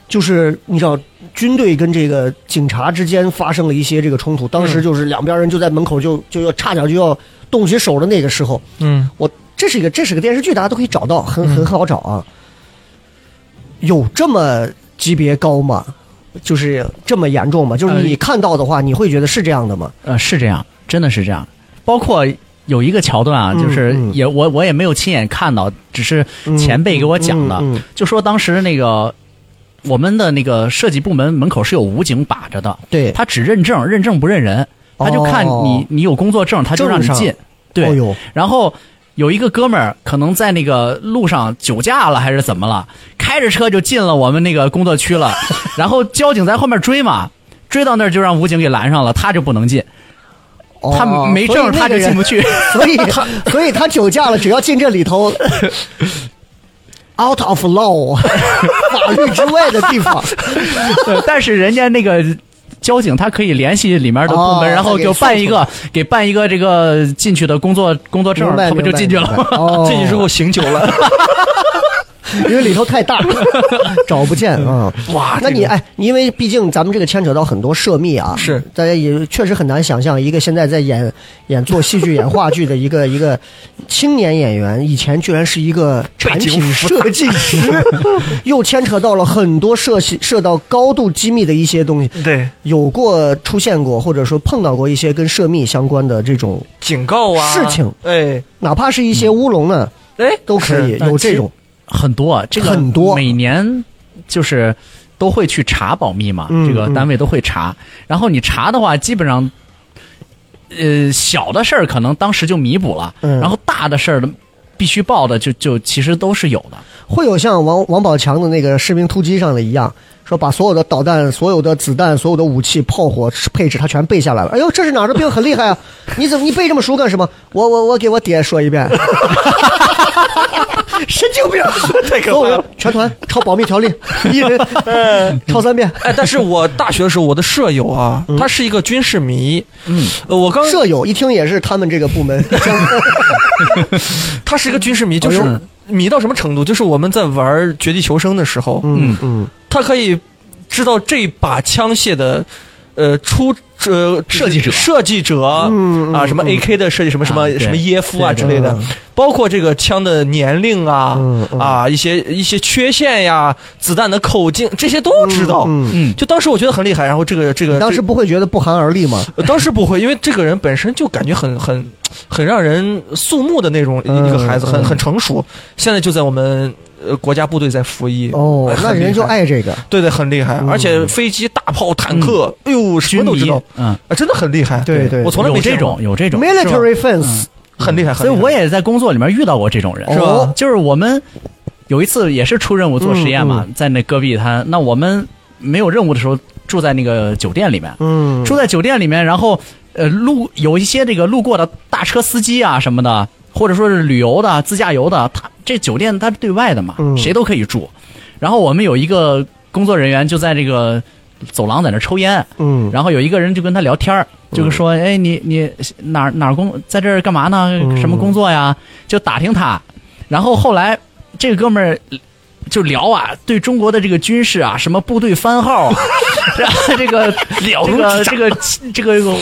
[SPEAKER 3] 就是你知道，军队跟这个警察之间发生了一些这个冲突，当时就是两边人就在门口就就要差点就要动起手的那个时候，
[SPEAKER 4] 嗯
[SPEAKER 3] 我这是一个这是个电视剧，大家都可以找到，
[SPEAKER 5] 嗯
[SPEAKER 3] 很很好找啊。有这么级别高吗？就是这么严重吗？就是你看到的话，你会觉得是这样的吗？
[SPEAKER 5] 呃，是这样，真的是这样。包括有一个桥段啊，
[SPEAKER 3] 嗯
[SPEAKER 5] 就是
[SPEAKER 3] 嗯
[SPEAKER 5] 也我我也没有亲眼看到，只是前辈给我讲的，
[SPEAKER 3] 嗯嗯嗯
[SPEAKER 5] 就说当时那个我们的那个设计部门门口是有武警把着的，
[SPEAKER 3] 对，
[SPEAKER 5] 他只认证，认证不认人，他就看你、
[SPEAKER 3] 哦
[SPEAKER 5] 你有工作证，他就让你
[SPEAKER 3] 证上
[SPEAKER 5] 进。对，
[SPEAKER 3] 哦呦，
[SPEAKER 5] 然后有一个哥们儿可能在那个路上酒驾了还是怎么了，开着车就进了我们那个工作区了， <laughs> 然后交警在后面追嘛，追到那儿就让武警给拦上了，他就不能进，
[SPEAKER 3] 哦
[SPEAKER 5] 他没证
[SPEAKER 3] 所以那个
[SPEAKER 5] 他就进不
[SPEAKER 3] <laughs>
[SPEAKER 5] 去
[SPEAKER 3] 人所
[SPEAKER 5] <laughs>
[SPEAKER 3] 以他所以他酒驾了，只要进这里头，out of law，法律之外的地方，
[SPEAKER 5] 对但是人家那个。交警他可以联系里面的部门，
[SPEAKER 3] 哦
[SPEAKER 5] 然后就办一个给办一个这个进去的工作工作证
[SPEAKER 3] 明，白
[SPEAKER 5] 他不就进去了
[SPEAKER 3] 明白明白
[SPEAKER 5] 吗？
[SPEAKER 3] 哦，
[SPEAKER 4] 进去之后醒酒了，
[SPEAKER 3] 因为里头太
[SPEAKER 4] <laughs>
[SPEAKER 3] 大，找不见啊。哇，那你哎，因为毕竟咱们这个牵扯到很多涉密啊，
[SPEAKER 4] 是
[SPEAKER 3] 大家也确实很难想象一个现在在演演做戏剧、演话剧的一个一个青年演员，以前居然是一个产品设计师，
[SPEAKER 4] <laughs>
[SPEAKER 3] 又牵扯到了很多涉系涉到高度机密的一些东西，
[SPEAKER 4] 对，
[SPEAKER 3] 有过出现过或者说碰到过一些跟涉密相关的这种，
[SPEAKER 4] 警告啊，
[SPEAKER 3] 事情，
[SPEAKER 4] 哎
[SPEAKER 3] 哪怕是一些乌龙呢，
[SPEAKER 4] <laughs> 哎，
[SPEAKER 3] 都可以
[SPEAKER 4] 是
[SPEAKER 3] 有这种。
[SPEAKER 5] <laughs> 很多啊，这个
[SPEAKER 3] 很多
[SPEAKER 5] 每年就是都会去查保密嘛，
[SPEAKER 3] 嗯
[SPEAKER 5] 这个单位都会查。然后你查的话，基本上，呃，小的事儿可能当时就弥补了，
[SPEAKER 3] 嗯
[SPEAKER 5] 然后大的事儿必须报的就就其实都是有的。
[SPEAKER 3] 会有像王王宝强的那个《士兵突击》上的一样，说把所有的导弹、所有的子弹、所有的武器、炮火配置他全背下来了。哎呦，这是哪儿的兵？很厉害啊！ <laughs> 你怎么你背这么熟干什么？我我我给我爹说一遍。 <laughs> 神经病！太可怕了！全团抄保密条
[SPEAKER 4] <laughs>
[SPEAKER 3] 例，一人抄三遍。
[SPEAKER 4] 哎，但是我大学的时候，我的舍友啊，
[SPEAKER 3] 嗯
[SPEAKER 4] 他是一个军事迷。嗯，我刚
[SPEAKER 3] 舍友一听也是他们这个部门，
[SPEAKER 4] 他是一个军事迷，就是
[SPEAKER 3] 哎呦
[SPEAKER 4] 迷到什么程度？就是我们在玩《绝地求生》的时候，
[SPEAKER 3] 嗯嗯，
[SPEAKER 4] 他可以知道这把枪械的呃出呃
[SPEAKER 5] 设计者
[SPEAKER 4] 设计者
[SPEAKER 3] 嗯嗯
[SPEAKER 4] 啊，什么
[SPEAKER 3] 嗯
[SPEAKER 4] AK 的设计，什么什么
[SPEAKER 5] 啊对
[SPEAKER 4] 什么耶夫啊
[SPEAKER 3] 对
[SPEAKER 4] 之类的
[SPEAKER 3] 嗯，
[SPEAKER 4] 包括这个枪的年龄啊
[SPEAKER 3] 嗯嗯
[SPEAKER 4] 啊一些一些缺陷呀，子弹的口径这些都知道。
[SPEAKER 3] 嗯，
[SPEAKER 5] 嗯，
[SPEAKER 4] 就当时我觉得很厉害，然后这个这个
[SPEAKER 3] 当时
[SPEAKER 4] 这
[SPEAKER 3] 不会觉得不寒而栗吗？
[SPEAKER 4] 呃当时不会，因为这个人本身就感觉很很很让人肃穆的那种一
[SPEAKER 3] 嗯
[SPEAKER 4] 一个孩子，很
[SPEAKER 3] 嗯
[SPEAKER 4] 很成熟。现在就在我们呃国家部队在服役
[SPEAKER 3] 哦
[SPEAKER 4] 哎，
[SPEAKER 3] 那
[SPEAKER 4] 很厉
[SPEAKER 3] 人就
[SPEAKER 4] 害
[SPEAKER 3] 爱这个。
[SPEAKER 4] 对对，很厉害，
[SPEAKER 3] 嗯
[SPEAKER 4] 而且飞机、大炮、坦克，哎呦，什么
[SPEAKER 5] 军
[SPEAKER 4] 都
[SPEAKER 5] 迷
[SPEAKER 4] 知道，，
[SPEAKER 5] 嗯，
[SPEAKER 4] 啊，真的很厉害。
[SPEAKER 3] 对对嗯
[SPEAKER 4] 我从来
[SPEAKER 5] 有
[SPEAKER 4] 没
[SPEAKER 5] 这
[SPEAKER 4] 见过
[SPEAKER 5] 种有这种，
[SPEAKER 3] Military fence，
[SPEAKER 4] 很厉害，
[SPEAKER 5] 所以我也在工作里面遇到过这种人，
[SPEAKER 3] 是吧哦
[SPEAKER 5] 就是我们有一次也是出任务做实验
[SPEAKER 4] 嗯
[SPEAKER 5] 嘛，在那戈壁滩，那我们没有任务的时候住在那个酒店里面，
[SPEAKER 3] 嗯，
[SPEAKER 5] 住在酒店里面，然后呃路有一些这个路过的大车司机啊什么的，或者说是旅游的、自驾游的，他这酒店它是对外的嘛，
[SPEAKER 3] 嗯
[SPEAKER 5] 谁都可以住。然后我们有一个工作人员就在这个走廊在那抽烟，
[SPEAKER 3] 嗯，
[SPEAKER 5] 然后有一个人就跟他聊天儿，就是说，哎，你你哪儿哪儿工在这儿干嘛呢？什么工作呀？就打听他。然后后来这个哥们儿就聊啊，对中国的这个军事啊，什么部队番号啊，然后这个这个这个这个。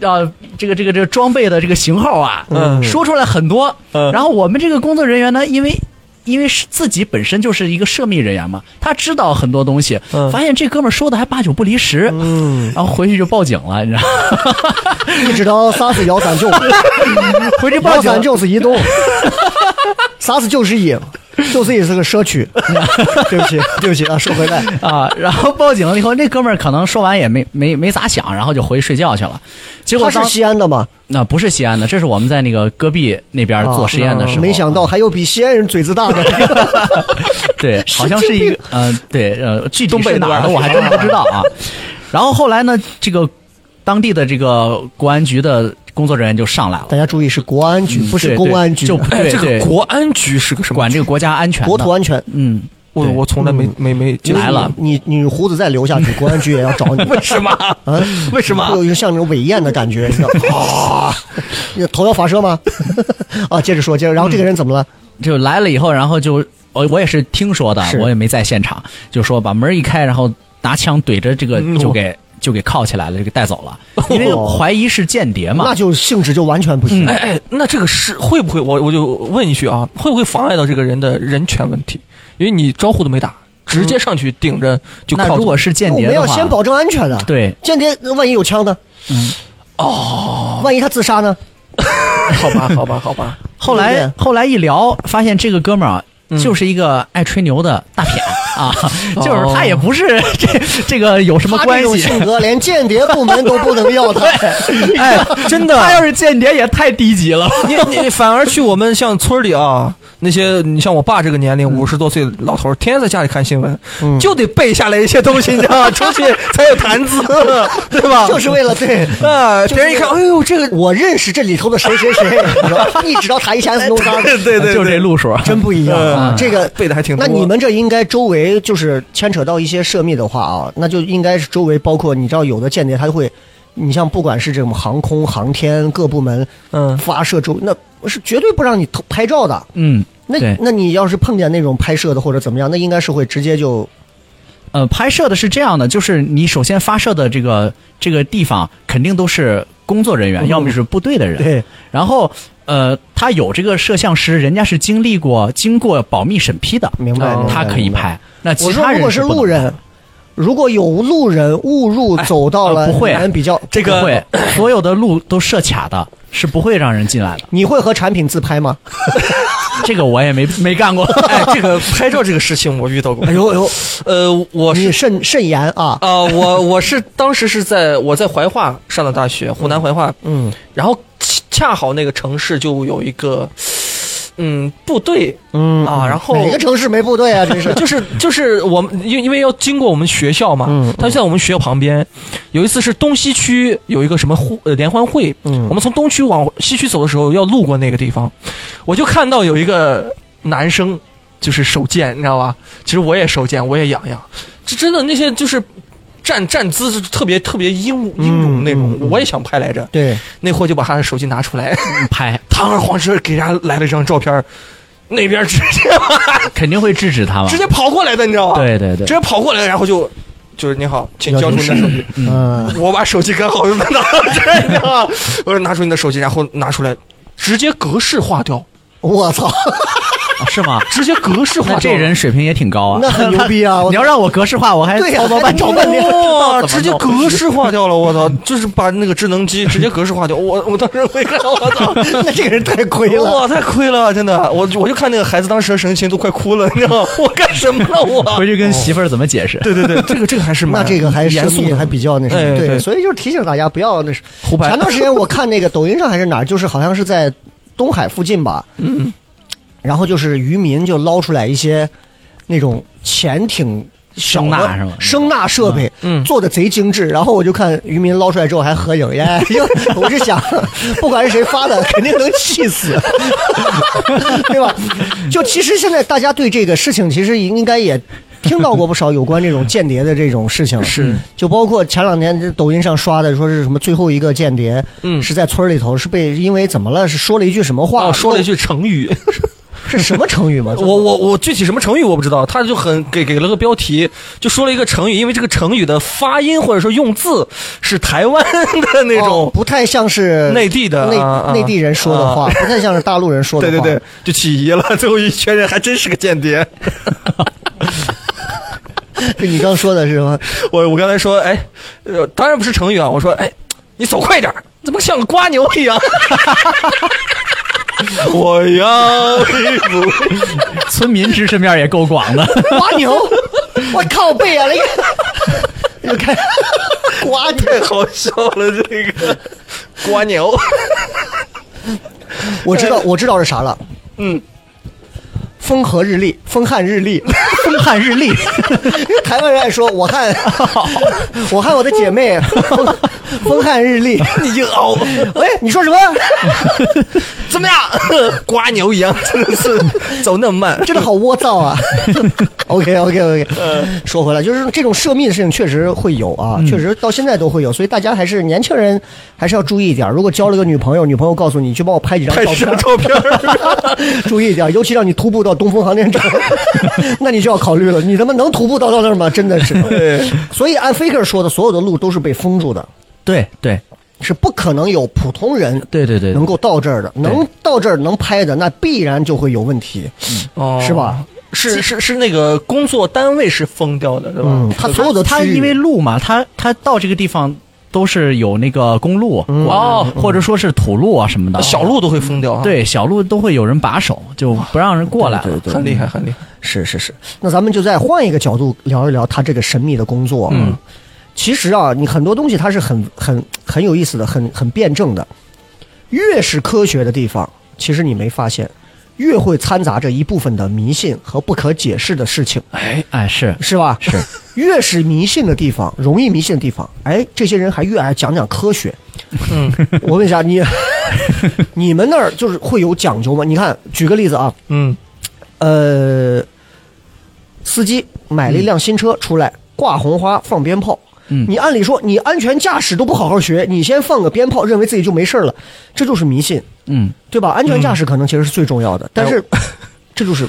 [SPEAKER 5] 啊，这个这个这个装备的这个型号啊，
[SPEAKER 4] 嗯
[SPEAKER 5] 说出来很多。
[SPEAKER 4] 嗯
[SPEAKER 5] 然后我们这个工作人员呢，因为因为是自己本身就是一个涉密人员嘛，他知道很多东西，
[SPEAKER 4] 嗯
[SPEAKER 5] 发现这哥们儿说的还八九不离十。
[SPEAKER 3] 嗯，
[SPEAKER 5] 然后回去就报警了，你知道吗？
[SPEAKER 3] 一直到啥子幺三九，
[SPEAKER 5] <laughs> 回去报
[SPEAKER 3] 幺
[SPEAKER 5] 警
[SPEAKER 3] 三，九是移动，啥是九十一，九十一是个社区。对不起，对不起啊，说回来，
[SPEAKER 5] 啊，然后报警了以后，那哥们儿可能说完也没没没咋想，然后就回去睡觉去了。结
[SPEAKER 3] 他
[SPEAKER 5] 果
[SPEAKER 3] 是
[SPEAKER 5] 当
[SPEAKER 3] 西安的吗？
[SPEAKER 5] 那、不是西安的，这是我们在那个戈壁那边做实验的时候，
[SPEAKER 3] 啊没想到还有比西安人嘴子大
[SPEAKER 5] <laughs>
[SPEAKER 3] 的。
[SPEAKER 5] 对，好像是一个嗯、对呃，具体是哪儿的我 <laughs> 还真不知道啊。然后后来呢，这个当地的这个公安局的工作人员就上来了。
[SPEAKER 3] 大家注意是国安局，
[SPEAKER 5] 嗯
[SPEAKER 3] 不是
[SPEAKER 5] 对
[SPEAKER 3] 公安局，
[SPEAKER 5] 对就
[SPEAKER 4] 哎，
[SPEAKER 5] 对
[SPEAKER 4] 这
[SPEAKER 5] 对
[SPEAKER 4] 个国安局是个什么？
[SPEAKER 5] 管这个国家安全的，
[SPEAKER 3] 国土安全。
[SPEAKER 5] 嗯，
[SPEAKER 4] 我
[SPEAKER 5] 对
[SPEAKER 4] 我从来没没没接触
[SPEAKER 5] 来了
[SPEAKER 3] 你你胡子再留下
[SPEAKER 5] <laughs>
[SPEAKER 3] 去，国安局也要找你。
[SPEAKER 4] 为什么？
[SPEAKER 3] 啊？
[SPEAKER 4] 为什么
[SPEAKER 3] 会有一个像那种尾焰的感觉，你知道
[SPEAKER 5] <laughs>
[SPEAKER 3] 吗？啊，你头要发射吗？ <laughs> 啊，接着说，接着，然后这个人怎么了？
[SPEAKER 5] 就来了以后，然后就我我也是听说的
[SPEAKER 3] 是，
[SPEAKER 5] 我也没在现场，就说把门一开，然后拿枪怼着这个
[SPEAKER 4] 嗯
[SPEAKER 5] 就给就给铐起来了，就给带走了，因为
[SPEAKER 3] 哦
[SPEAKER 5] 怀疑是间谍嘛
[SPEAKER 3] 那。就性质就完全不一
[SPEAKER 4] 哎
[SPEAKER 3] 样。
[SPEAKER 4] 哎，那这个是会不会？我我就问一句啊，会不会妨碍到这个人的人权问题？因为你招呼都没打，直接上去顶着就
[SPEAKER 5] 那
[SPEAKER 4] 靠。
[SPEAKER 5] 如果是间
[SPEAKER 3] 那我
[SPEAKER 5] 谍
[SPEAKER 3] 们
[SPEAKER 5] 的
[SPEAKER 3] 要
[SPEAKER 5] 话，
[SPEAKER 3] 先保证安全啊。，
[SPEAKER 5] 对，
[SPEAKER 3] 间谍那万一有枪呢？嗯，哦，万一他自杀呢？
[SPEAKER 4] 好吧，好吧，好吧，
[SPEAKER 5] 后
[SPEAKER 3] 对
[SPEAKER 5] 来
[SPEAKER 3] 不
[SPEAKER 5] 后来一聊，发现这个哥们儿啊。
[SPEAKER 3] 嗯
[SPEAKER 5] 就是一个爱吹牛的大谝
[SPEAKER 3] <laughs>
[SPEAKER 5] 啊，
[SPEAKER 3] 哦
[SPEAKER 5] 就是他也不是 <laughs> 这这个有什么
[SPEAKER 3] 他
[SPEAKER 5] 关
[SPEAKER 3] 这种
[SPEAKER 5] 系， <laughs>
[SPEAKER 3] 性格， <laughs> 连间谍部门都不能要他。
[SPEAKER 5] 哎，真的，他要是间谍也太低级了。
[SPEAKER 4] 你你反而去我们像村里啊，那些你像我爸这个年龄五十多岁的老头儿，天天在家里看新闻，就得背下来一些东西，你知道吗？出 <laughs> 去才有谈资，对吧？
[SPEAKER 3] <laughs> 就是为了对，
[SPEAKER 4] <laughs> 啊，别人一看，哎呦，这个
[SPEAKER 3] 我认识这里头的谁谁谁，你知道一直到谈一
[SPEAKER 5] <laughs>
[SPEAKER 3] 下 S 弄啥，
[SPEAKER 4] <laughs> 对对对，
[SPEAKER 5] 就这路数，
[SPEAKER 3] 真不一样啊
[SPEAKER 4] <laughs>
[SPEAKER 5] 嗯！
[SPEAKER 3] 这个
[SPEAKER 4] 背的还挺多
[SPEAKER 3] 那你们这应该周围就是牵扯到一些涉密的话啊，那就应该是周围包括你知道有的间谍他会，你像不管是这种航空航天各部门，
[SPEAKER 4] 嗯
[SPEAKER 3] 发射周那是绝对不让你偷拍照的。
[SPEAKER 5] 嗯，
[SPEAKER 3] 那
[SPEAKER 5] 对
[SPEAKER 3] 那你要是碰见那种拍摄的或者怎么样，那应该是会直接就
[SPEAKER 5] 呃，拍摄的是这样的，就是你首先发射的这个这个地方肯定都是工作人员，要么就是部队的人。
[SPEAKER 3] 嗯对。
[SPEAKER 5] 然后呃，他有这个摄像师，人家是经历过经过保密审批的，
[SPEAKER 3] 明白
[SPEAKER 4] 哦
[SPEAKER 5] 嗯
[SPEAKER 3] 明白
[SPEAKER 5] 他可以拍。那其
[SPEAKER 3] 我说
[SPEAKER 5] 他人
[SPEAKER 3] 如果是
[SPEAKER 5] 不能
[SPEAKER 3] 路
[SPEAKER 5] 拍
[SPEAKER 3] 人
[SPEAKER 5] 的，，
[SPEAKER 3] 如果有路人误入走到了
[SPEAKER 5] 呃不会
[SPEAKER 3] 你们比较
[SPEAKER 4] 这个
[SPEAKER 5] 不会， <clears throat> 所有的路都设卡的，是不会让人进
[SPEAKER 3] <laughs>
[SPEAKER 5] 来的。
[SPEAKER 3] 你会和产品自拍吗？
[SPEAKER 5] 这个我也
[SPEAKER 3] <laughs>
[SPEAKER 5] 没没干过。
[SPEAKER 4] 哎，
[SPEAKER 5] <laughs>
[SPEAKER 4] 这个拍照这个事情我遇到过。哎呦哎呦，呃，我
[SPEAKER 3] 你
[SPEAKER 4] 是
[SPEAKER 3] 慎慎言
[SPEAKER 5] 哦
[SPEAKER 3] 啊！
[SPEAKER 4] 啊、我我是当时是在我在怀化上的大学，湖南怀化，
[SPEAKER 3] 嗯
[SPEAKER 4] 然后恰恰好那个城市就有一个，嗯，部队
[SPEAKER 3] 嗯
[SPEAKER 4] 啊，然后
[SPEAKER 3] 哪个城市没部队啊？真是
[SPEAKER 4] 就是 <laughs> 就是我们因为因为要经过我们学校嘛，
[SPEAKER 3] 嗯
[SPEAKER 4] 他就在我们学校旁边。有一次是东西区有一个什么互呃联欢会，
[SPEAKER 3] <laughs> 嗯
[SPEAKER 4] 我们从东区往西区走的时候要路过那个地方，我就看到有一个男生就是手贱，你知道吧？其实我也手贱，我也痒痒，这真的那些就是。站站姿是特别特别英武英勇那
[SPEAKER 3] 嗯
[SPEAKER 4] 种，
[SPEAKER 3] 嗯嗯
[SPEAKER 4] 我也想拍来着。
[SPEAKER 3] 对，
[SPEAKER 4] 那货就把他的手机拿出来，
[SPEAKER 5] 拍
[SPEAKER 4] 堂而皇之给人家来了一张照片儿，那边直接
[SPEAKER 3] 啊
[SPEAKER 5] 肯定会制止他嘛
[SPEAKER 4] 直。接跑过来的，你知道吧？
[SPEAKER 5] 对对对
[SPEAKER 4] 直，接跑过来，然后就就是你好，请交出你的手机。
[SPEAKER 3] 嗯，
[SPEAKER 4] <laughs> 我把手机刚好拿到这儿，你知
[SPEAKER 3] <laughs>
[SPEAKER 4] 道吗我说拿出你的手机，然后拿出来，直接格式化掉，
[SPEAKER 3] 我操， <laughs>
[SPEAKER 5] 啊是吗？
[SPEAKER 4] 直接格式化掉
[SPEAKER 5] 那
[SPEAKER 4] 了。哎
[SPEAKER 5] 这人水平也挺高啊。
[SPEAKER 3] 那很牛逼
[SPEAKER 5] <laughs>
[SPEAKER 3] 啊！我
[SPEAKER 5] 你要让我格式化，我还
[SPEAKER 3] 对呀
[SPEAKER 5] 操作半天
[SPEAKER 3] 还得找半天
[SPEAKER 4] 哇，
[SPEAKER 5] 怎么弄
[SPEAKER 4] 直接格式化掉了，我操！就是把那个智能机直 <laughs> 接格式化掉，我我当时会看，我操！
[SPEAKER 3] 那这个人太 <laughs> 亏了。
[SPEAKER 4] 哇，太亏了，真的！我我就看那个孩子当时的神情都快哭了，你知道吗？ <laughs> 我干什么了我？
[SPEAKER 5] <laughs> 回去
[SPEAKER 3] 哦
[SPEAKER 5] 跟媳妇儿怎么解释？
[SPEAKER 4] 对对对，这个这个还是蛮
[SPEAKER 3] 那这个还
[SPEAKER 4] 严
[SPEAKER 3] 是
[SPEAKER 4] 肃
[SPEAKER 3] 密
[SPEAKER 4] 的，
[SPEAKER 3] 还比较那什么，
[SPEAKER 4] 哎对
[SPEAKER 3] 对，所以就是提醒大家不要那是。
[SPEAKER 4] 胡掰
[SPEAKER 3] 前段时间我看那个抖音上还是哪儿，就是好像是在东海附近吧，嗯， <laughs> 然后就是渔民就捞出来一些那种潜艇小的。
[SPEAKER 5] 声呐是吗
[SPEAKER 3] 声呐设备，
[SPEAKER 4] 嗯
[SPEAKER 3] 做的贼精致。然后我就看渔民捞出来之后还合影，耶！因为 <laughs> 我是想，不管是谁发的，肯定能气死， <laughs> 对吧？就其实现在大家对这个事情，其实应该也听到过不少有关这种间谍的这种事情，
[SPEAKER 4] 是
[SPEAKER 3] 就包括前两天这抖音上刷的，说是什么最后一个间谍，
[SPEAKER 4] 嗯
[SPEAKER 3] 是在村儿里头是被因为怎么了，是说了一句什么话，
[SPEAKER 4] 哦，说了一句成语，
[SPEAKER 3] 是什么成语吗？
[SPEAKER 4] <laughs> 我我我具体什么成语我不知道，他就很给给了个标题，就说了一个成语，因为这个成语的发音或者说用字是台湾的那
[SPEAKER 3] 哦
[SPEAKER 4] 种，
[SPEAKER 3] 不太像是
[SPEAKER 4] 内地的
[SPEAKER 3] 内、
[SPEAKER 4] 啊啊
[SPEAKER 3] 内地人说的话，不太像是大陆人说的
[SPEAKER 4] 对
[SPEAKER 3] 话。
[SPEAKER 4] 对对，就起疑了。最后一确认还真是个间谍。
[SPEAKER 3] 对，你刚说的是什
[SPEAKER 4] <laughs>
[SPEAKER 3] 么？
[SPEAKER 4] 我我刚才说，哎，呃，当然不是成语啊，我说，哎，你走快点儿，怎么像个瓜牛一样？ <laughs> 我要一服。
[SPEAKER 5] 村民知识面也够广
[SPEAKER 3] <laughs>
[SPEAKER 5] 的。
[SPEAKER 3] 瓜牛，我靠背啊！那个，
[SPEAKER 4] <laughs>
[SPEAKER 3] 又开瓜牛，
[SPEAKER 4] 太好笑了，这个
[SPEAKER 3] <laughs>
[SPEAKER 4] 瓜牛。
[SPEAKER 3] 我知道，我知道是啥了。
[SPEAKER 4] 嗯，
[SPEAKER 3] 风和日丽，风汉日丽。 <laughs>
[SPEAKER 5] 风汉日丽，
[SPEAKER 4] <laughs>
[SPEAKER 3] 台湾人爱说，我看，我看我的姐妹，风风汉日丽，
[SPEAKER 4] 你就哦，
[SPEAKER 3] 喂，你说什么？
[SPEAKER 4] 怎么样？ <laughs> 瓜牛一样，真的是走那么慢，
[SPEAKER 3] 真的好窝躁啊 <laughs> ！OK OK OK，说
[SPEAKER 4] 嗯
[SPEAKER 3] 回来，就是这种涉密的事情确实会有啊，确实到现在都会有，所以大家还是年轻人还是要注意一点。如果交了个女朋友，女朋友告诉你去帮我拍几 <laughs> 张
[SPEAKER 4] 拍
[SPEAKER 3] 照
[SPEAKER 4] 几张
[SPEAKER 3] 片，
[SPEAKER 4] 照片儿。
[SPEAKER 3] <laughs> 注意一点，尤其让你徒步到东风航天城， <laughs> 那你就要考虑了，你他妈能徒步到到那儿吗？真的是。所以按 Faker 说的，所有的路都是被封住的，
[SPEAKER 5] 对对
[SPEAKER 3] 是不可能有普通人
[SPEAKER 5] 对对对，
[SPEAKER 3] 能够到这儿的，能到这儿能拍的，那必然就会有问题，
[SPEAKER 5] 嗯
[SPEAKER 4] 哦
[SPEAKER 3] 是？吧？
[SPEAKER 4] 是是是，那个工作单位是封掉的，是吧？
[SPEAKER 3] 嗯，
[SPEAKER 5] 哦
[SPEAKER 3] 他所有的
[SPEAKER 5] 他
[SPEAKER 3] 区域
[SPEAKER 5] 因为路嘛，他他到这个地方都是有那个公路
[SPEAKER 3] 嗯
[SPEAKER 4] 哦
[SPEAKER 5] 或者说是土路啊什么的，
[SPEAKER 4] 小路都会封掉啊，
[SPEAKER 5] 对小路都会有人把守，就不让人过来了。
[SPEAKER 3] 对对对
[SPEAKER 4] 很厉害，很厉害。
[SPEAKER 3] 是是是，那咱们就再换一个角度聊一聊他这个神秘的工作。啊
[SPEAKER 4] 嗯，
[SPEAKER 3] 其实啊，你很多东西它是很很很有意思的，很很辩证的。越是科学的地方，其实你没发现，越会掺杂着一部分的迷信和不可解释的事情，
[SPEAKER 5] 哎哎是
[SPEAKER 3] 是吧？
[SPEAKER 5] 是，
[SPEAKER 3] <laughs> 越是迷信的地方，容易迷信的地方，哎，这些人还越爱讲讲科学。
[SPEAKER 4] 嗯，
[SPEAKER 3] <laughs> 我问一下你，你们那儿就是会有讲究吗？你看，举个例子啊，
[SPEAKER 4] 嗯，
[SPEAKER 3] 呃，司机买了一辆新车出来，挂红花放鞭炮。
[SPEAKER 5] 嗯
[SPEAKER 3] 你按理说你安全驾驶都不好好学，你先放个鞭炮，认为自己就没事儿了，这就是迷信，
[SPEAKER 5] 嗯
[SPEAKER 3] 对吧？安全驾驶可能其实是最重要的，但是 <laughs> 这就是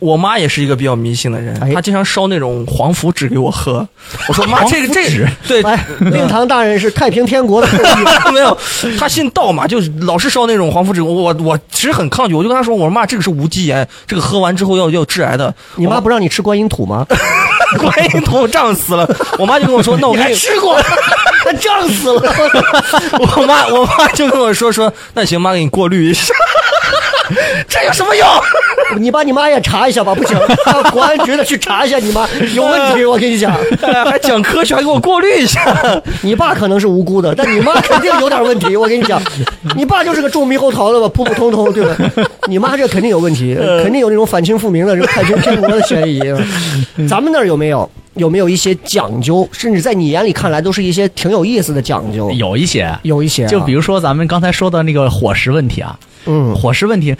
[SPEAKER 4] 我妈也是一个比较迷信的人，
[SPEAKER 3] 哎
[SPEAKER 4] 她经常烧那种黄符纸给我喝。我说妈，这个这个对，
[SPEAKER 3] 哎，令堂大人是太平天国的
[SPEAKER 4] <laughs>
[SPEAKER 3] <laughs>
[SPEAKER 4] 没有，她信道嘛，就老是烧那种黄符纸。我我我其实很抗拒，我就跟她说，我说妈，这个是无机盐，这个喝完之后要要致癌的。 <laughs>
[SPEAKER 3] 你妈不让你吃观音土吗？
[SPEAKER 4] 观音土胀死了，我妈就跟我说，那我给你
[SPEAKER 3] 哦吃过， <laughs> 那胀死了。
[SPEAKER 4] <laughs> 我妈我妈就跟我说说，那行，妈给你过滤一下。 <laughs> 这有什么用？ <laughs>
[SPEAKER 3] 你把你妈也查一下吧，不行， <laughs> 让国安局的去查一下你妈有问题，我跟你讲。
[SPEAKER 4] 哎还讲科学，还给我过滤一下。
[SPEAKER 3] 你爸可能是无辜的，但你妈肯定有点问题。我跟你
[SPEAKER 5] <laughs>
[SPEAKER 3] 讲，你爸就是个种猕猴桃的吧，普普通通，对吧？你妈这肯定有问
[SPEAKER 5] <laughs>
[SPEAKER 3] 题，肯定有那种反清复明的、这种太平天国的嫌疑。
[SPEAKER 5] 嗯
[SPEAKER 3] 咱们那儿有没有有没有一些讲究，甚至在你眼里看来都是一些挺有意思的讲究？
[SPEAKER 5] 有一些
[SPEAKER 3] 有一些哦啊、
[SPEAKER 5] 就比如说咱们刚才说的那个伙食问题啊，
[SPEAKER 3] 嗯
[SPEAKER 5] 伙食问题，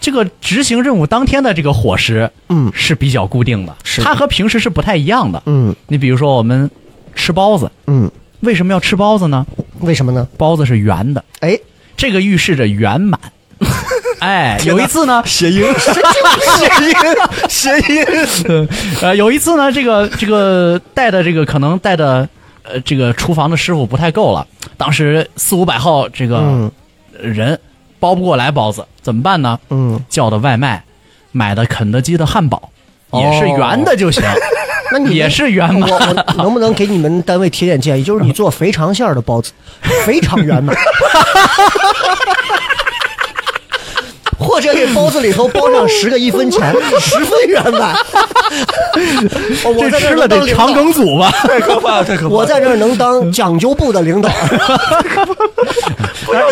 [SPEAKER 5] 这个执行任务当天的这个伙食，
[SPEAKER 3] 嗯
[SPEAKER 5] 是比较固定的，
[SPEAKER 3] 是
[SPEAKER 5] 它和平时是不太一样的。
[SPEAKER 3] 嗯
[SPEAKER 5] 你比如说我们吃包子，
[SPEAKER 3] 嗯，
[SPEAKER 5] 为什么要吃包子呢？
[SPEAKER 3] 为什么呢？
[SPEAKER 5] 包子是圆的，
[SPEAKER 3] 哎，
[SPEAKER 5] 这个预示着
[SPEAKER 3] <laughs>
[SPEAKER 5] 圆满。哎，有一次呢，
[SPEAKER 4] 谐音，谐音，谐音。
[SPEAKER 5] 呃，有一次呢，这个这个带的这个可能带的呃这个厨房的师傅不太够了，当时四五百号这个
[SPEAKER 3] 嗯
[SPEAKER 5] 人包不过来包子，怎么办呢？
[SPEAKER 3] 嗯，
[SPEAKER 5] 叫的外卖，买的肯德基的汉堡，
[SPEAKER 4] 哦
[SPEAKER 5] 也是圆的就行，
[SPEAKER 3] 那你
[SPEAKER 5] 也是圆
[SPEAKER 3] 我
[SPEAKER 5] 满。
[SPEAKER 3] 我能不能给你们单位提点建议？就是你做肥肠馅儿的包子，非常圆满。或者给包子里头包上十个一分钱，十分圆满。哦 <laughs> 我
[SPEAKER 5] 这
[SPEAKER 3] 在
[SPEAKER 5] 吃
[SPEAKER 3] 儿
[SPEAKER 5] 了
[SPEAKER 3] 能
[SPEAKER 5] 得
[SPEAKER 3] 当
[SPEAKER 5] 肠
[SPEAKER 3] 领导，
[SPEAKER 5] 梗
[SPEAKER 3] <laughs>
[SPEAKER 5] 阻吧？
[SPEAKER 4] 太可怕了，太可怕了！
[SPEAKER 3] 我在这儿能当讲究部的领导。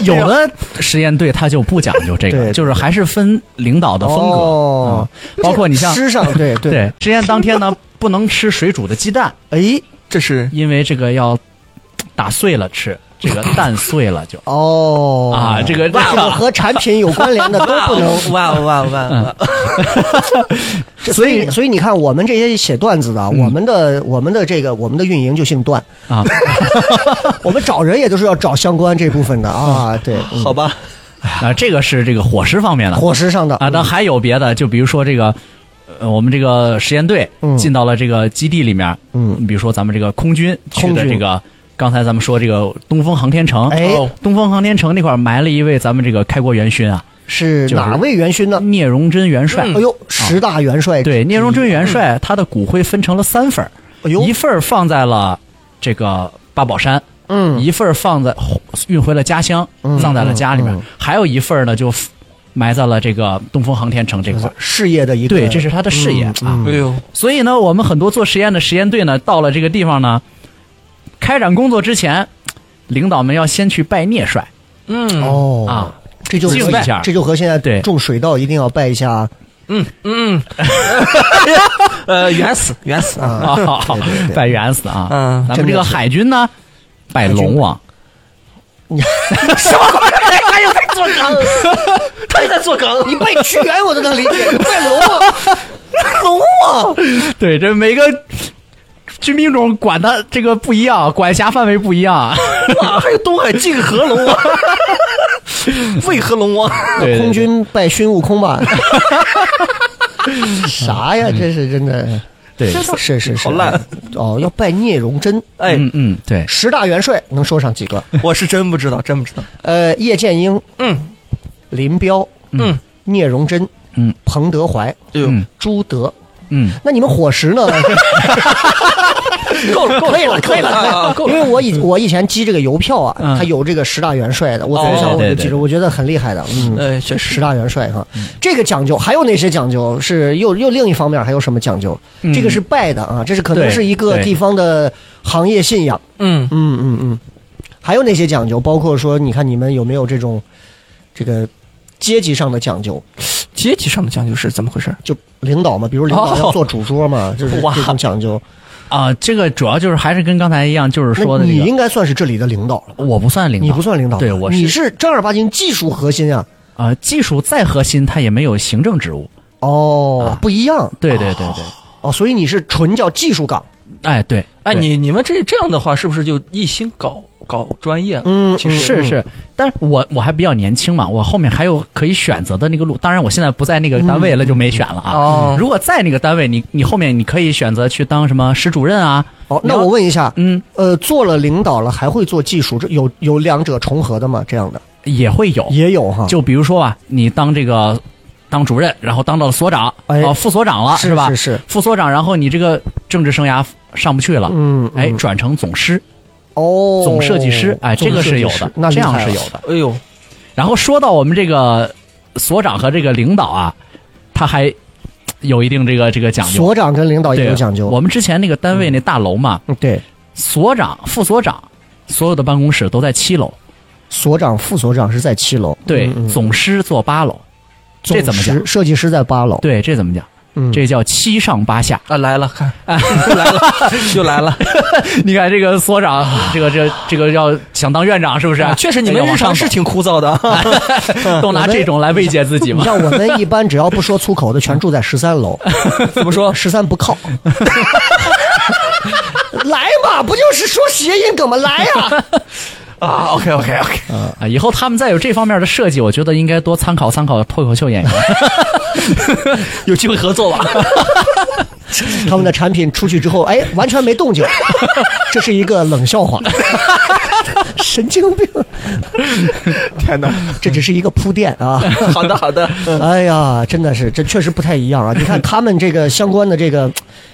[SPEAKER 5] 有的实验队他就不讲究这
[SPEAKER 3] 对
[SPEAKER 5] 个，就是还是分领导的风格，
[SPEAKER 3] 哦
[SPEAKER 5] 嗯包括你像
[SPEAKER 3] 吃上，对对
[SPEAKER 5] 对实验当天呢不能吃水煮的鸡蛋，
[SPEAKER 3] 哎，
[SPEAKER 4] 这
[SPEAKER 5] <laughs>
[SPEAKER 4] 是
[SPEAKER 5] 因为这个要打碎了吃，这个蛋碎了就
[SPEAKER 3] 哦
[SPEAKER 5] 啊这个哦
[SPEAKER 3] 这个和产品有关联的都不能
[SPEAKER 4] 哇哇哇哇！
[SPEAKER 3] 这所以，所以你看，我们这些写段子的啊，
[SPEAKER 5] 嗯
[SPEAKER 3] 我们的我们的这个我们的运营就姓段，
[SPEAKER 5] 啊，
[SPEAKER 3] 我们找人也都是要找相关这部分的
[SPEAKER 5] 嗯
[SPEAKER 3] 啊。对，
[SPEAKER 4] 好吧，
[SPEAKER 5] 啊，这个是这个伙食方面的
[SPEAKER 3] 伙食上的
[SPEAKER 5] 啊，那还有别的，就比如说这个。呃，我们这个实验队
[SPEAKER 3] 嗯
[SPEAKER 5] 进到了这个基地里面，
[SPEAKER 3] 嗯
[SPEAKER 5] 你比如说咱们这个空军去
[SPEAKER 3] 空
[SPEAKER 5] 的
[SPEAKER 3] 军
[SPEAKER 5] 这个，刚才咱们说这个东风航天城，
[SPEAKER 3] 哎
[SPEAKER 5] 哦东风航天城那块儿埋了一位咱们这个开国元勋啊，
[SPEAKER 3] 是哪位元勋呢？
[SPEAKER 5] 聂荣臻元帅，
[SPEAKER 3] 哎嗯呦，十大元帅，
[SPEAKER 5] 嗯啊对，聂荣臻元帅他的骨灰分成了三份儿，
[SPEAKER 3] 哎呦
[SPEAKER 5] 一份儿放在了这个八宝山，
[SPEAKER 3] 嗯
[SPEAKER 5] 一份儿放在运回了家乡，葬在了家里面，
[SPEAKER 3] 嗯嗯
[SPEAKER 5] 还有一份儿呢就埋在了这个东风航天城这块儿。
[SPEAKER 3] 事业的一个，嗯
[SPEAKER 5] 对，这是他的事业、啊。
[SPEAKER 4] 哎呦，
[SPEAKER 5] 所以呢，我们很多做实验的实验队呢，到了这个地方呢，开展工作之前，领导们要先去拜聂帅
[SPEAKER 4] 嗯
[SPEAKER 3] 哦
[SPEAKER 5] 啊。，
[SPEAKER 3] 这就
[SPEAKER 5] 敬
[SPEAKER 3] 和
[SPEAKER 5] 一下
[SPEAKER 3] 这就和现在
[SPEAKER 5] 对
[SPEAKER 3] 种水稻一定要拜一下
[SPEAKER 4] 嗯嗯，呃，冤死冤死！
[SPEAKER 3] 啊。 <laughs>
[SPEAKER 5] <laughs> 啊，拜元死啊！
[SPEAKER 4] 嗯
[SPEAKER 5] 咱们这个海军呢，拜龙王。
[SPEAKER 3] 什么玩意儿？他又在做梗，
[SPEAKER 4] 嗯
[SPEAKER 3] 他又在做梗。你拜屈原我都能理解，你拜龙啊王，龙王。
[SPEAKER 5] <laughs> 对，这每个军兵种管的这个不一样，管辖范围不
[SPEAKER 3] <laughs>
[SPEAKER 5] 一样。
[SPEAKER 4] <laughs>
[SPEAKER 3] 哇，还有东海泾河龙王，渭河龙王，
[SPEAKER 5] 对对对
[SPEAKER 3] 空军拜孙悟空
[SPEAKER 5] <laughs>
[SPEAKER 3] 吧？啥呀？这是真的，
[SPEAKER 5] 对，
[SPEAKER 3] 是是是，
[SPEAKER 6] 好烂
[SPEAKER 3] 哦！要拜聂荣臻，
[SPEAKER 6] 哎，
[SPEAKER 5] 嗯嗯，对，
[SPEAKER 3] 十大元帅能说上几个？
[SPEAKER 6] 我是真不知道，真不知道。
[SPEAKER 3] 呃，叶剑英，
[SPEAKER 4] 嗯，
[SPEAKER 3] 林彪，
[SPEAKER 4] 嗯，
[SPEAKER 3] 聂荣臻，
[SPEAKER 5] 嗯，
[SPEAKER 3] 彭德怀，
[SPEAKER 6] 哎呦，
[SPEAKER 5] 嗯
[SPEAKER 3] 朱德。
[SPEAKER 5] 嗯，
[SPEAKER 3] 那你们伙食呢？够了，可以了，可以了，因为我以我以前记这个邮票啊，
[SPEAKER 5] 嗯
[SPEAKER 3] 它有这个十大元帅的，我从
[SPEAKER 4] 哦
[SPEAKER 3] 小我
[SPEAKER 5] 对
[SPEAKER 3] 就
[SPEAKER 5] 对
[SPEAKER 3] 记
[SPEAKER 5] 对
[SPEAKER 3] 着，我觉得很厉害的，嗯。
[SPEAKER 4] 呃，确
[SPEAKER 3] 十
[SPEAKER 4] 实，
[SPEAKER 3] 大元帅哈，这个讲究还有哪些讲究？是又又另一方面还有什么讲究？
[SPEAKER 5] 嗯
[SPEAKER 3] 这个是拜的啊，这是可能
[SPEAKER 5] 对
[SPEAKER 3] 是一个
[SPEAKER 5] 对
[SPEAKER 3] 地方的行业信仰。
[SPEAKER 4] 嗯，
[SPEAKER 3] 嗯嗯嗯，还有哪些讲究？包括说，你看你们有没有这种这个阶级上的讲究？
[SPEAKER 4] 阶级上的讲究是怎么回事？
[SPEAKER 3] 就领导嘛，比如领
[SPEAKER 5] 哦
[SPEAKER 3] 导要做主桌嘛，
[SPEAKER 5] <laughs>
[SPEAKER 3] 就是
[SPEAKER 4] 哇
[SPEAKER 3] 这种讲究。
[SPEAKER 5] 啊，这个主要就是还是跟刚才一样，就是说
[SPEAKER 3] 那
[SPEAKER 5] 的这
[SPEAKER 3] 你
[SPEAKER 5] 个，
[SPEAKER 3] 应该算是这里的领导了，
[SPEAKER 5] 我不算领导，
[SPEAKER 3] 你不算领导，
[SPEAKER 5] 对我是
[SPEAKER 3] 你是正儿八经技术核心啊。
[SPEAKER 5] 啊、技术再核心，它也没有行政职务。
[SPEAKER 3] 哦
[SPEAKER 5] 啊，
[SPEAKER 3] 不一样
[SPEAKER 5] 对对对对，
[SPEAKER 3] 哦，所以你是纯叫技术岗。
[SPEAKER 5] 哎对，
[SPEAKER 4] 哎，
[SPEAKER 5] 对
[SPEAKER 4] 你你们这这样的话，是不是就一心搞搞专业了？
[SPEAKER 3] 嗯
[SPEAKER 4] 其实
[SPEAKER 5] 是是，但是我我还比较年轻嘛，我后面还有可以选择的那个路。当然，我现在不在那个单
[SPEAKER 3] 嗯
[SPEAKER 5] 位了，就没选了啊。
[SPEAKER 4] 哦
[SPEAKER 5] 如果在那个单位，你你后面你可以选择去当什么室主任啊。
[SPEAKER 3] 哦，那
[SPEAKER 5] 你要
[SPEAKER 3] 我问一下，
[SPEAKER 5] 嗯，
[SPEAKER 3] 呃，做了领导了还会做技术，这有有两者重合的吗？这样的
[SPEAKER 5] 也会有。
[SPEAKER 3] 也有哈，
[SPEAKER 5] 哦就比如说吧，你当这个当主任，然后当到了所长，
[SPEAKER 3] 哎
[SPEAKER 5] 哦，副所长了，
[SPEAKER 3] 是
[SPEAKER 5] 吧？
[SPEAKER 3] 是是，
[SPEAKER 5] 副所长，然后你这个政治生涯上不去了，
[SPEAKER 3] 嗯，
[SPEAKER 5] 哎，
[SPEAKER 3] 嗯
[SPEAKER 5] 转成总师、
[SPEAKER 3] 哦，
[SPEAKER 5] 总设计师，哎，这个是有
[SPEAKER 3] 总设
[SPEAKER 5] 的
[SPEAKER 3] 计师那，
[SPEAKER 5] 这
[SPEAKER 3] 厉害
[SPEAKER 5] 样
[SPEAKER 3] 了
[SPEAKER 5] 是有的。
[SPEAKER 4] 哎呦，
[SPEAKER 5] 然后说到我们这个所长和这个领导啊，他还有一定这个这个讲究，
[SPEAKER 3] 所长跟领导也
[SPEAKER 5] 对啊
[SPEAKER 3] 有讲究，
[SPEAKER 5] 我们之前那个单位那大楼嘛，
[SPEAKER 3] 嗯对，
[SPEAKER 5] 所长、副所长，所有的办公室都在七楼，
[SPEAKER 3] 所长、副所长是在七楼，
[SPEAKER 5] 对，
[SPEAKER 3] 嗯嗯
[SPEAKER 5] 总师坐八楼，这怎么
[SPEAKER 3] 总师？
[SPEAKER 5] 讲
[SPEAKER 3] 设计师在八楼，
[SPEAKER 5] 对，这怎么讲？
[SPEAKER 3] 嗯，
[SPEAKER 5] 这叫七上八下。 <laughs>
[SPEAKER 4] 啊，来了，看，来 <laughs> 了，又来了。
[SPEAKER 5] 你看这个所长，这个这这个要想当院长是不是？
[SPEAKER 3] 啊 <laughs>
[SPEAKER 4] 确实，你们
[SPEAKER 5] 要
[SPEAKER 4] 日
[SPEAKER 5] 往上
[SPEAKER 4] 常是挺枯燥的啊。
[SPEAKER 5] 走都拿这种来慰藉自己
[SPEAKER 3] 你
[SPEAKER 5] 嘛。
[SPEAKER 3] 像我们一般，只要不说粗
[SPEAKER 5] <laughs>
[SPEAKER 3] 口的，全住在十三楼。怎么说？十三不靠。 <laughs> 来嘛，不就是说谐音梗吗？来
[SPEAKER 5] <laughs>
[SPEAKER 3] 呀！
[SPEAKER 4] <laughs> 啊，OK OK OK， <laughs>
[SPEAKER 5] 啊，以后他们再有这方面的设计，我觉得应该多参考参考脱口秀演员。
[SPEAKER 4] 有机会合作吧。
[SPEAKER 3] 他们的产品出去之后，哎，完全没动静，这是一个冷
[SPEAKER 5] <laughs>
[SPEAKER 3] 笑话。神经病，
[SPEAKER 6] 天
[SPEAKER 4] <laughs>
[SPEAKER 6] 哪！
[SPEAKER 3] 这只是一个铺垫啊。
[SPEAKER 6] 好的，好的。
[SPEAKER 4] 嗯
[SPEAKER 3] 哎呀，真的是，这确实不太一样啊！你
[SPEAKER 4] <laughs>
[SPEAKER 3] 看他们这个相关的这个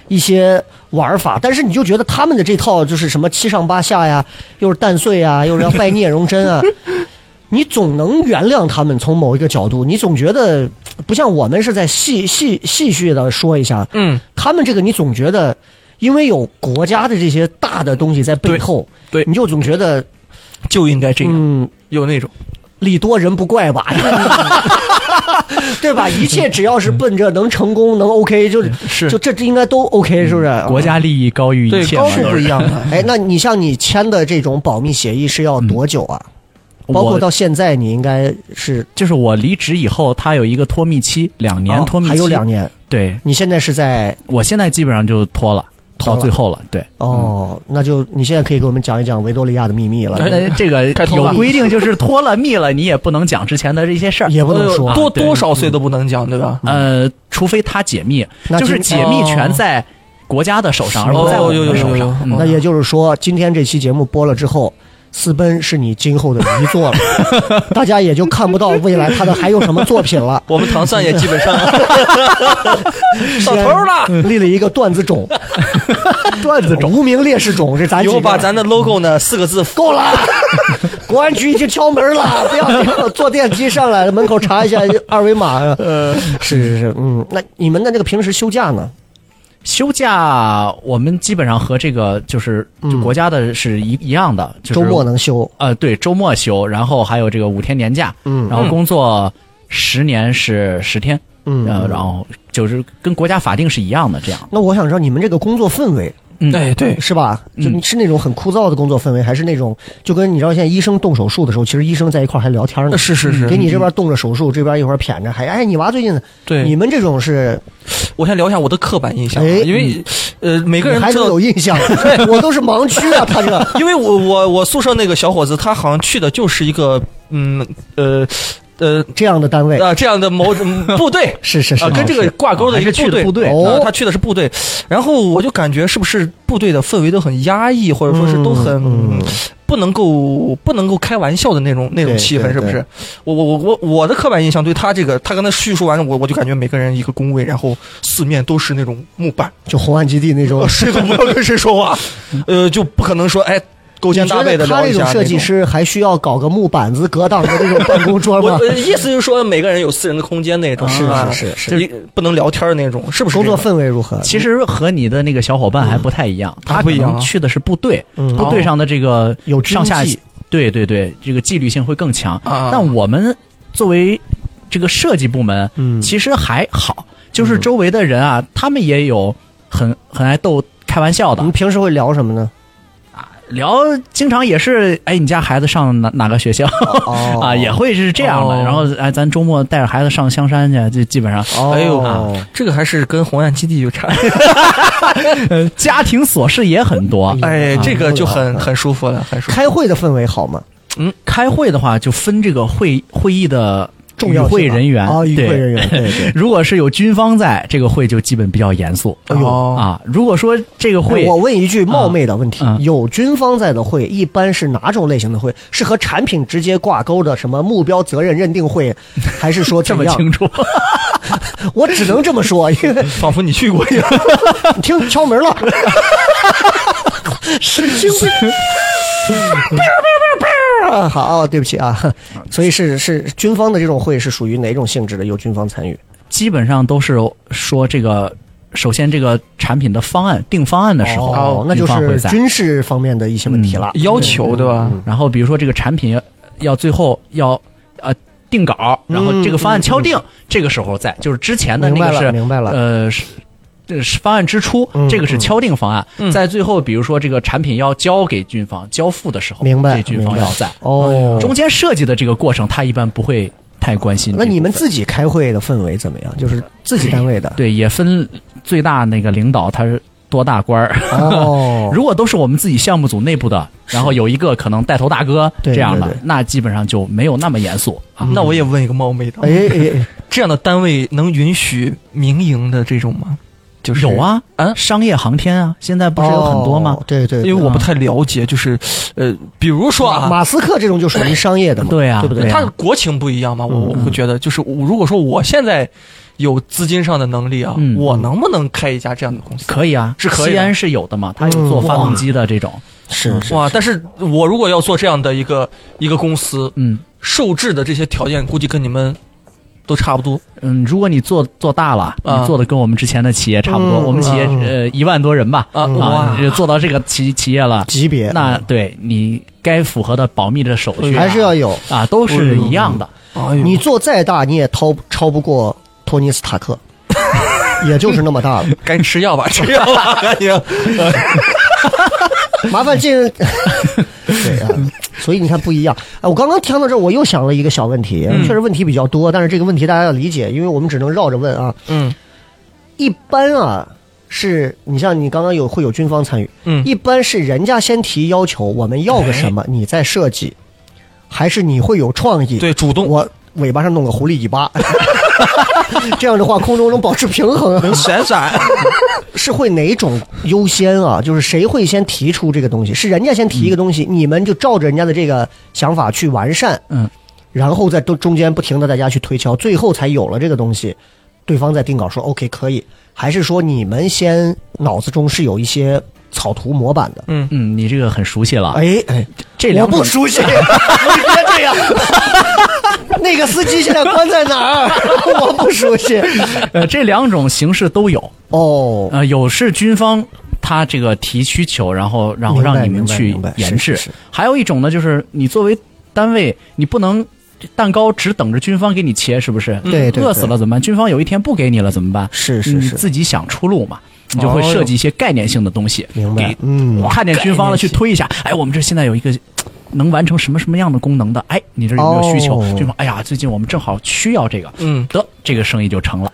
[SPEAKER 3] 一些玩法，但是你就觉得他们的这套就是什么七上八下呀，又是蛋碎呀，又是要拜聂荣臻啊， <laughs> 你总能原谅他们。从某一个角度，你总觉得不像我们是在戏戏戏谑的说一下，
[SPEAKER 4] 嗯，
[SPEAKER 3] 他们这个你总觉得，因为有国家的这些大的东西在背后，
[SPEAKER 4] 对对
[SPEAKER 3] 你就总觉得
[SPEAKER 4] 就应该这样，
[SPEAKER 3] 嗯。
[SPEAKER 4] 有那种
[SPEAKER 3] 礼多人不怪吧， <laughs> 对吧？一切只要是奔着能成功、能 OK，就是
[SPEAKER 4] 是
[SPEAKER 3] 就这这应该都 OK，是不是？
[SPEAKER 5] <laughs> 嗯国家利益高于一
[SPEAKER 4] 对
[SPEAKER 5] 切嘛
[SPEAKER 4] 高
[SPEAKER 3] 啊是
[SPEAKER 4] 都
[SPEAKER 3] 不
[SPEAKER 4] 是
[SPEAKER 3] 一样的。
[SPEAKER 5] <laughs>
[SPEAKER 3] 哎，那你像你签的这种保密协议是要多久啊？包括
[SPEAKER 5] 嗯我
[SPEAKER 3] 到现在，你应该是
[SPEAKER 5] 就是我离职以后，他有一个脱密期，两年
[SPEAKER 3] 哦
[SPEAKER 5] 脱密期，
[SPEAKER 3] 还有两。年。
[SPEAKER 5] 对
[SPEAKER 3] 你现在是在
[SPEAKER 5] 我现在基本上就脱了，
[SPEAKER 3] 脱
[SPEAKER 5] 到
[SPEAKER 3] 了
[SPEAKER 5] 最后了。对，
[SPEAKER 3] 哦，那就你现在可以给我们讲一讲维多利亚的秘密了，
[SPEAKER 5] 那这个
[SPEAKER 3] <laughs>
[SPEAKER 4] 开脱
[SPEAKER 5] 有
[SPEAKER 4] 了
[SPEAKER 5] 规定，就是脱了密了，你也不能讲之前的这些事儿。
[SPEAKER 3] 也不能
[SPEAKER 4] 呃
[SPEAKER 3] 说。
[SPEAKER 4] 多
[SPEAKER 5] 啊对
[SPEAKER 4] 多少岁嗯都不能讲，对吧？
[SPEAKER 5] 呃，除非他解密，
[SPEAKER 3] 那
[SPEAKER 5] 就是
[SPEAKER 3] 今
[SPEAKER 5] 解密权在国家的手上，而不在我
[SPEAKER 4] 哦，有
[SPEAKER 5] 们
[SPEAKER 4] 有
[SPEAKER 5] 的
[SPEAKER 4] 有
[SPEAKER 5] 手
[SPEAKER 4] 有
[SPEAKER 5] 上。嗯
[SPEAKER 3] 那也就是说，今天这期节目播了之后，私奔是你今后的遗作
[SPEAKER 5] <laughs>
[SPEAKER 3] 了，大家也就看不到未来他的还有什么作品了。
[SPEAKER 4] 我们唐三也基本上 <laughs> 到头了。
[SPEAKER 3] 嗯立了一个段子种，段子种，无名烈士种，这咱
[SPEAKER 4] 以
[SPEAKER 3] 几
[SPEAKER 4] 后
[SPEAKER 3] 个
[SPEAKER 4] 把咱的 logo 呢四个字
[SPEAKER 3] 够了， <laughs> 公安局已经敲门了，不要不要坐电梯上来，门口查一下二维码。呃， <laughs> 是是是，嗯，那你们的那个平时休假呢？
[SPEAKER 5] 休假我们基本上和这个就是就国家的是一一样的，就是
[SPEAKER 3] 嗯周末能休？
[SPEAKER 5] 呃，对，周末休，然后还有这个五天年假，
[SPEAKER 3] 嗯
[SPEAKER 5] 然后工作十年是十天，
[SPEAKER 3] 嗯
[SPEAKER 5] 呃，然后就是跟国家法定是一样的这样。
[SPEAKER 3] 那我想知道你们这个工作氛围
[SPEAKER 5] 嗯
[SPEAKER 4] 哎，对，
[SPEAKER 3] 是吧？就
[SPEAKER 5] 嗯
[SPEAKER 3] 是那种很枯燥的工作氛围，还是那种就跟你知道现在医生动手术的时候，其实医生在一块儿还聊天呢，
[SPEAKER 4] 是是是
[SPEAKER 3] 嗯给你这边动着手术，这边一会儿谝着，还哎你娃最近，
[SPEAKER 4] 对
[SPEAKER 3] 你们这种是
[SPEAKER 4] 我先聊一下我的刻板印象啊，
[SPEAKER 3] 哎
[SPEAKER 4] 因为呃，每个
[SPEAKER 3] 你
[SPEAKER 4] 人
[SPEAKER 3] 还
[SPEAKER 4] 知
[SPEAKER 3] 能
[SPEAKER 4] 道
[SPEAKER 3] 有印 <laughs> 象，我都是盲区啊，
[SPEAKER 4] <laughs>
[SPEAKER 3] 他这
[SPEAKER 4] 因为我我我宿舍那个小伙子，他好像去的就是一个嗯呃呃
[SPEAKER 3] 这样的单位
[SPEAKER 4] 啊这样的某
[SPEAKER 3] <laughs>
[SPEAKER 4] 嗯部队
[SPEAKER 3] 是哎是是
[SPEAKER 4] 啊，跟这个挂钩的一
[SPEAKER 5] 还
[SPEAKER 4] 个
[SPEAKER 5] 是去的部队
[SPEAKER 4] 啊
[SPEAKER 3] 哦
[SPEAKER 4] 他去的是部队，然后我就感觉是不是部队的氛围都很压抑，或者说是都很。
[SPEAKER 3] 嗯嗯
[SPEAKER 4] 不能够不能够开玩笑的那种那种
[SPEAKER 3] 对
[SPEAKER 4] 气氛
[SPEAKER 3] 对
[SPEAKER 4] 是不是
[SPEAKER 3] 对？
[SPEAKER 4] 我我我我我的刻板印象对他这个，他刚才叙述完了，我我就感觉每个人一个工位，然后四面都是那种木板，
[SPEAKER 3] 就红岸基地那种 <laughs>
[SPEAKER 4] 呃，谁都不要跟谁说话，呃，就不可能说哎勾肩
[SPEAKER 3] 你
[SPEAKER 4] 搭
[SPEAKER 3] 觉
[SPEAKER 4] 背的
[SPEAKER 3] 得他
[SPEAKER 4] 聊
[SPEAKER 3] 这
[SPEAKER 4] 一
[SPEAKER 3] 种
[SPEAKER 4] 下那
[SPEAKER 3] 设计
[SPEAKER 4] 种
[SPEAKER 3] 师还需要搞个木板子隔挡的那种办公桌
[SPEAKER 4] <laughs> 我
[SPEAKER 3] 吗？
[SPEAKER 4] 呃意思就是说，每个人有私人的空间那种，
[SPEAKER 3] 是
[SPEAKER 4] 吧
[SPEAKER 3] 是是
[SPEAKER 4] 一不能聊天儿那种，是不是这
[SPEAKER 3] <laughs> 工
[SPEAKER 4] 种？
[SPEAKER 3] 作氛围如何？
[SPEAKER 5] 其实和你的那个小伙伴还不太一样，他
[SPEAKER 4] 不一样嗯啊哦
[SPEAKER 5] 可能去的是部队，
[SPEAKER 3] 嗯
[SPEAKER 5] 部队上的这个
[SPEAKER 3] 有军
[SPEAKER 5] 上下
[SPEAKER 3] 纪，
[SPEAKER 5] 对对对，这个纪律性会更强。
[SPEAKER 4] 啊
[SPEAKER 5] 但我们作为这个设计部门，
[SPEAKER 3] 嗯
[SPEAKER 5] 其实还好，
[SPEAKER 4] 嗯
[SPEAKER 5] 就是周围的人啊，他们也有很很爱逗开玩笑
[SPEAKER 4] 嗯
[SPEAKER 5] 的
[SPEAKER 3] 你们，平时会聊什么呢？
[SPEAKER 5] 聊经常也是，哎，你家孩子上哪哪个学校
[SPEAKER 3] 哦
[SPEAKER 5] 啊，也会是这样的。
[SPEAKER 4] 哦
[SPEAKER 5] 然后哎，咱周末带着孩子上香山去，就基本上
[SPEAKER 3] 哦
[SPEAKER 4] 哎呦这个还是跟红岸基地有差， <laughs>
[SPEAKER 5] 呃家庭琐事也很多。
[SPEAKER 4] 哎，这个就
[SPEAKER 3] 嗯
[SPEAKER 4] 很很舒服了，很舒服。
[SPEAKER 3] 开会的氛围好吗？
[SPEAKER 5] 开会的话，就分这个会会议的
[SPEAKER 3] 重要
[SPEAKER 5] 与
[SPEAKER 3] 性
[SPEAKER 5] 会
[SPEAKER 3] 啊
[SPEAKER 5] 人员
[SPEAKER 3] 啊，与
[SPEAKER 5] 对
[SPEAKER 3] 会人员，对对。
[SPEAKER 5] 如果是有军方在，这个会就基本比较严肃。
[SPEAKER 3] 哎呦哎
[SPEAKER 5] 啊，如果说这个会
[SPEAKER 3] 我问一句冒昧的问题
[SPEAKER 5] 嗯：嗯
[SPEAKER 3] 有军方在的会，一般是哪种类型的会？是和产品直接挂钩的什么目标责任认定会，还是
[SPEAKER 5] <laughs>
[SPEAKER 3] 说
[SPEAKER 5] 这
[SPEAKER 3] 怎
[SPEAKER 5] 么
[SPEAKER 3] 样？
[SPEAKER 5] 清楚，
[SPEAKER 3] 我只能这么说，因
[SPEAKER 5] <laughs>
[SPEAKER 3] 为
[SPEAKER 4] 仿佛你去过一样，
[SPEAKER 3] 你听敲门了，神经病！啊 <laughs> 好，对不起啊，所以是是军方的这种会是属于哪种性质的？有军方参与？
[SPEAKER 5] 基本上都是说这个，首先这个产品的方案定方案的时候，
[SPEAKER 3] 哦，那就
[SPEAKER 5] 军方会
[SPEAKER 3] 是
[SPEAKER 5] 在嗯
[SPEAKER 3] 军事方面的一些问题了。
[SPEAKER 4] <laughs> 要求对吧？
[SPEAKER 3] 嗯
[SPEAKER 5] 然后比如说这个产品要要最后要呃定稿，
[SPEAKER 3] 嗯
[SPEAKER 5] 然后这个方案敲定，这个时候在就是之前的
[SPEAKER 3] 明
[SPEAKER 5] 那
[SPEAKER 3] 白
[SPEAKER 5] 个
[SPEAKER 3] 了，
[SPEAKER 5] 是
[SPEAKER 3] 明白了。
[SPEAKER 5] 呃是。这是方案之初
[SPEAKER 3] 嗯，
[SPEAKER 5] 这个是敲定方案，
[SPEAKER 4] 嗯
[SPEAKER 5] 在最后，比如说这个产品要交给军方交付的时候，
[SPEAKER 3] 明白
[SPEAKER 5] 这军方
[SPEAKER 3] 明白
[SPEAKER 5] 要在
[SPEAKER 3] 哦，
[SPEAKER 5] 中间设计的这个过程，他一般不会太关心这部
[SPEAKER 3] 那
[SPEAKER 5] 分。
[SPEAKER 3] 你们自己开会的氛围怎么样？就是自己单位的
[SPEAKER 5] 对也分最大那个领导他是多大官儿，
[SPEAKER 3] 哦，
[SPEAKER 5] <laughs> 如果都是我们自己项目组内部的，然后有一个可能带头大哥
[SPEAKER 3] 对
[SPEAKER 5] 这样的
[SPEAKER 3] 对对，
[SPEAKER 5] 那基本上就没有那么严肃啊。
[SPEAKER 4] 嗯那我也问一个冒昧的，啊
[SPEAKER 3] 哎哎，哎
[SPEAKER 4] 这样的单位能允许民营的这种吗？就是
[SPEAKER 5] 有，啊，
[SPEAKER 4] 嗯
[SPEAKER 5] 商业航天啊，现在不是有很多吗
[SPEAKER 3] 哦？对对，
[SPEAKER 4] 因
[SPEAKER 3] 对
[SPEAKER 4] 为我不太了解，就是呃，比如说啊，
[SPEAKER 3] 马斯克这种就属于商业的嘛，
[SPEAKER 5] 对啊
[SPEAKER 3] 对不
[SPEAKER 5] 对啊
[SPEAKER 4] 他的国情不一样嘛，我
[SPEAKER 3] 嗯
[SPEAKER 4] 我会觉得，就是我如果说我现在有资金上的能力啊，
[SPEAKER 5] 嗯
[SPEAKER 4] 我能不能开一家这样的公司？
[SPEAKER 5] 可以啊，
[SPEAKER 4] 是可以的
[SPEAKER 5] 西安是有的嘛，他有做发动机的这种，
[SPEAKER 3] 是是
[SPEAKER 4] 哇！但是我如果要做这样的一个一个公司，
[SPEAKER 5] 嗯
[SPEAKER 4] 受制的这些条件，估计跟你们都差不多。
[SPEAKER 5] 嗯，如果你做做大了，
[SPEAKER 4] 啊
[SPEAKER 5] 你做的跟我们之前的企业差不多，
[SPEAKER 3] 嗯
[SPEAKER 5] 我们企业
[SPEAKER 3] 嗯
[SPEAKER 5] 呃一万多人吧，
[SPEAKER 4] 啊哇
[SPEAKER 5] 啊，你做到这个企企业了，
[SPEAKER 3] 级别，
[SPEAKER 5] 那对你该符合的保密的手续啊
[SPEAKER 3] 还是要有。
[SPEAKER 5] 啊，都是一样的。
[SPEAKER 4] 哎呦
[SPEAKER 3] 你做再大，你也超超不过托尼斯塔
[SPEAKER 5] <laughs>
[SPEAKER 3] 克，也就是那么大了。
[SPEAKER 4] 该吃药吧，吃药吧，哎赶紧。
[SPEAKER 3] <laughs> 麻烦
[SPEAKER 4] <laughs>
[SPEAKER 3] 进。对啊，所以你看不一样。哎，我刚刚听到这儿，我又想了一个小问题，
[SPEAKER 4] 嗯
[SPEAKER 3] 确实问题比较多，但是这个问题大家要理解，因为我们只能绕着问啊。
[SPEAKER 4] 嗯，
[SPEAKER 3] 一般啊，是你像你刚刚有会有军方参与，
[SPEAKER 4] 嗯哎
[SPEAKER 3] 一般是人家先提要求，我们要个什么，你再设计，还是你会有创意？
[SPEAKER 4] 对，，主动
[SPEAKER 3] 我尾巴上弄个狐狸尾
[SPEAKER 4] <laughs>
[SPEAKER 3] 巴， <laughs> 这样的话空中能保持平衡。
[SPEAKER 4] 闪闪。
[SPEAKER 3] 是会哪种优先啊？就是谁会先提出这个东西？是人家先提一个东西，你们就照着人家的这个想法去完善，
[SPEAKER 5] 嗯，
[SPEAKER 3] 然后在都中间不停的大家去推敲，最后才有了这个东西，对方再定稿说 OK 可以，还是说你们先脑子中是有一些草图模板的？
[SPEAKER 4] 嗯，
[SPEAKER 5] 嗯，你这个很熟悉了，
[SPEAKER 3] 哎哎，
[SPEAKER 5] 这
[SPEAKER 3] 我
[SPEAKER 5] 两
[SPEAKER 3] 不
[SPEAKER 5] 种
[SPEAKER 3] 熟悉，你别这样。 <laughs> 那个司机现在关在哪儿？ <laughs> 我不熟悉。
[SPEAKER 5] <laughs> 呃，这两种形式都有。 <laughs>
[SPEAKER 3] 哦，
[SPEAKER 5] 呃，有是军方他这个提需求，然后然后
[SPEAKER 3] 明白
[SPEAKER 5] 让你们
[SPEAKER 3] 明白
[SPEAKER 5] 去
[SPEAKER 3] 明白是
[SPEAKER 5] 研制；
[SPEAKER 3] 是是
[SPEAKER 5] 还有一种呢，就是你作为单位，你不能蛋糕只等着军方给你切，是不是？
[SPEAKER 3] 对对对
[SPEAKER 5] 饿死了怎么办？军方有一天不给你了怎么办？
[SPEAKER 3] 是是
[SPEAKER 5] 你
[SPEAKER 3] 是
[SPEAKER 5] 自己想出路嘛。你就会设计一些概念性的东西，
[SPEAKER 3] 明白
[SPEAKER 5] 给
[SPEAKER 3] 嗯
[SPEAKER 5] 看见军方了去推一下，哎，我们这现在有一个。能完成什么什么样的功能的？哎，你这有没有需求？
[SPEAKER 3] 哦
[SPEAKER 5] 军方，哎呀，最近我们正好需要这个，
[SPEAKER 4] 嗯
[SPEAKER 5] 得这个生意就成了。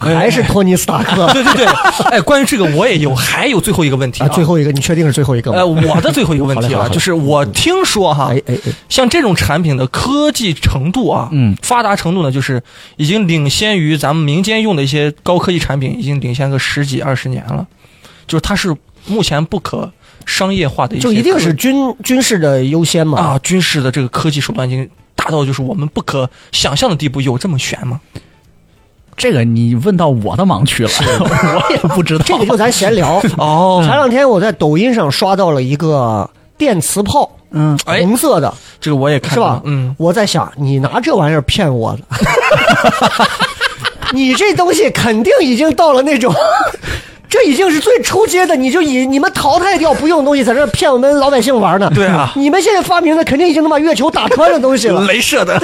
[SPEAKER 5] 哎
[SPEAKER 3] 还是托尼斯塔克
[SPEAKER 4] 对对 <laughs> 对，哎，关于这个我也有，还有最后一个问题
[SPEAKER 3] 啊？最后一个，你确定是最后一个吗？
[SPEAKER 4] 呃，我的最后一个问题
[SPEAKER 3] 好嘞好嘞好
[SPEAKER 4] 啊，
[SPEAKER 3] 嘞
[SPEAKER 4] 就是我听说哈
[SPEAKER 3] 哎，哎哎，
[SPEAKER 4] 像这种产品的科技程度啊，
[SPEAKER 5] 嗯
[SPEAKER 4] 发达程度呢，就是已经领先于咱们民间用的一些高科技产品，已经领先个十几二十年了，就是它是目前不可商业化的一些
[SPEAKER 3] 就
[SPEAKER 4] 科，
[SPEAKER 3] 一定是军军事的优先嘛？
[SPEAKER 4] 啊，军事的这个科技手段已经大到就是我们不可想象的地步，有这么悬吗？
[SPEAKER 5] 这个你问到我的盲区了， <laughs> 我也不知道。
[SPEAKER 3] 这个就咱闲聊。
[SPEAKER 4] <laughs> 哦
[SPEAKER 3] 前两天我在抖音上刷到了一个电磁炮，
[SPEAKER 5] 嗯，
[SPEAKER 4] 哎
[SPEAKER 3] 红色的，
[SPEAKER 4] 这个我也看
[SPEAKER 3] 是
[SPEAKER 4] 到
[SPEAKER 3] 吧
[SPEAKER 4] 了？嗯，
[SPEAKER 3] 我在想，你拿这玩意儿骗我的， <laughs> 你这东西肯定已经到了那种， <laughs> 这已经是最初阶的，你就以你们淘汰掉不用的东西，在这骗我们老百姓玩呢。
[SPEAKER 4] 对啊
[SPEAKER 3] 你们现在发明的肯定已经能把月球打穿的东西了，
[SPEAKER 4] 镭射的，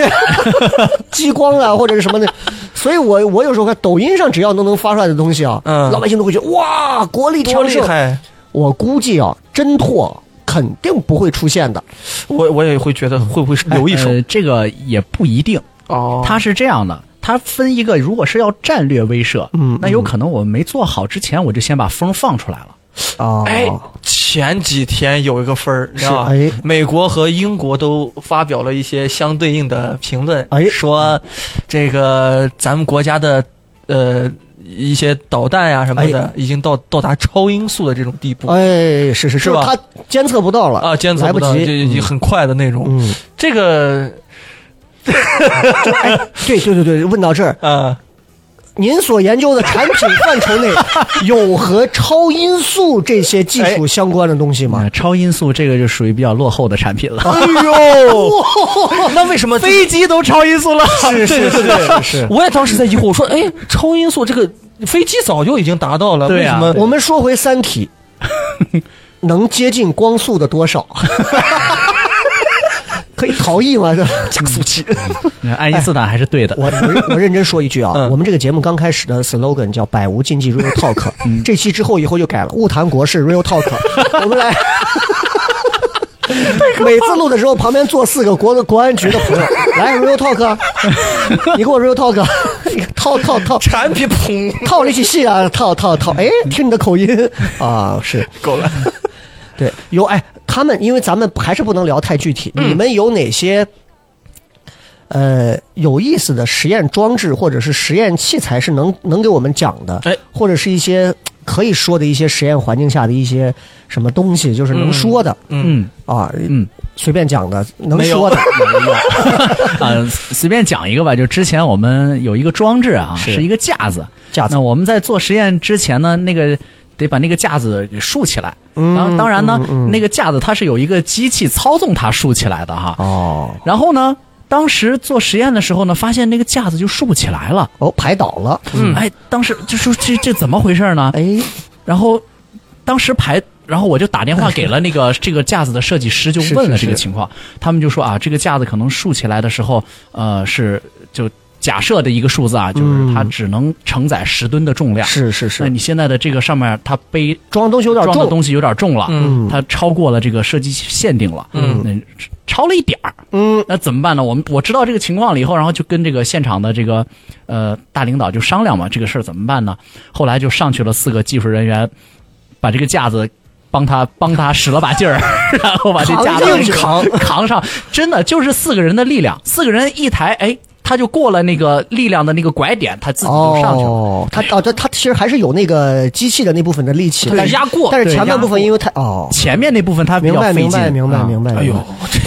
[SPEAKER 3] 激光啊或者是什么
[SPEAKER 4] <laughs>
[SPEAKER 3] 的。所以我我有时候看抖音上只要能能发出来的东西啊，
[SPEAKER 4] 嗯
[SPEAKER 3] 老百姓都会觉得哇，国力
[SPEAKER 4] <laughs> 多
[SPEAKER 3] 强
[SPEAKER 4] 厉
[SPEAKER 3] 盛。
[SPEAKER 4] 害！
[SPEAKER 3] 我估计啊，真拓肯定不会出现的。
[SPEAKER 4] 我我也会觉得会不会是
[SPEAKER 3] 哎
[SPEAKER 4] 留一手
[SPEAKER 5] 呃，这个也不一定。
[SPEAKER 4] 哦
[SPEAKER 5] 它是这样的，它分一个，如果是要战略威慑，
[SPEAKER 3] 嗯
[SPEAKER 5] 那有可能我没做好之前，我就先把风放出来了。
[SPEAKER 3] 啊，
[SPEAKER 4] 哎，前几天有一个分儿，你知道吧？
[SPEAKER 3] 哎
[SPEAKER 4] 美国和英国都发表了一些相对应的评论，
[SPEAKER 3] 哎
[SPEAKER 4] 说这个咱们国家的呃一些导弹呀、什么的，已经到到达超音速的这种地步。
[SPEAKER 3] 哎，是是
[SPEAKER 4] 是
[SPEAKER 3] 就
[SPEAKER 4] 吧
[SPEAKER 3] 他监测不到了
[SPEAKER 4] 啊，监测
[SPEAKER 3] 来
[SPEAKER 4] 不
[SPEAKER 3] 不
[SPEAKER 4] 到，就就
[SPEAKER 3] 及
[SPEAKER 4] 就。很快的那种。
[SPEAKER 3] 嗯，嗯
[SPEAKER 4] 这个，
[SPEAKER 3] 对对对对，问到这儿，
[SPEAKER 4] 呃，
[SPEAKER 3] 您所研究的产品范畴
[SPEAKER 4] <laughs>
[SPEAKER 3] 内有和超音速这些技术相关的东西吗
[SPEAKER 5] 那？呃超音速这个就属于比较落后的产品
[SPEAKER 3] 哦
[SPEAKER 5] <laughs> 了。
[SPEAKER 3] 呦，
[SPEAKER 4] <laughs> 那为什么
[SPEAKER 5] 飞机都超
[SPEAKER 4] <laughs>
[SPEAKER 5] 音速了，
[SPEAKER 3] 是是是是是。
[SPEAKER 4] 我也当时在疑惑，我说，哎，超音速这个飞机早就已经达到了，
[SPEAKER 5] 对
[SPEAKER 4] 为什
[SPEAKER 5] 啊
[SPEAKER 4] 么
[SPEAKER 3] 我们说回《三体》，能接近光速的多少？ <laughs> 可以逃逸吗？这加速器。
[SPEAKER 5] 呃爱因斯坦还是对的。
[SPEAKER 3] 我我认我认真说一句啊，
[SPEAKER 4] 嗯
[SPEAKER 3] 我们这个节目刚开始的 slogan 叫“百无禁忌 real talk”，、这期之后以后就改了，“勿谈国事 real talk”。我 <laughs> 们来，每次录的时候旁边坐四个国国安局的朋友，来 real talk，啊你给我 real talk，啊 <laughs> 套套套
[SPEAKER 4] 产品砰
[SPEAKER 3] 套了一起戏啊，套套套，哎，听你的口音啊，是
[SPEAKER 4] 够了？
[SPEAKER 3] <laughs> 对，有哎，他们因为咱们还是不能聊太具体，
[SPEAKER 5] 嗯
[SPEAKER 3] 你们有哪些呃有意思的实验装置或者是实验器材是能能给我们讲的？
[SPEAKER 4] 哎，
[SPEAKER 3] 或者是一些可以说的一些实验环境下的一些什么东西，就是能说的、
[SPEAKER 5] 嗯
[SPEAKER 3] 啊，
[SPEAKER 5] 嗯，
[SPEAKER 3] 随便讲的，能说
[SPEAKER 5] <laughs>
[SPEAKER 3] 的，
[SPEAKER 5] 啊，随便讲一个吧，就之前我们有一个装置啊，
[SPEAKER 3] 是
[SPEAKER 5] 是一个架子，
[SPEAKER 3] 架子
[SPEAKER 5] 那我们在做实验之前呢，那个得把那个架子给竖起来。嗯，然后当然呢，那个架子它是有一个机器操纵它竖起来的哈。
[SPEAKER 3] 哦
[SPEAKER 5] 然后呢，当时做实验的时候呢，发现那个架子就竖不起来了。
[SPEAKER 3] 哦，排倒了，
[SPEAKER 5] 嗯，哎，当时就说这这怎么回事呢？
[SPEAKER 3] 哎，
[SPEAKER 5] 然后当时排，然后我就打电话给了那个这个架子的设计师，就问了这个情况，他们就说啊，这个架子可能竖起来的时候，呃，是就假设的一个数字啊，就是它只能承载十吨的重量。
[SPEAKER 3] 是是是
[SPEAKER 5] 那，你现在的这个上面它背
[SPEAKER 3] 装的东西有点
[SPEAKER 5] 装的
[SPEAKER 3] 重，
[SPEAKER 5] 东西有点重了，
[SPEAKER 4] 嗯
[SPEAKER 5] 它超过了这个设计限定了，
[SPEAKER 4] 嗯
[SPEAKER 5] 那超了一点儿，
[SPEAKER 3] 嗯，
[SPEAKER 5] 那怎么办呢？我们我知道这个情况了以后，然后就跟这个现场的这个呃大领导就商量嘛，这个事儿怎么办呢？后来就上去了四个技术人员，把这个架子。帮他帮他使了把劲儿， <laughs> 然后把这架子
[SPEAKER 3] 扛硬
[SPEAKER 5] 扛扛上，真的就是四个人的力量，四个人一抬，哎，他就过了那个力量的那个拐点，他自己就上去了。
[SPEAKER 3] 哦，它哦，它它其实还是有那个机器的那部分的力气，
[SPEAKER 5] 对
[SPEAKER 3] 但是
[SPEAKER 5] 压过
[SPEAKER 3] 但是
[SPEAKER 5] 对
[SPEAKER 3] 前半
[SPEAKER 5] 压
[SPEAKER 3] 部分
[SPEAKER 5] 过
[SPEAKER 3] 因为太哦，
[SPEAKER 5] 前面那部分他比
[SPEAKER 3] 明
[SPEAKER 5] 较
[SPEAKER 3] 白
[SPEAKER 5] 费
[SPEAKER 3] 明
[SPEAKER 5] 劲，
[SPEAKER 3] 白明白
[SPEAKER 5] 啊
[SPEAKER 3] 明白。
[SPEAKER 4] 哎呦
[SPEAKER 3] 明白，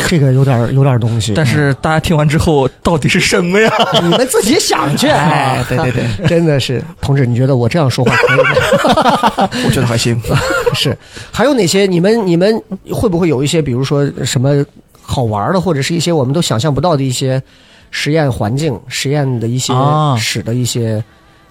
[SPEAKER 3] 这个有点儿有点儿东西，
[SPEAKER 4] 但是大家听完之后，到底是什么呀？
[SPEAKER 3] 你们自己想去。啊
[SPEAKER 4] 哎对对
[SPEAKER 3] <laughs>
[SPEAKER 4] 对，
[SPEAKER 3] 真的是，同志，你觉得我这样说话可以吗？ <laughs>
[SPEAKER 4] 我觉得还行。
[SPEAKER 3] 是，还有哪些？你们你们会不会有一些，比如说什么好玩的，或者是一些我们都想象不到的一些实验环境、实验的一些
[SPEAKER 5] 啊
[SPEAKER 3] 使的一些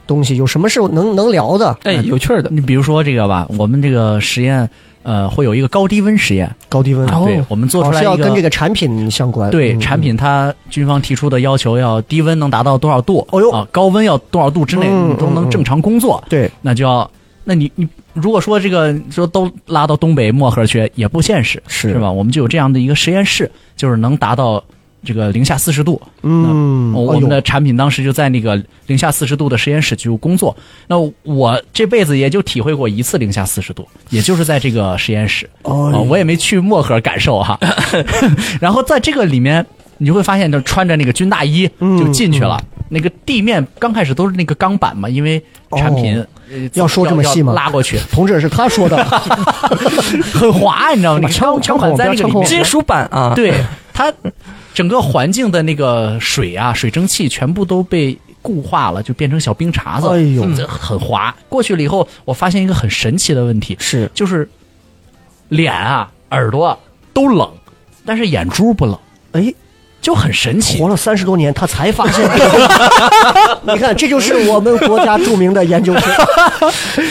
[SPEAKER 3] 东西？有什么是能能聊的？
[SPEAKER 4] <laughs> 哎，有趣儿的，
[SPEAKER 5] 你比如说这个吧，我们这个实验，呃，会有一个高低温实验，啊
[SPEAKER 3] 高低温，
[SPEAKER 5] 对，我们做出
[SPEAKER 3] 哦
[SPEAKER 5] 来
[SPEAKER 3] 是
[SPEAKER 5] 一
[SPEAKER 3] 要跟这个产品相关。
[SPEAKER 5] 对
[SPEAKER 3] 嗯
[SPEAKER 5] 产。品，它军方提出的要求要低温能达到多少度，
[SPEAKER 3] 哦呦
[SPEAKER 5] 啊，高温要多少度之内
[SPEAKER 3] 嗯
[SPEAKER 5] 你都能正常工作，
[SPEAKER 3] 对，
[SPEAKER 5] 那就要那你你如果说这个说都拉到东北漠河去也不现实，
[SPEAKER 3] 是
[SPEAKER 5] 吧？我们就有这样的一个实验室，就是能达到这个零下四十度。
[SPEAKER 3] 嗯，
[SPEAKER 5] 哦我
[SPEAKER 3] 哎
[SPEAKER 5] 我
[SPEAKER 3] 呦
[SPEAKER 5] 们的产品当时就在那个零下四十度的实验室就工作。那我这辈子也就体会过一次零下四十度，也就是在这个实验室。
[SPEAKER 3] 哦
[SPEAKER 5] 啊我也没去漠河感受
[SPEAKER 3] <laughs>
[SPEAKER 5] 哈。然后在这个里面，你就会发现，就穿着那个军大衣
[SPEAKER 3] 嗯
[SPEAKER 5] 就进去了。那个地面刚开始都是那个钢板嘛，因为产品、呃
[SPEAKER 3] 哦要说这么细吗
[SPEAKER 5] 要拉过去
[SPEAKER 3] 同志是他说的，
[SPEAKER 5] <laughs> 很滑，你知
[SPEAKER 3] <laughs>
[SPEAKER 5] 道吗？那个
[SPEAKER 3] 枪
[SPEAKER 5] 钢
[SPEAKER 3] 枪
[SPEAKER 5] 钢板
[SPEAKER 3] 口
[SPEAKER 5] 在
[SPEAKER 3] 不要
[SPEAKER 5] 那个里
[SPEAKER 3] 枪口
[SPEAKER 5] 面，
[SPEAKER 4] 金属板
[SPEAKER 3] <laughs>
[SPEAKER 4] 啊，，
[SPEAKER 5] 对它整个环境的那个水啊、水蒸气全部都被固化了，就变成小冰碴子，
[SPEAKER 3] 哎呦
[SPEAKER 5] 嗯这很滑。过去了以后，我发现一个很神奇的问题，
[SPEAKER 3] 是
[SPEAKER 5] 就是脸啊、耳朵啊都冷，但是眼珠不冷，
[SPEAKER 3] 哎，
[SPEAKER 5] 就很神奇
[SPEAKER 3] 活。了三十多年，他才发现。
[SPEAKER 5] <laughs>
[SPEAKER 3] 你看，这就是我们国家著名的研究生。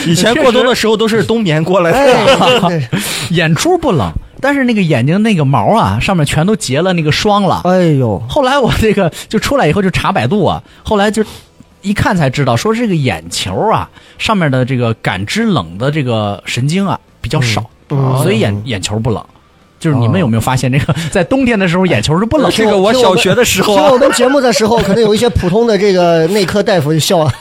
[SPEAKER 4] 以前过冬的时候都是冬眠过来的，
[SPEAKER 3] 哎，
[SPEAKER 5] 眼珠不冷，但是那个眼睛那个毛啊，上面全都结了那个霜了。
[SPEAKER 3] 哎呦，
[SPEAKER 5] 后来我这个就出来以后就查百度啊，后来就一看才知道，说这个眼球啊上面的这个感知冷的这个神经啊比较少，
[SPEAKER 3] 嗯哦
[SPEAKER 5] 所以眼、
[SPEAKER 3] 嗯
[SPEAKER 5] 眼球不冷。就是你们有没有发现，这个在冬天的时候眼球是
[SPEAKER 3] 呃
[SPEAKER 5] 不冷的？
[SPEAKER 4] 这个我
[SPEAKER 3] 听
[SPEAKER 4] 小
[SPEAKER 3] 们
[SPEAKER 4] 学的时候
[SPEAKER 3] 听
[SPEAKER 4] 啊
[SPEAKER 3] 我们节目的时候，可能有一些普通的这个内科大夫就
[SPEAKER 4] <laughs>
[SPEAKER 3] 笑了。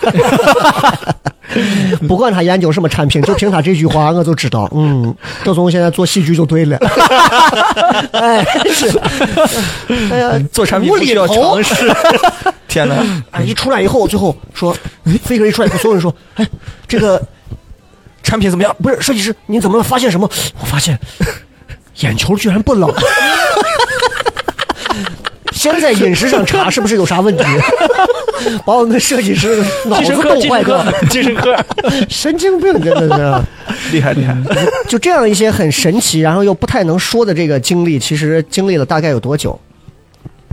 [SPEAKER 3] 不管他研究什么产品，就凭他这句话，我就知道，嗯，德总现在做戏剧就对
[SPEAKER 4] <laughs>
[SPEAKER 3] 了。哎，是，哎呀，
[SPEAKER 4] 做产品
[SPEAKER 3] 无
[SPEAKER 4] 不
[SPEAKER 3] 厘
[SPEAKER 4] 需要
[SPEAKER 3] 头
[SPEAKER 4] 尝试。 <laughs> 天哪，
[SPEAKER 3] 哎，一出来以后，最后说，哎，飞哥一出来以后，所有人说，哎，这个
[SPEAKER 4] 产品怎么样？
[SPEAKER 3] 不是设计师，你怎么了？发现什么？我发
[SPEAKER 5] <laughs>
[SPEAKER 3] 现眼球居然不冷。先在饮食上查是不是有啥问题，把我们的设计师脑
[SPEAKER 4] 精
[SPEAKER 3] 子
[SPEAKER 4] 神科，
[SPEAKER 3] 冻
[SPEAKER 4] 精
[SPEAKER 3] 坏
[SPEAKER 4] 神
[SPEAKER 3] 掉，
[SPEAKER 4] 科，精神科，
[SPEAKER 3] 神经病真的
[SPEAKER 4] 厉害厉害。
[SPEAKER 3] 是。嗯就这样一些很神奇，然后又不太能说的这个经历，其实经历了大概有多久？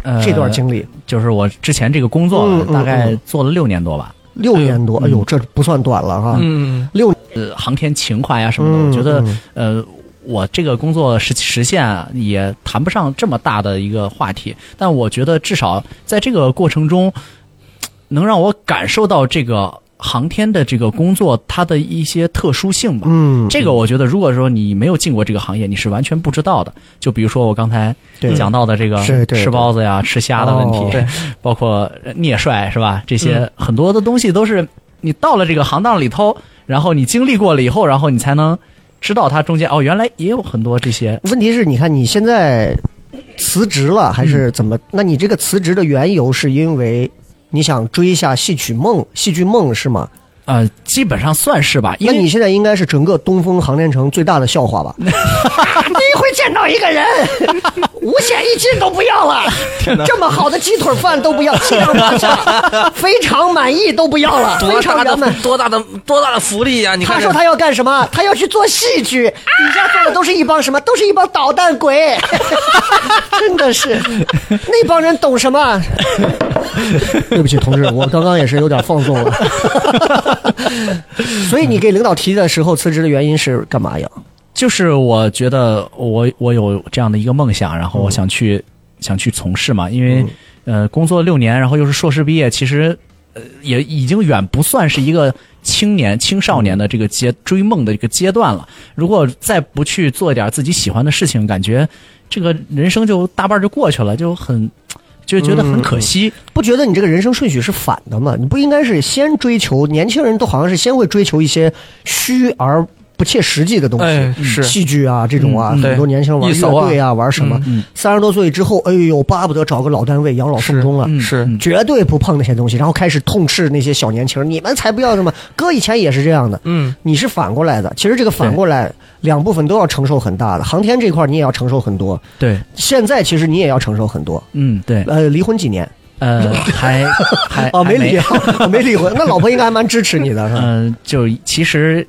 [SPEAKER 5] 呃
[SPEAKER 3] 这段经历
[SPEAKER 5] 就是我之前这个工作、啊
[SPEAKER 3] 嗯嗯
[SPEAKER 5] 大概
[SPEAKER 3] 嗯
[SPEAKER 5] 做了六年多吧，
[SPEAKER 3] 六年
[SPEAKER 5] 嗯
[SPEAKER 3] 多，哎呦，这不算短了哈。
[SPEAKER 4] 嗯，
[SPEAKER 3] 六
[SPEAKER 5] 呃，航天情怀呀、什么的，
[SPEAKER 3] 嗯
[SPEAKER 5] 我觉得呃，我这个工作实实现啊也谈不上这么大的一个话题，但我觉得至少在这个过程中，能让我感受到这个航天的这个工作它的一些特殊性吧。
[SPEAKER 3] 嗯，
[SPEAKER 5] 这个我觉得，如果说你没有进过这个行业，你是完全不知道的。就比如说我刚才
[SPEAKER 3] 对
[SPEAKER 5] 讲到的这个
[SPEAKER 3] 嗯是对对
[SPEAKER 5] 吃包子呀、吃虾的问题，
[SPEAKER 3] 哦
[SPEAKER 4] 对
[SPEAKER 5] 包括呃聂帅是吧？这些
[SPEAKER 3] 嗯
[SPEAKER 5] 很多的东西都是你到了这个行当里头，然后你经历过了以后，然后你才能知道它中间哦，原来也有很多这些。
[SPEAKER 3] 问题是，你看你现在辞职了还是怎么？那你这个辞职的缘由是因为你想追一下戏曲梦、戏剧梦是吗？
[SPEAKER 5] 呃，基本上算是吧，因
[SPEAKER 3] 那
[SPEAKER 5] 为
[SPEAKER 3] 你现在应该是整个东风航天城最大的笑话 <laughs> 吧？第一回见到一个 <laughs> 人，五险一金都不要了，这么好的鸡腿饭都不要，七上八 <laughs> 下，非常满意都不要了，非
[SPEAKER 4] 多
[SPEAKER 3] 常
[SPEAKER 4] 大
[SPEAKER 3] 圆满
[SPEAKER 4] 的。多大的多大的福利呀！你看
[SPEAKER 3] 他
[SPEAKER 4] 看
[SPEAKER 3] 说他要干什么？他要去做戏剧，底下坐的都是一帮什么？都是一帮捣蛋鬼， <laughs> 真的 <laughs> 是那帮人懂什么？对不起，同志，我刚刚也是有点放纵了。 <laughs> 所以你给领导提的时候辞职的原因是干嘛呀？
[SPEAKER 5] 就是我觉得我我有这样的一个梦想，然后我
[SPEAKER 3] 嗯
[SPEAKER 5] 想去、想去从事嘛，因为、呃工作六年，然后又是硕士毕业，其实呃也已经远不算是一个青年青少年的这个阶追梦的一个阶段了。如果再不去做一点自己喜欢的事情，感觉这个人生就大半就过去了，就很就觉得
[SPEAKER 3] 嗯
[SPEAKER 5] 很可惜。
[SPEAKER 3] 不觉得你这个人生顺序是反的吗？你不应该是先追求年轻人都好像是先会追求一些虚而不切实际的东西，
[SPEAKER 4] 哎是
[SPEAKER 3] 戏剧啊这种啊，
[SPEAKER 4] 嗯嗯
[SPEAKER 3] 很多年轻人玩
[SPEAKER 4] 艺术
[SPEAKER 3] 乐
[SPEAKER 4] 啊
[SPEAKER 3] 队啊，玩什么
[SPEAKER 5] 嗯嗯。
[SPEAKER 3] 三十、多岁之后，哎呦，巴不得找个老单位养老送终了。啊
[SPEAKER 5] 嗯
[SPEAKER 4] 是
[SPEAKER 5] 嗯
[SPEAKER 3] 绝对不碰那些东西，然后开始痛斥那些小年轻，你们才不要什么。哥以前也是这样的，
[SPEAKER 4] 嗯，
[SPEAKER 3] 你是反过来的。其实这个反过来，两部分都要承受很大的。航天这块你也要承受很多，
[SPEAKER 5] 对，
[SPEAKER 3] 现在其实你也要承受很多。
[SPEAKER 5] 嗯对，
[SPEAKER 3] 呃，离婚几年？
[SPEAKER 5] 呃
[SPEAKER 3] <laughs>
[SPEAKER 5] 还 <laughs> 还
[SPEAKER 3] 哦，没
[SPEAKER 5] 还
[SPEAKER 3] 离， <laughs> 没离婚。那老婆应该还蛮支持
[SPEAKER 5] <laughs>
[SPEAKER 3] 你的，是吧？
[SPEAKER 5] 嗯，就其实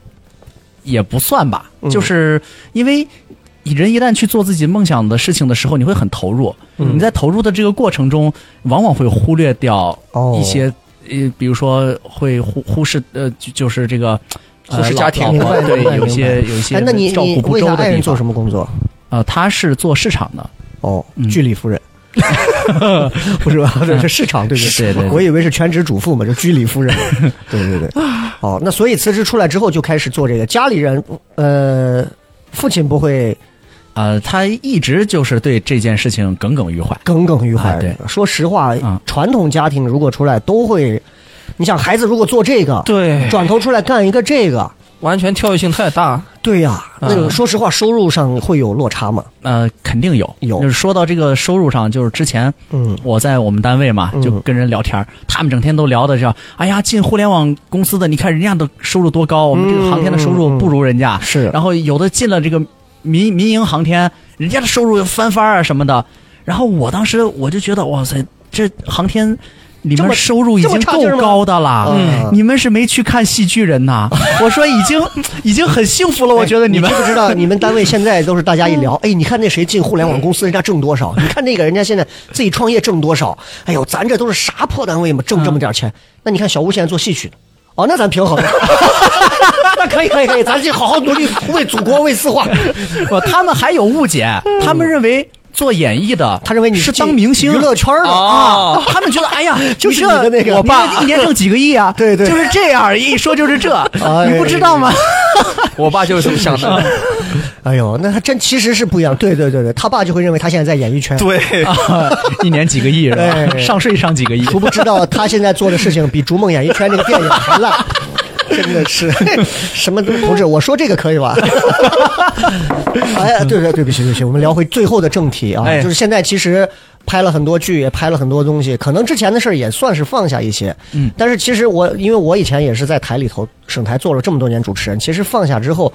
[SPEAKER 5] 也不算吧，
[SPEAKER 3] 嗯
[SPEAKER 5] 就是因为人一旦去做自己梦想的事情的时候，你会很投入。
[SPEAKER 3] 嗯
[SPEAKER 5] 你在投入的这个过程中，往往会忽略掉
[SPEAKER 3] 哦
[SPEAKER 5] 一些、呃，比如说会忽忽视呃，就就是这个。呃
[SPEAKER 4] 忽视家
[SPEAKER 5] 老
[SPEAKER 4] 庭
[SPEAKER 5] 老
[SPEAKER 3] 明白
[SPEAKER 5] 婆对
[SPEAKER 3] 明白
[SPEAKER 5] 有一些
[SPEAKER 3] 明白
[SPEAKER 5] 有一些
[SPEAKER 3] 哎，那你
[SPEAKER 5] 照
[SPEAKER 3] 你
[SPEAKER 5] 顾不
[SPEAKER 3] 为
[SPEAKER 5] 周
[SPEAKER 3] 啥
[SPEAKER 5] 的
[SPEAKER 3] 爱
[SPEAKER 5] 地
[SPEAKER 3] 人做
[SPEAKER 5] 方
[SPEAKER 3] 什么工作？
[SPEAKER 5] 呃，他是做市场的，
[SPEAKER 3] 哦
[SPEAKER 5] 嗯， <laughs>
[SPEAKER 3] 居里夫人。不是吧？这是市场，对不
[SPEAKER 5] 对对对
[SPEAKER 3] 我以为是全职主妇嘛，就居里夫
[SPEAKER 5] <laughs>
[SPEAKER 3] 人。对对对。哦，那所以辞职出来之后就开始做这个，家里人呃，父亲不会
[SPEAKER 5] 呃，他一直就是对这件事情耿耿于怀。
[SPEAKER 3] 耿耿于怀。
[SPEAKER 5] 啊对
[SPEAKER 3] 说实话
[SPEAKER 5] 啊，
[SPEAKER 3] 传统家庭如果出来都会，你想孩子如果做这个，
[SPEAKER 4] 对，
[SPEAKER 3] 转头出来干一个这个，
[SPEAKER 4] 完全跳跃性太 <laughs> 大。
[SPEAKER 3] 对呀，那个
[SPEAKER 4] 嗯
[SPEAKER 3] 说实话，收入上会有落差嘛？
[SPEAKER 5] 呃，肯定有
[SPEAKER 3] 有
[SPEAKER 5] 就是说到这个收入上，就是之前
[SPEAKER 3] 嗯
[SPEAKER 5] 我在我们单位嘛，就跟人聊天儿，他们整天都聊的是，哎呀，进互联网公司的，你看人家的收入多高，我们这个航天的收入不如人家。
[SPEAKER 3] 嗯是
[SPEAKER 5] 然后有的进了这个民民营航天，人家的收入翻番儿啊什么的。然后我当时我就觉得，哇塞，这航天里
[SPEAKER 3] 这
[SPEAKER 5] 面
[SPEAKER 3] 么
[SPEAKER 5] 收入已
[SPEAKER 3] 这么
[SPEAKER 5] 经
[SPEAKER 3] 差
[SPEAKER 5] 够
[SPEAKER 3] 劲儿吗
[SPEAKER 5] 高的了。
[SPEAKER 3] 嗯
[SPEAKER 5] 你们是没去看戏剧人呐？我说已经已经很幸福了， <laughs> 我觉得你们嗯
[SPEAKER 3] 知不知道，哎你们单位现在都是大家一聊，哎，你看那谁进互联网公司，人家挣多少？你看那个人家现在自己创业挣多少？哎呦，咱这都是啥破单位嘛，挣这
[SPEAKER 5] 嗯
[SPEAKER 3] 么点钱？那你看小吴现在做戏曲的，哦，那咱平
[SPEAKER 5] <laughs>
[SPEAKER 3] 衡。 <laughs> 那可以可以可以，咱就好好努力为祖国为四化。
[SPEAKER 5] <laughs> 不，他们还有误解，他们认为做演艺的，
[SPEAKER 3] 他认为你
[SPEAKER 5] 是
[SPEAKER 3] 进
[SPEAKER 5] 当明星
[SPEAKER 3] 娱乐圈的哦
[SPEAKER 5] 啊，他们觉得哎呀，
[SPEAKER 3] <laughs> 就是
[SPEAKER 5] 这
[SPEAKER 3] 你的那个
[SPEAKER 5] 我爸一年挣几个亿啊，
[SPEAKER 3] 对对
[SPEAKER 5] 就是这样，一说就是这，
[SPEAKER 3] 哎
[SPEAKER 5] 你不知道吗？
[SPEAKER 6] 我爸就是这么想的。
[SPEAKER 3] 哎呦，那他真其实是不一样。对对对对，他爸就会认为他现在在演艺圈。
[SPEAKER 6] 对，
[SPEAKER 5] <laughs> 一年几个亿是吧？
[SPEAKER 3] 哎
[SPEAKER 5] 上税上几个亿，
[SPEAKER 3] 殊不知道他现在做的事情比《逐梦演艺圈》那个电影还
[SPEAKER 5] <laughs>
[SPEAKER 3] 烂，真的是 <laughs> 什么都同志，我说这个可以吧？哎呀， <laughs> 对对对不起对不起，我们聊回最后的正题啊，
[SPEAKER 5] 哎
[SPEAKER 3] 就是现在其实拍了很多剧，也拍了很多东西，可能之前的事儿也算是放下一些，嗯，但是其实我因为我以前也是在台里头省台做了这么多年主持人，其实放下之后，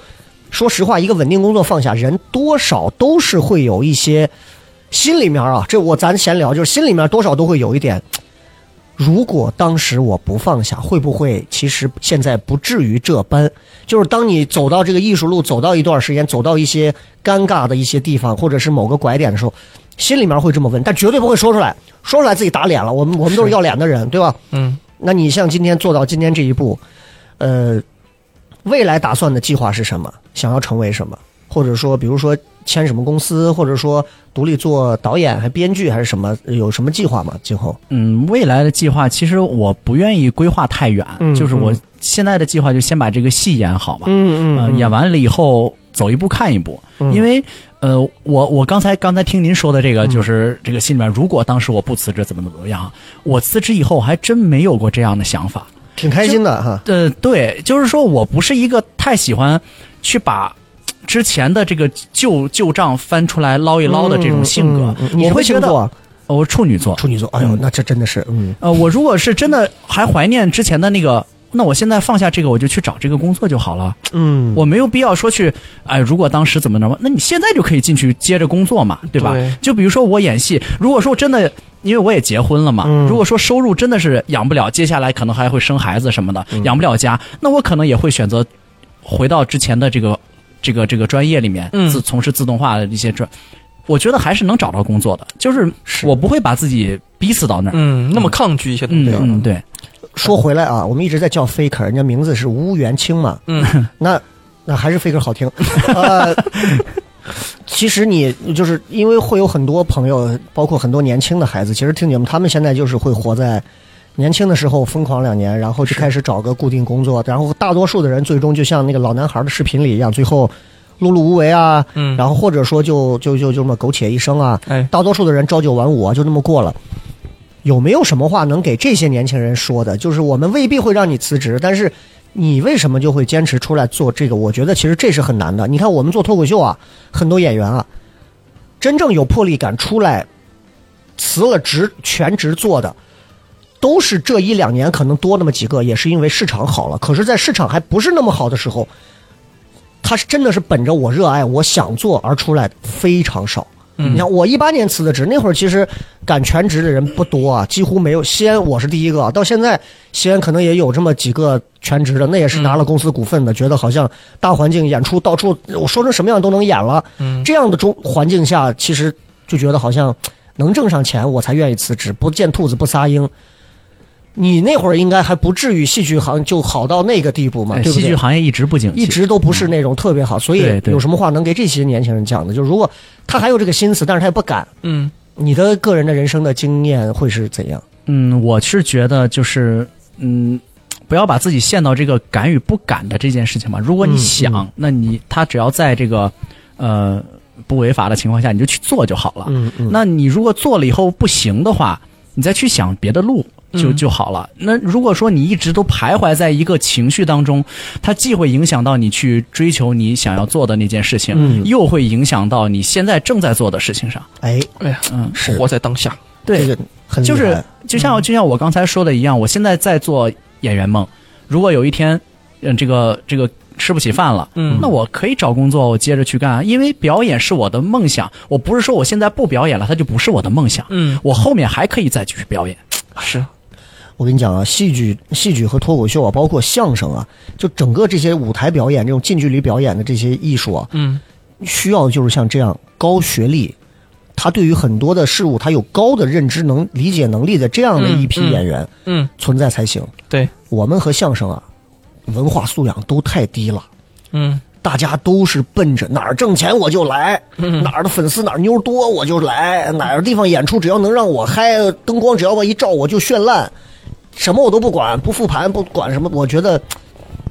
[SPEAKER 3] 说实话，一个稳定工作放下，人多少都是会有一些。心里面啊，这我咱闲聊，就是心里面多少都会有一点，如果当时我不放下，会不会其实现在不至于这般？就是当你走到这个艺术路，走到一段时间，走到一些尴尬的一些地方，或者是某个拐点的时候，心里面会这么问，但绝对不会说出来，说出来自己打脸了。我们我们都是要脸的人，对吧？
[SPEAKER 4] 嗯，
[SPEAKER 3] 那你像今天做到今天这一步，呃，未来打算的计划是什么？想要成为什么？或者说，比如说签什么公司，或者说独立做导演、还编剧，还是什么？有什么计划吗？今后？
[SPEAKER 5] 嗯，未来的计划其实我不愿意规划太远，
[SPEAKER 3] 嗯
[SPEAKER 5] 就是我
[SPEAKER 3] 嗯
[SPEAKER 5] 现在的计划就先把这个戏演好嘛，
[SPEAKER 3] 嗯
[SPEAKER 5] 呃演完了以后走一步看一步，因为呃，我我刚才刚才听您说的这个，
[SPEAKER 3] 嗯
[SPEAKER 5] 就是这个心里面，如果当时我不辞职，怎么怎么样？我辞职以后还真没有过这样的想法。
[SPEAKER 3] 挺开心的哈。
[SPEAKER 5] 呃，对，就是说我不是一个太喜欢去把之前的这个旧旧账翻出来捞一捞的这种性格，
[SPEAKER 3] 嗯嗯嗯你
[SPEAKER 5] 我
[SPEAKER 3] 是
[SPEAKER 5] 会觉
[SPEAKER 3] 星座
[SPEAKER 5] 得呃
[SPEAKER 3] 啊
[SPEAKER 5] 我处女座，
[SPEAKER 3] 处女座，哎呦，那这真的是，嗯，
[SPEAKER 5] 呃，我如果是真的还怀念之前的那个，那我现在放下这个，我就去找这个工作就好了。
[SPEAKER 3] 嗯，
[SPEAKER 5] 我没有必要说去，哎，如果当时怎么着嘛，那你现在就可以进去接着工作嘛，对吧？
[SPEAKER 4] 对
[SPEAKER 5] 就比如说我演戏，如果说真
[SPEAKER 3] 嗯
[SPEAKER 5] 的，因为我也结婚了嘛，如果说收入真的是养不了，接下来可能还会生孩子什么的，
[SPEAKER 3] 嗯
[SPEAKER 5] 养不了家，那我可能也会选择回到之前的这个这个这个专业里面，
[SPEAKER 4] 嗯
[SPEAKER 5] 自从事自动化的一些专，我觉得还是能找到工作的，就是我不会把自己逼死到那儿。
[SPEAKER 4] 嗯，那么抗拒一些东
[SPEAKER 5] 嗯
[SPEAKER 4] 西。
[SPEAKER 5] 嗯，对，
[SPEAKER 3] 说回来啊，我们一直在叫 faker，人家名字是吴元清嘛，
[SPEAKER 4] 嗯，
[SPEAKER 3] 那那还是 faker 好听， <laughs> 呃。其实你就是因为会有很多朋友，包括很多年轻的孩子，其实听节目，他们现在就是会活在年轻的时候疯狂两年，然后就开始找个固定工作，然后大多数的人最终就像那个老男孩的视频里一样，最后碌碌无为啊，
[SPEAKER 4] 嗯
[SPEAKER 3] 然后或者说就就就就这么苟且一生啊，
[SPEAKER 4] 哎
[SPEAKER 3] 大多数的人朝九晚五啊，就那么过了。有没有什么话能给这些年轻人说的？就是我们未必会让你辞职，但是你为什么就会坚持出来做这个？我觉得其实这是很难的。你看我们做脱口秀啊，很多演员啊，真正有魄力敢出来辞了职全职做的，都是这一两年可能多那么几个，也是因为市场好了。可是，在市场还不是那么好的时候，他是真的是本着我热爱、我想做而出来的非常少。
[SPEAKER 4] 嗯
[SPEAKER 5] 嗯
[SPEAKER 3] 你看，我一八年辞的职，那会儿其实敢全职的人不多啊，几乎没有。西安我是第一个啊，到现在西安可能也有这么几个全职的，那也是拿了公司股份的，觉得好像大环境演出到处，我说成什么样都能演了。
[SPEAKER 5] 嗯
[SPEAKER 4] 嗯
[SPEAKER 3] 这样的中环境下，其实就觉得好像能挣上钱，我才愿意辞职。不见兔子不撒鹰。你那会儿应该还不至于戏剧行就好到那个地步嘛，
[SPEAKER 5] 哎
[SPEAKER 3] 对不对？
[SPEAKER 5] 戏剧行业一直不景气，
[SPEAKER 3] 一直都不是那种特别好，所以
[SPEAKER 5] 对对
[SPEAKER 3] 有什么话能给这些年轻人讲的？就如果他还有这个心思，但是他也不敢，
[SPEAKER 4] 嗯，
[SPEAKER 3] 你的个人的人生的经验会是怎样？
[SPEAKER 5] 嗯，我是觉得就是嗯，不要把自己陷到这个敢与不敢的这件事情嘛。如果你
[SPEAKER 3] 嗯
[SPEAKER 5] 想，
[SPEAKER 3] 嗯
[SPEAKER 5] 那你他只要在这个呃不违法的情况下，你就去做就好了。
[SPEAKER 3] 嗯嗯
[SPEAKER 5] 那你如果做了以后不行的话，你再去想别的路就
[SPEAKER 4] 嗯
[SPEAKER 5] 就好了。那如果说你一直都徘徊在一个情绪当中，它既会影响到你去追求你想要做的那件事情，
[SPEAKER 3] 嗯
[SPEAKER 5] 又会影响到你现在正在做的事情上。
[SPEAKER 3] 哎，
[SPEAKER 4] 哎呀，
[SPEAKER 5] 嗯，
[SPEAKER 3] 是
[SPEAKER 4] 活在当下。
[SPEAKER 5] 对，
[SPEAKER 3] 这个很厉
[SPEAKER 5] 就
[SPEAKER 3] 害
[SPEAKER 5] 是就像就像我刚才说的一样，我现在在做演员梦。如果有一天，嗯，这个这个吃不起饭了，
[SPEAKER 4] 嗯
[SPEAKER 5] 那我可以找工作，我接着去干啊，因为表演是我的梦想。我不是说我现在不表演了，它就不是我的梦想。
[SPEAKER 4] 嗯，
[SPEAKER 5] 我后面还可以再继续表演。
[SPEAKER 4] 是
[SPEAKER 3] 我跟你讲啊，戏剧、戏剧和脱口秀啊，包括相声啊，就整个这些舞台表演、这种近距离表演的这些艺术啊，
[SPEAKER 4] 嗯，
[SPEAKER 3] 需要就是像这样高学历，他对于很多的事物他有高的认知能、理解能力的这样的一批
[SPEAKER 4] 嗯嗯
[SPEAKER 3] 演员
[SPEAKER 4] 嗯，
[SPEAKER 3] 存在才行。
[SPEAKER 4] 对，
[SPEAKER 3] 我们和相声啊，文化素养都太低了。
[SPEAKER 4] 嗯
[SPEAKER 3] 大家都是奔着哪儿挣钱我就来，哪儿的粉丝哪儿妞多我就来，哪儿地方演出只要能让我嗨，灯光只要我一照我就绚烂，什么我都不管，不复盘不管什么。我觉得，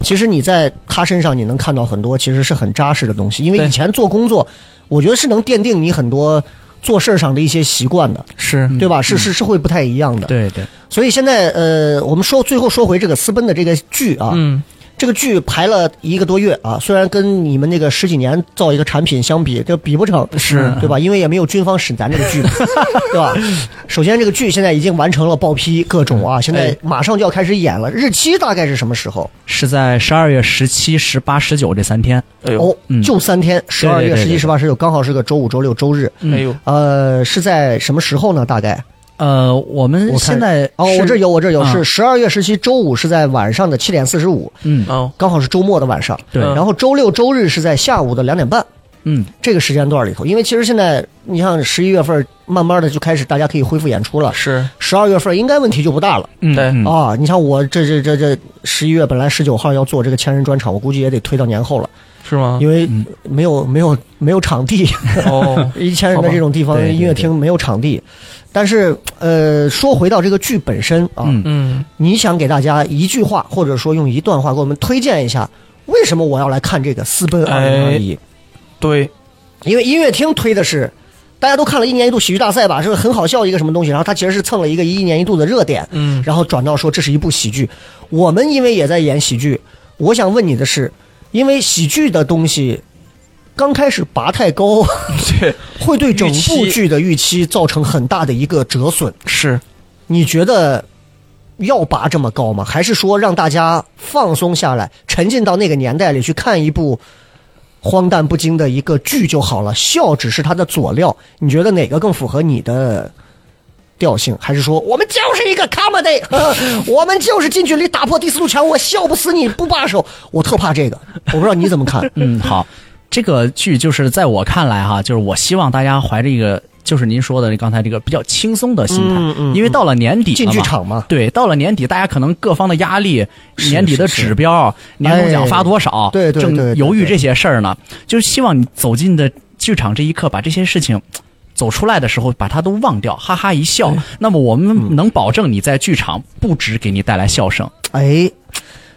[SPEAKER 3] 其实你在他身上你能看到很多其实是很扎实的东西，因为
[SPEAKER 4] 对
[SPEAKER 3] 以前做工作，我觉得是能奠定你很多做事儿上的一些习惯的，
[SPEAKER 4] 是，
[SPEAKER 3] 对吧？是是是会不太一样的。
[SPEAKER 5] 对对，
[SPEAKER 3] 所以现在呃，我们说最后说回这个私奔的这个剧啊，
[SPEAKER 4] 嗯
[SPEAKER 3] 这个剧排了一个多月啊，虽然跟你们那个十几年造一个产品相比，这比不成，
[SPEAKER 4] 是
[SPEAKER 3] 对吧？因为也没有军方审咱这个
[SPEAKER 5] <laughs>
[SPEAKER 3] 剧，对吧？首先，这个剧现在已经完成了报批，各种
[SPEAKER 5] 嗯
[SPEAKER 3] 啊，现
[SPEAKER 5] 哎
[SPEAKER 3] 在马上就要开始演了，日期大概是什么时候？
[SPEAKER 5] 是在十二月十七、十八、十九这三天。
[SPEAKER 4] 哎呦
[SPEAKER 3] 哦，就三天，十二
[SPEAKER 5] 嗯对
[SPEAKER 3] 月
[SPEAKER 5] 对
[SPEAKER 3] 十
[SPEAKER 5] 对嗯
[SPEAKER 3] 七、十八、十九，刚好是个周五、周六、周日。
[SPEAKER 4] 哎呦，
[SPEAKER 3] 呃，是在什么时候呢？大概
[SPEAKER 5] 呃，我们
[SPEAKER 3] 我看
[SPEAKER 5] 现在
[SPEAKER 3] 哦，我
[SPEAKER 5] 是
[SPEAKER 3] 这有，我这有，
[SPEAKER 5] 啊
[SPEAKER 3] 是十二月十七周五是在晚上的七点四十五，
[SPEAKER 5] 嗯呃
[SPEAKER 4] 哦，
[SPEAKER 3] 刚好是周末的晚上。
[SPEAKER 5] 对
[SPEAKER 3] 然后周六、周日是在下午的两点半。
[SPEAKER 5] 嗯
[SPEAKER 3] 这个时间段里头，因为其实现在你像十一月份，慢慢的就开始大家可以恢复演出了，
[SPEAKER 4] 是，
[SPEAKER 3] 十二月份应该问题就不大了、
[SPEAKER 5] 嗯
[SPEAKER 4] 对
[SPEAKER 5] 嗯
[SPEAKER 3] 啊。你像我这这这这十一月本来十九号要做这个千人专场，我估计也得推到年后了，
[SPEAKER 4] 是吗？
[SPEAKER 3] 因为
[SPEAKER 5] 嗯
[SPEAKER 3] 没有没有没有场
[SPEAKER 5] <laughs>
[SPEAKER 3] 地，
[SPEAKER 4] <laughs> 哦，
[SPEAKER 3] 一千人的这种地方
[SPEAKER 5] 好吧对
[SPEAKER 3] 音乐厅没有场地。但是呃，说回到这个剧本身啊，
[SPEAKER 5] 嗯
[SPEAKER 4] 嗯，
[SPEAKER 3] 你想给大家一句话，或者说用一段话给我们推荐一下，为什么我要来看这个《私奔二零二一》？
[SPEAKER 4] 哎对，
[SPEAKER 3] 因为音乐厅推的是，大家都看了一年一度喜剧大赛吧，是个很好笑一个什么东西，然后它其实是蹭了一个一年一度的热点，
[SPEAKER 4] 嗯，
[SPEAKER 3] 然后转到说这是一部喜剧。我们因为也在演喜剧，我想问你的是，因为喜剧的东西刚开始拔太高，
[SPEAKER 4] 对，
[SPEAKER 3] 会对整
[SPEAKER 4] 预
[SPEAKER 3] 部
[SPEAKER 4] 期
[SPEAKER 3] 剧的预期造成很大的一个折损，
[SPEAKER 4] 是，
[SPEAKER 3] 你觉得？要拔这么高吗？还是说让大家放松下来，沉浸到那个年代里去看一部荒诞不经的一个剧就好了？笑只是它的佐料。你觉得哪个更符合你的调性？还是说我 <laughs> 们就是一个 comedy，呵呵我们就是近距离打破第四堵墙，我笑不死你不罢手？我特怕这个，我不知道你怎么
[SPEAKER 5] <laughs>
[SPEAKER 3] <laughs> 看。
[SPEAKER 5] 嗯，好，这个剧就是在我看来哈，就是我希望大家怀着一个就是您说的刚才这个比较轻松的心态，
[SPEAKER 3] 嗯嗯
[SPEAKER 5] 因为到了年底了
[SPEAKER 3] 进
[SPEAKER 5] 嘛
[SPEAKER 3] 剧
[SPEAKER 5] <laughs>
[SPEAKER 3] 场嘛，
[SPEAKER 5] 对，到了年底，大家可能各方的压力、年底的指标、年终奖发多少，
[SPEAKER 3] 哎对对对对
[SPEAKER 5] 正犹豫
[SPEAKER 3] 对
[SPEAKER 5] 这些事儿呢，就是希望你走进的剧场这一刻，把这些事情。走出来的时候，把它都忘掉，哈哈一笑。那么我
[SPEAKER 3] 嗯
[SPEAKER 5] 们能保证你在剧场不只给你带来笑声，
[SPEAKER 3] 哎，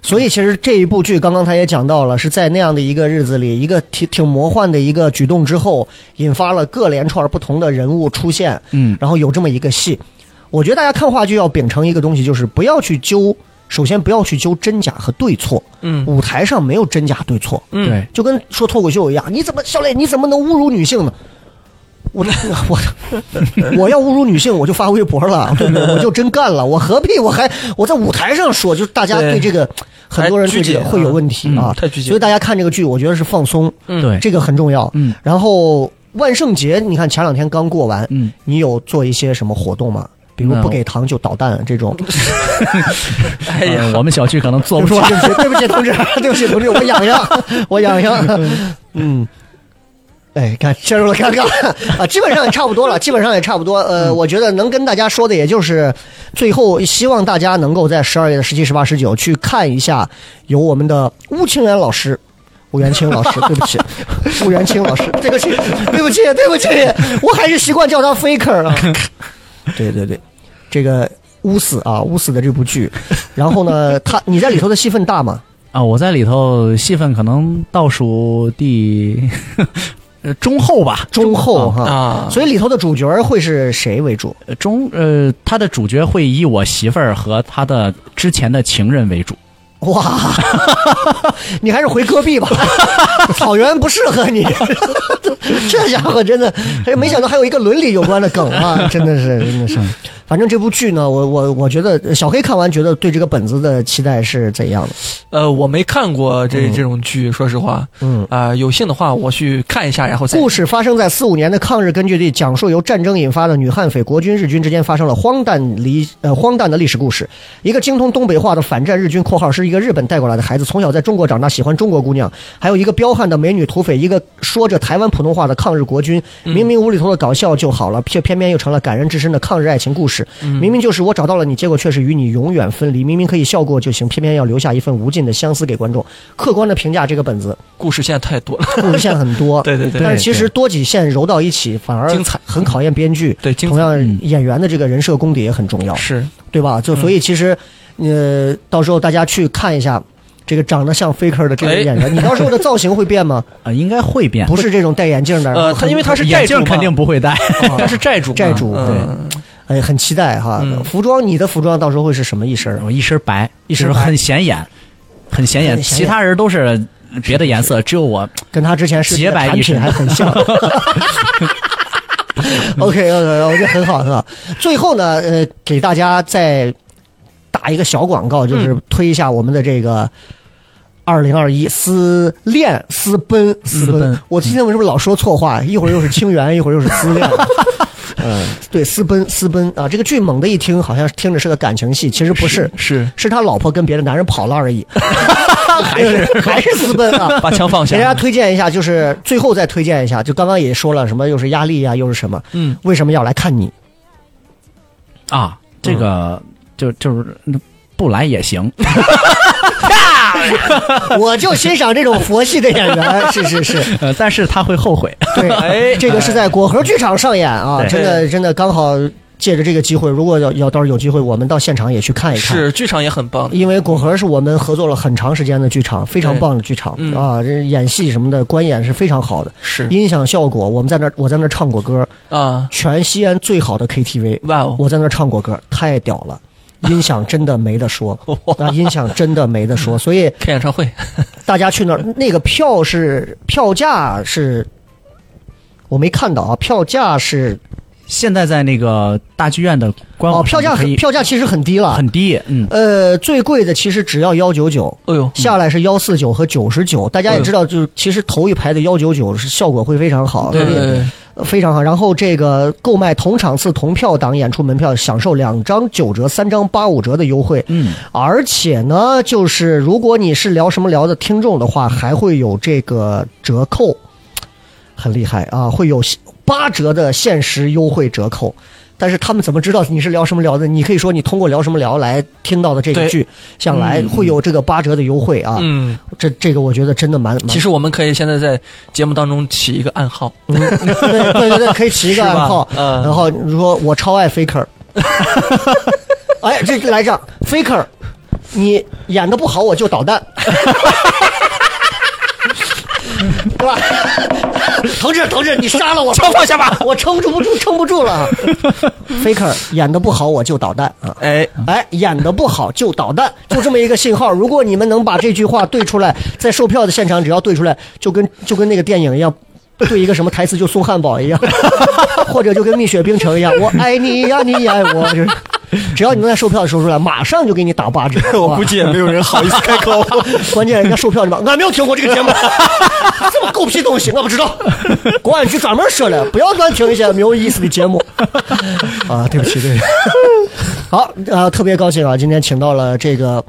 [SPEAKER 3] 所以其实这一部剧，刚刚他也讲到了，是在那样的一个日子里，一个挺挺魔幻的一个举动之后，引发了各连串不同的人物出现，
[SPEAKER 5] 嗯
[SPEAKER 3] 然后有这么一个戏。我觉得大家看话剧要秉承一个东西，就是不要去揪，首先不要去揪真假和对错，
[SPEAKER 4] 嗯
[SPEAKER 3] 舞台上没有真假对错，
[SPEAKER 4] 嗯，
[SPEAKER 5] 对，
[SPEAKER 3] 就跟说脱口秀一样，你怎么笑磊，你怎么能侮辱女性呢？我 <laughs> 我我要侮辱女性，我就发微博
[SPEAKER 4] <laughs>
[SPEAKER 3] 了，对不对？我就真干了，我何必我还我在舞台上说？就是大家
[SPEAKER 4] 对
[SPEAKER 3] 对这个很多人对这个
[SPEAKER 4] 还拘谨
[SPEAKER 3] 会有问题啊
[SPEAKER 4] 嗯，太拘谨
[SPEAKER 3] 所以大家看这个剧，我觉得是放松，
[SPEAKER 4] 嗯
[SPEAKER 5] 对，
[SPEAKER 3] 这个很重要。
[SPEAKER 5] 嗯
[SPEAKER 3] 然后万圣节，你看前两天刚过完，
[SPEAKER 5] 嗯，
[SPEAKER 3] 你有做一些什么活动吗？比如
[SPEAKER 5] 那
[SPEAKER 3] 不给糖就捣蛋这种，
[SPEAKER 4] 哎呀，
[SPEAKER 5] 呃我们小区可能做不出来。
[SPEAKER 3] 对不起，对不起，同
[SPEAKER 5] <laughs>
[SPEAKER 3] 志，对不起，同志，我痒痒，我痒痒，嗯。 <laughs> 哎，看陷入了尴尬啊，基本上也差不多了，基本上也差不多。
[SPEAKER 5] 嗯
[SPEAKER 3] 呃，我觉得能跟大家说的，也就是最后希望大家能够在十二月的十七、十八、十九去看一下，由我们的吴清源老师吴元清老师，对不
[SPEAKER 5] <laughs>
[SPEAKER 3] 起，吴元清老师，对不起，对不起，对不起，我还是习惯叫他 Faker 啊。 <laughs> 对对对，这个乌死啊，乌死的这部剧，然后呢，他你在里头的戏份大吗？
[SPEAKER 5] 啊，我在里头戏份可能倒数第 <laughs> 呃中后吧，
[SPEAKER 3] 中后哈，
[SPEAKER 4] 啊
[SPEAKER 3] 所以里头的主角会是谁为主？
[SPEAKER 5] 呃中呃，他的主角会以我媳妇儿和他的之前的情人为主。
[SPEAKER 3] 哇，你还是回戈壁吧，草原不适合你。这家伙真的，哎，没想到还有一个伦理有关的梗啊，真的是，真的是。反正这部剧呢，我我我觉得小黑看完觉得对这个本子的期待是怎样的？
[SPEAKER 4] 呃，我没看过这
[SPEAKER 3] 嗯
[SPEAKER 4] 这种剧，说实话，
[SPEAKER 3] 嗯。
[SPEAKER 4] 啊、有幸的话我去看一下，然后再
[SPEAKER 3] 故事发生在四五年的抗日根据地，讲述由战争引发的女悍匪国军日军之间发生了呃荒诞离呃荒诞的历史故事。一个精通东北话的反战日军（括号是一个日本带过来的孩子，从小在中国长大，喜欢中国姑娘），还有一个彪悍的美女土匪，一个说着台湾普通话的抗日国军。
[SPEAKER 4] 嗯
[SPEAKER 3] 明明无厘头的搞笑就好了，却偏偏又成了感人至深的抗日爱情故事。明明就是我找到了你，结果却是与你永远分离。明明可以笑过就行，偏偏要留下一份无尽的相思给观众。客观的评价这个本子，
[SPEAKER 4] 故事现在太多了， <laughs>
[SPEAKER 3] 故事线很多。
[SPEAKER 4] 对对对
[SPEAKER 3] 但是其实多几线揉到一起，反而
[SPEAKER 4] 精彩
[SPEAKER 3] 很考验编剧。
[SPEAKER 4] 对精彩嗯
[SPEAKER 3] 同样演员的这个人设功底也很重要，
[SPEAKER 4] 是嗯
[SPEAKER 3] 对吧？就所以其实，呃，到时候大家去看一下。这个长得像 faker 的这个
[SPEAKER 4] 哎
[SPEAKER 3] 演员，你到时候的造型会变
[SPEAKER 4] <laughs>
[SPEAKER 3] 吗？
[SPEAKER 5] 啊，应该会变，
[SPEAKER 3] 不是这种戴眼镜的，啊
[SPEAKER 4] 呃，他因为他是债主
[SPEAKER 5] 眼镜
[SPEAKER 4] 嘛
[SPEAKER 5] 肯定不会戴，
[SPEAKER 4] 他是债主嘛，
[SPEAKER 3] 债主
[SPEAKER 4] 嗯
[SPEAKER 3] 哎，很期待哈。
[SPEAKER 4] 嗯
[SPEAKER 3] 服装，你的服装到时候会是什么一身儿？
[SPEAKER 5] <laughs> 我一身白，
[SPEAKER 3] 一身
[SPEAKER 5] 就是
[SPEAKER 3] 白
[SPEAKER 5] 很显眼，很显眼，
[SPEAKER 3] 很显
[SPEAKER 5] 其
[SPEAKER 3] 眼
[SPEAKER 5] 他人都是别的颜色，只有我
[SPEAKER 3] 跟他之前是
[SPEAKER 5] 洁白
[SPEAKER 3] 产
[SPEAKER 5] 一
[SPEAKER 3] 品
[SPEAKER 5] 身
[SPEAKER 3] 还很
[SPEAKER 5] <laughs>
[SPEAKER 3] 像。OK，OK，我觉得很好很好。最后呢，呃，给大家再打一个小广告，
[SPEAKER 5] 嗯
[SPEAKER 3] 就是推一下我们的这个。二零二一思恋思奔思奔
[SPEAKER 5] 奔，
[SPEAKER 3] 我今天为什么老说错话？一会儿又是清源，一会儿又是思
[SPEAKER 5] <laughs>
[SPEAKER 3] 恋。嗯，对，思奔思奔啊，这个剧猛地一听，好像听着是个感情戏，其实不是，
[SPEAKER 4] 是
[SPEAKER 3] 是他老婆跟别的男人跑了而已，还是
[SPEAKER 5] <laughs>
[SPEAKER 3] 还是 <laughs> 私奔啊！
[SPEAKER 4] 把枪放
[SPEAKER 3] 给大家
[SPEAKER 4] 下，
[SPEAKER 3] 推荐一下，就是最后再推荐一下，就刚刚也说了，什么又是压力呀、又是什么，
[SPEAKER 4] 嗯，
[SPEAKER 3] 为什么要来看
[SPEAKER 4] <laughs>
[SPEAKER 3] 你？
[SPEAKER 5] 啊，这个就就是嗯不来也行， <laughs>
[SPEAKER 3] 我就欣赏这种佛系的演
[SPEAKER 4] <laughs>
[SPEAKER 3] 员，是是是，
[SPEAKER 5] 呃，但是他会后悔。
[SPEAKER 3] 对，
[SPEAKER 4] 哎
[SPEAKER 3] 这个是在果核剧场上演啊，
[SPEAKER 5] 对
[SPEAKER 3] 真的真的刚好借着这个机会，如果要要到时候有机会，我们到现场也去看一看。
[SPEAKER 4] 是剧场也很棒的，
[SPEAKER 3] 因为果核是我们合作了很长时间的剧场，非常
[SPEAKER 4] 对
[SPEAKER 3] 棒的剧场、
[SPEAKER 4] 嗯
[SPEAKER 3] 啊！这演戏什么的，观演是非常好的，
[SPEAKER 4] 是
[SPEAKER 3] 音响效果，我们在那儿我在那儿唱过歌，
[SPEAKER 4] 啊，
[SPEAKER 3] 全西安最好的 KTV，
[SPEAKER 4] 哇哦，
[SPEAKER 3] 我在那儿唱过歌，太屌了。音响真的没得
[SPEAKER 5] <laughs>
[SPEAKER 3] 说，啊，音响真的没得说，所以
[SPEAKER 4] 开演唱会，哎
[SPEAKER 3] 大家去那儿，那个票是票价是，我没看到啊，票价是
[SPEAKER 5] 现在在那个大剧院的官
[SPEAKER 3] 哦，
[SPEAKER 5] 网
[SPEAKER 3] 票价
[SPEAKER 5] 上可
[SPEAKER 3] 很
[SPEAKER 5] 以
[SPEAKER 3] 票价其实很低了，
[SPEAKER 5] 很低，嗯，
[SPEAKER 3] 呃，最贵的其实只要幺九九，
[SPEAKER 4] 哎呦，
[SPEAKER 3] 下来是幺四九和九十九，大家也知道，就是其实头一排的幺九九是效果会非常好，
[SPEAKER 4] 对对对，
[SPEAKER 3] 呃非常好。然后这个购买同场次同票档演出门票，享受两张九折、三张八五折的优惠。
[SPEAKER 5] 嗯，
[SPEAKER 3] 而且呢，就是如果你是聊什么聊的听众的话，还会有这个折扣，很厉害啊，会有八折的限时优惠折扣。但是他们怎么知道你是聊什么聊的？你可以说你通过聊什么聊来听到的这个
[SPEAKER 4] 对
[SPEAKER 3] 剧，想来会有这个八折的优惠啊。
[SPEAKER 4] 嗯，
[SPEAKER 3] 这这个我觉得真的蛮蛮
[SPEAKER 4] 其实我们可以现在在节目当中起一个暗号，
[SPEAKER 3] 嗯对对对对，可以起一个暗号，
[SPEAKER 4] <laughs> 是吧嗯
[SPEAKER 3] 然后你说我超爱
[SPEAKER 4] <laughs>
[SPEAKER 3] Faker，哎，这来这样 Faker，你演的不好我就捣
[SPEAKER 4] <laughs>
[SPEAKER 3] 蛋，对吧？同志同志，你杀了我，
[SPEAKER 4] 枪放下吧，
[SPEAKER 3] 我撑住不住，撑不住了。Faker 演的不好我就捣蛋啊。
[SPEAKER 4] 哎，
[SPEAKER 3] 哎，演的不好就捣蛋，就这么一个信号。如果你们能把这句话对出来，在售票的现场只要对出来，就跟就跟那个电影一样，对一个什么台词就送汉堡一样， <laughs> 或者就跟蜜雪冰城一样，我爱你呀，你爱我，就是。只要你能在售票的时候出来，马上就给你打八折。我
[SPEAKER 6] 计也没有人好意思开
[SPEAKER 3] <laughs>
[SPEAKER 6] 口。
[SPEAKER 3] 关键人家售票什么，俺没有听过这个节目， <laughs> 这么狗屁东西我不知道。公安局专门说了，不要乱听一些没有意思的节目。啊，对不起，对不起。 <laughs> 好，啊、特别高兴啊，今天请到了这个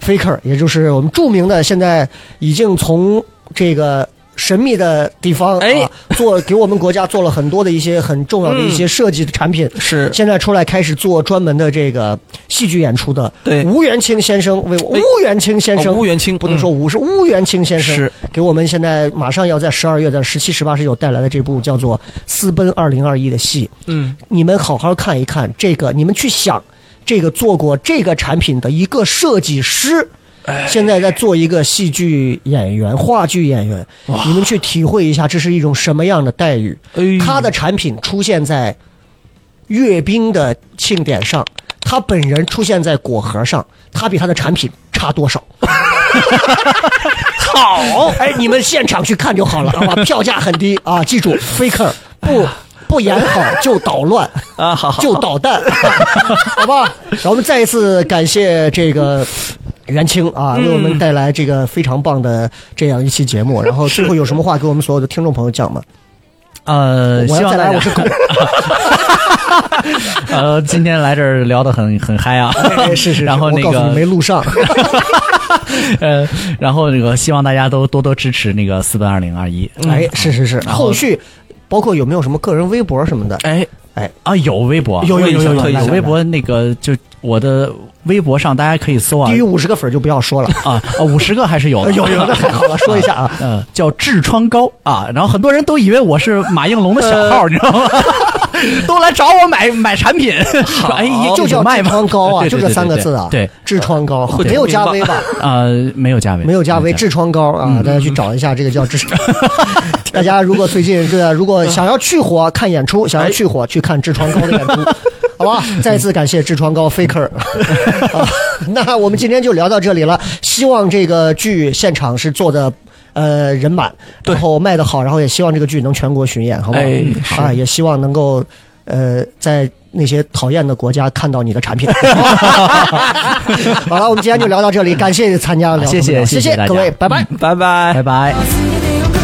[SPEAKER 3] Faker，也就是我们著名的，现在已经从这个神秘的地方，
[SPEAKER 4] 哎
[SPEAKER 3] 啊，做给我们国家做了很多的一些很重要的一些设计的产品，
[SPEAKER 4] 是
[SPEAKER 3] 现在出来开始做专门的这个戏剧演出的，
[SPEAKER 4] 对哎
[SPEAKER 3] 吴元清先生为我，吴元清先生，
[SPEAKER 4] 哦吴元清
[SPEAKER 3] 不能说吴是吴元清先生，
[SPEAKER 4] 是
[SPEAKER 3] 给我们现在马上要在十二月的十七、十八、十九带来的这部叫做《私奔二零二一》的戏，
[SPEAKER 4] 嗯，
[SPEAKER 3] 你们好好看一看这个，你们去想这个做过这个产品的一个设计师，现在在做一个戏剧演员、话剧演员，你们去体会一下这是一种什么样的待遇。
[SPEAKER 4] 哎
[SPEAKER 3] 他的产品出现在阅兵的庆典上，他本人出现在果核上，他比他的产品差多少？好， <laughs> 哎，你们现场去看就好了，好吧？票价很低啊，记住，faker 不不演好就捣乱
[SPEAKER 4] 啊好好
[SPEAKER 3] <laughs> 就捣
[SPEAKER 5] <laughs>
[SPEAKER 3] 蛋，好吧？然后我们再一次感谢这个。袁清啊，
[SPEAKER 5] 嗯
[SPEAKER 3] 为我们带来这个非常棒的这样一期节
[SPEAKER 5] <laughs>
[SPEAKER 3] 目。然后最后有什么话给我们所有的听众朋友讲吗？
[SPEAKER 5] 呃，
[SPEAKER 3] 我
[SPEAKER 5] 希
[SPEAKER 3] 要再
[SPEAKER 5] 望大
[SPEAKER 3] 来，
[SPEAKER 5] 家
[SPEAKER 3] 我是
[SPEAKER 5] <laughs>
[SPEAKER 3] 狗。 <laughs>
[SPEAKER 5] 呃，今天来这儿聊得很很嗨啊，
[SPEAKER 3] 哎是是是，
[SPEAKER 5] 然后那
[SPEAKER 3] 我告诉你没
[SPEAKER 5] 个
[SPEAKER 3] 录
[SPEAKER 5] <laughs>
[SPEAKER 3] 上，
[SPEAKER 5] 呃，然后那个希望大家都多多支持那个四奔二零二一。
[SPEAKER 3] 哎，是是是，
[SPEAKER 5] 后
[SPEAKER 3] 后续包括有没有什么个人微博什么的，
[SPEAKER 4] 哎，
[SPEAKER 5] 啊，有微博，
[SPEAKER 3] 有有有有
[SPEAKER 5] 有
[SPEAKER 3] 有有
[SPEAKER 5] 微博，那个就我的微博上大家可以搜啊
[SPEAKER 3] 低于五十个粉儿就不要说
[SPEAKER 5] <laughs>
[SPEAKER 3] 了，
[SPEAKER 5] 啊，五十个还是有的，
[SPEAKER 3] 有
[SPEAKER 5] <laughs>
[SPEAKER 3] 有的，好了，说一下啊，
[SPEAKER 5] 呃，叫痔疮膏啊，然后很多人都以为我是马应龙的小
[SPEAKER 3] 呃
[SPEAKER 5] 号，你知道吗？ <laughs> 都来找我买买产品，说哎，也
[SPEAKER 3] 就叫
[SPEAKER 5] 卖
[SPEAKER 3] 痔
[SPEAKER 5] 吗
[SPEAKER 3] 疮膏啊，
[SPEAKER 5] <laughs> 对
[SPEAKER 3] 就
[SPEAKER 5] 对
[SPEAKER 3] 这
[SPEAKER 5] 对
[SPEAKER 3] 三个
[SPEAKER 5] 对
[SPEAKER 3] 字啊，
[SPEAKER 5] <laughs> 对，
[SPEAKER 3] 痔疮膏
[SPEAKER 4] 会
[SPEAKER 3] 没有
[SPEAKER 4] 听
[SPEAKER 3] 加
[SPEAKER 4] 吧
[SPEAKER 3] 微吧？
[SPEAKER 5] 呃，没有价位，
[SPEAKER 3] 没有加微，痔疮膏啊，大家去找一下这个叫痔疮。 <laughs> 大家如果最近对啊，如果想要去火看演出，想要去火去看痔疮膏的演出，好吧？再次感谢痔疮膏 Faker。啊那我们今天就聊到这里了，希望这个剧现场是做的。呃，人满，然后卖的好，然后也希望这个剧能全国巡演，好不好？
[SPEAKER 4] 哎是
[SPEAKER 3] 啊，也希望能够，呃，在那些讨厌的国家看到你的产品。好了，我们今天就聊到这里，感谢参加聊这么多，
[SPEAKER 5] 谢谢
[SPEAKER 3] 谢
[SPEAKER 5] 谢谢大
[SPEAKER 3] 各
[SPEAKER 5] 家嗯
[SPEAKER 3] 位，拜拜。
[SPEAKER 4] 拜拜
[SPEAKER 5] 拜
[SPEAKER 2] 忘
[SPEAKER 5] 拜。
[SPEAKER 2] れてよく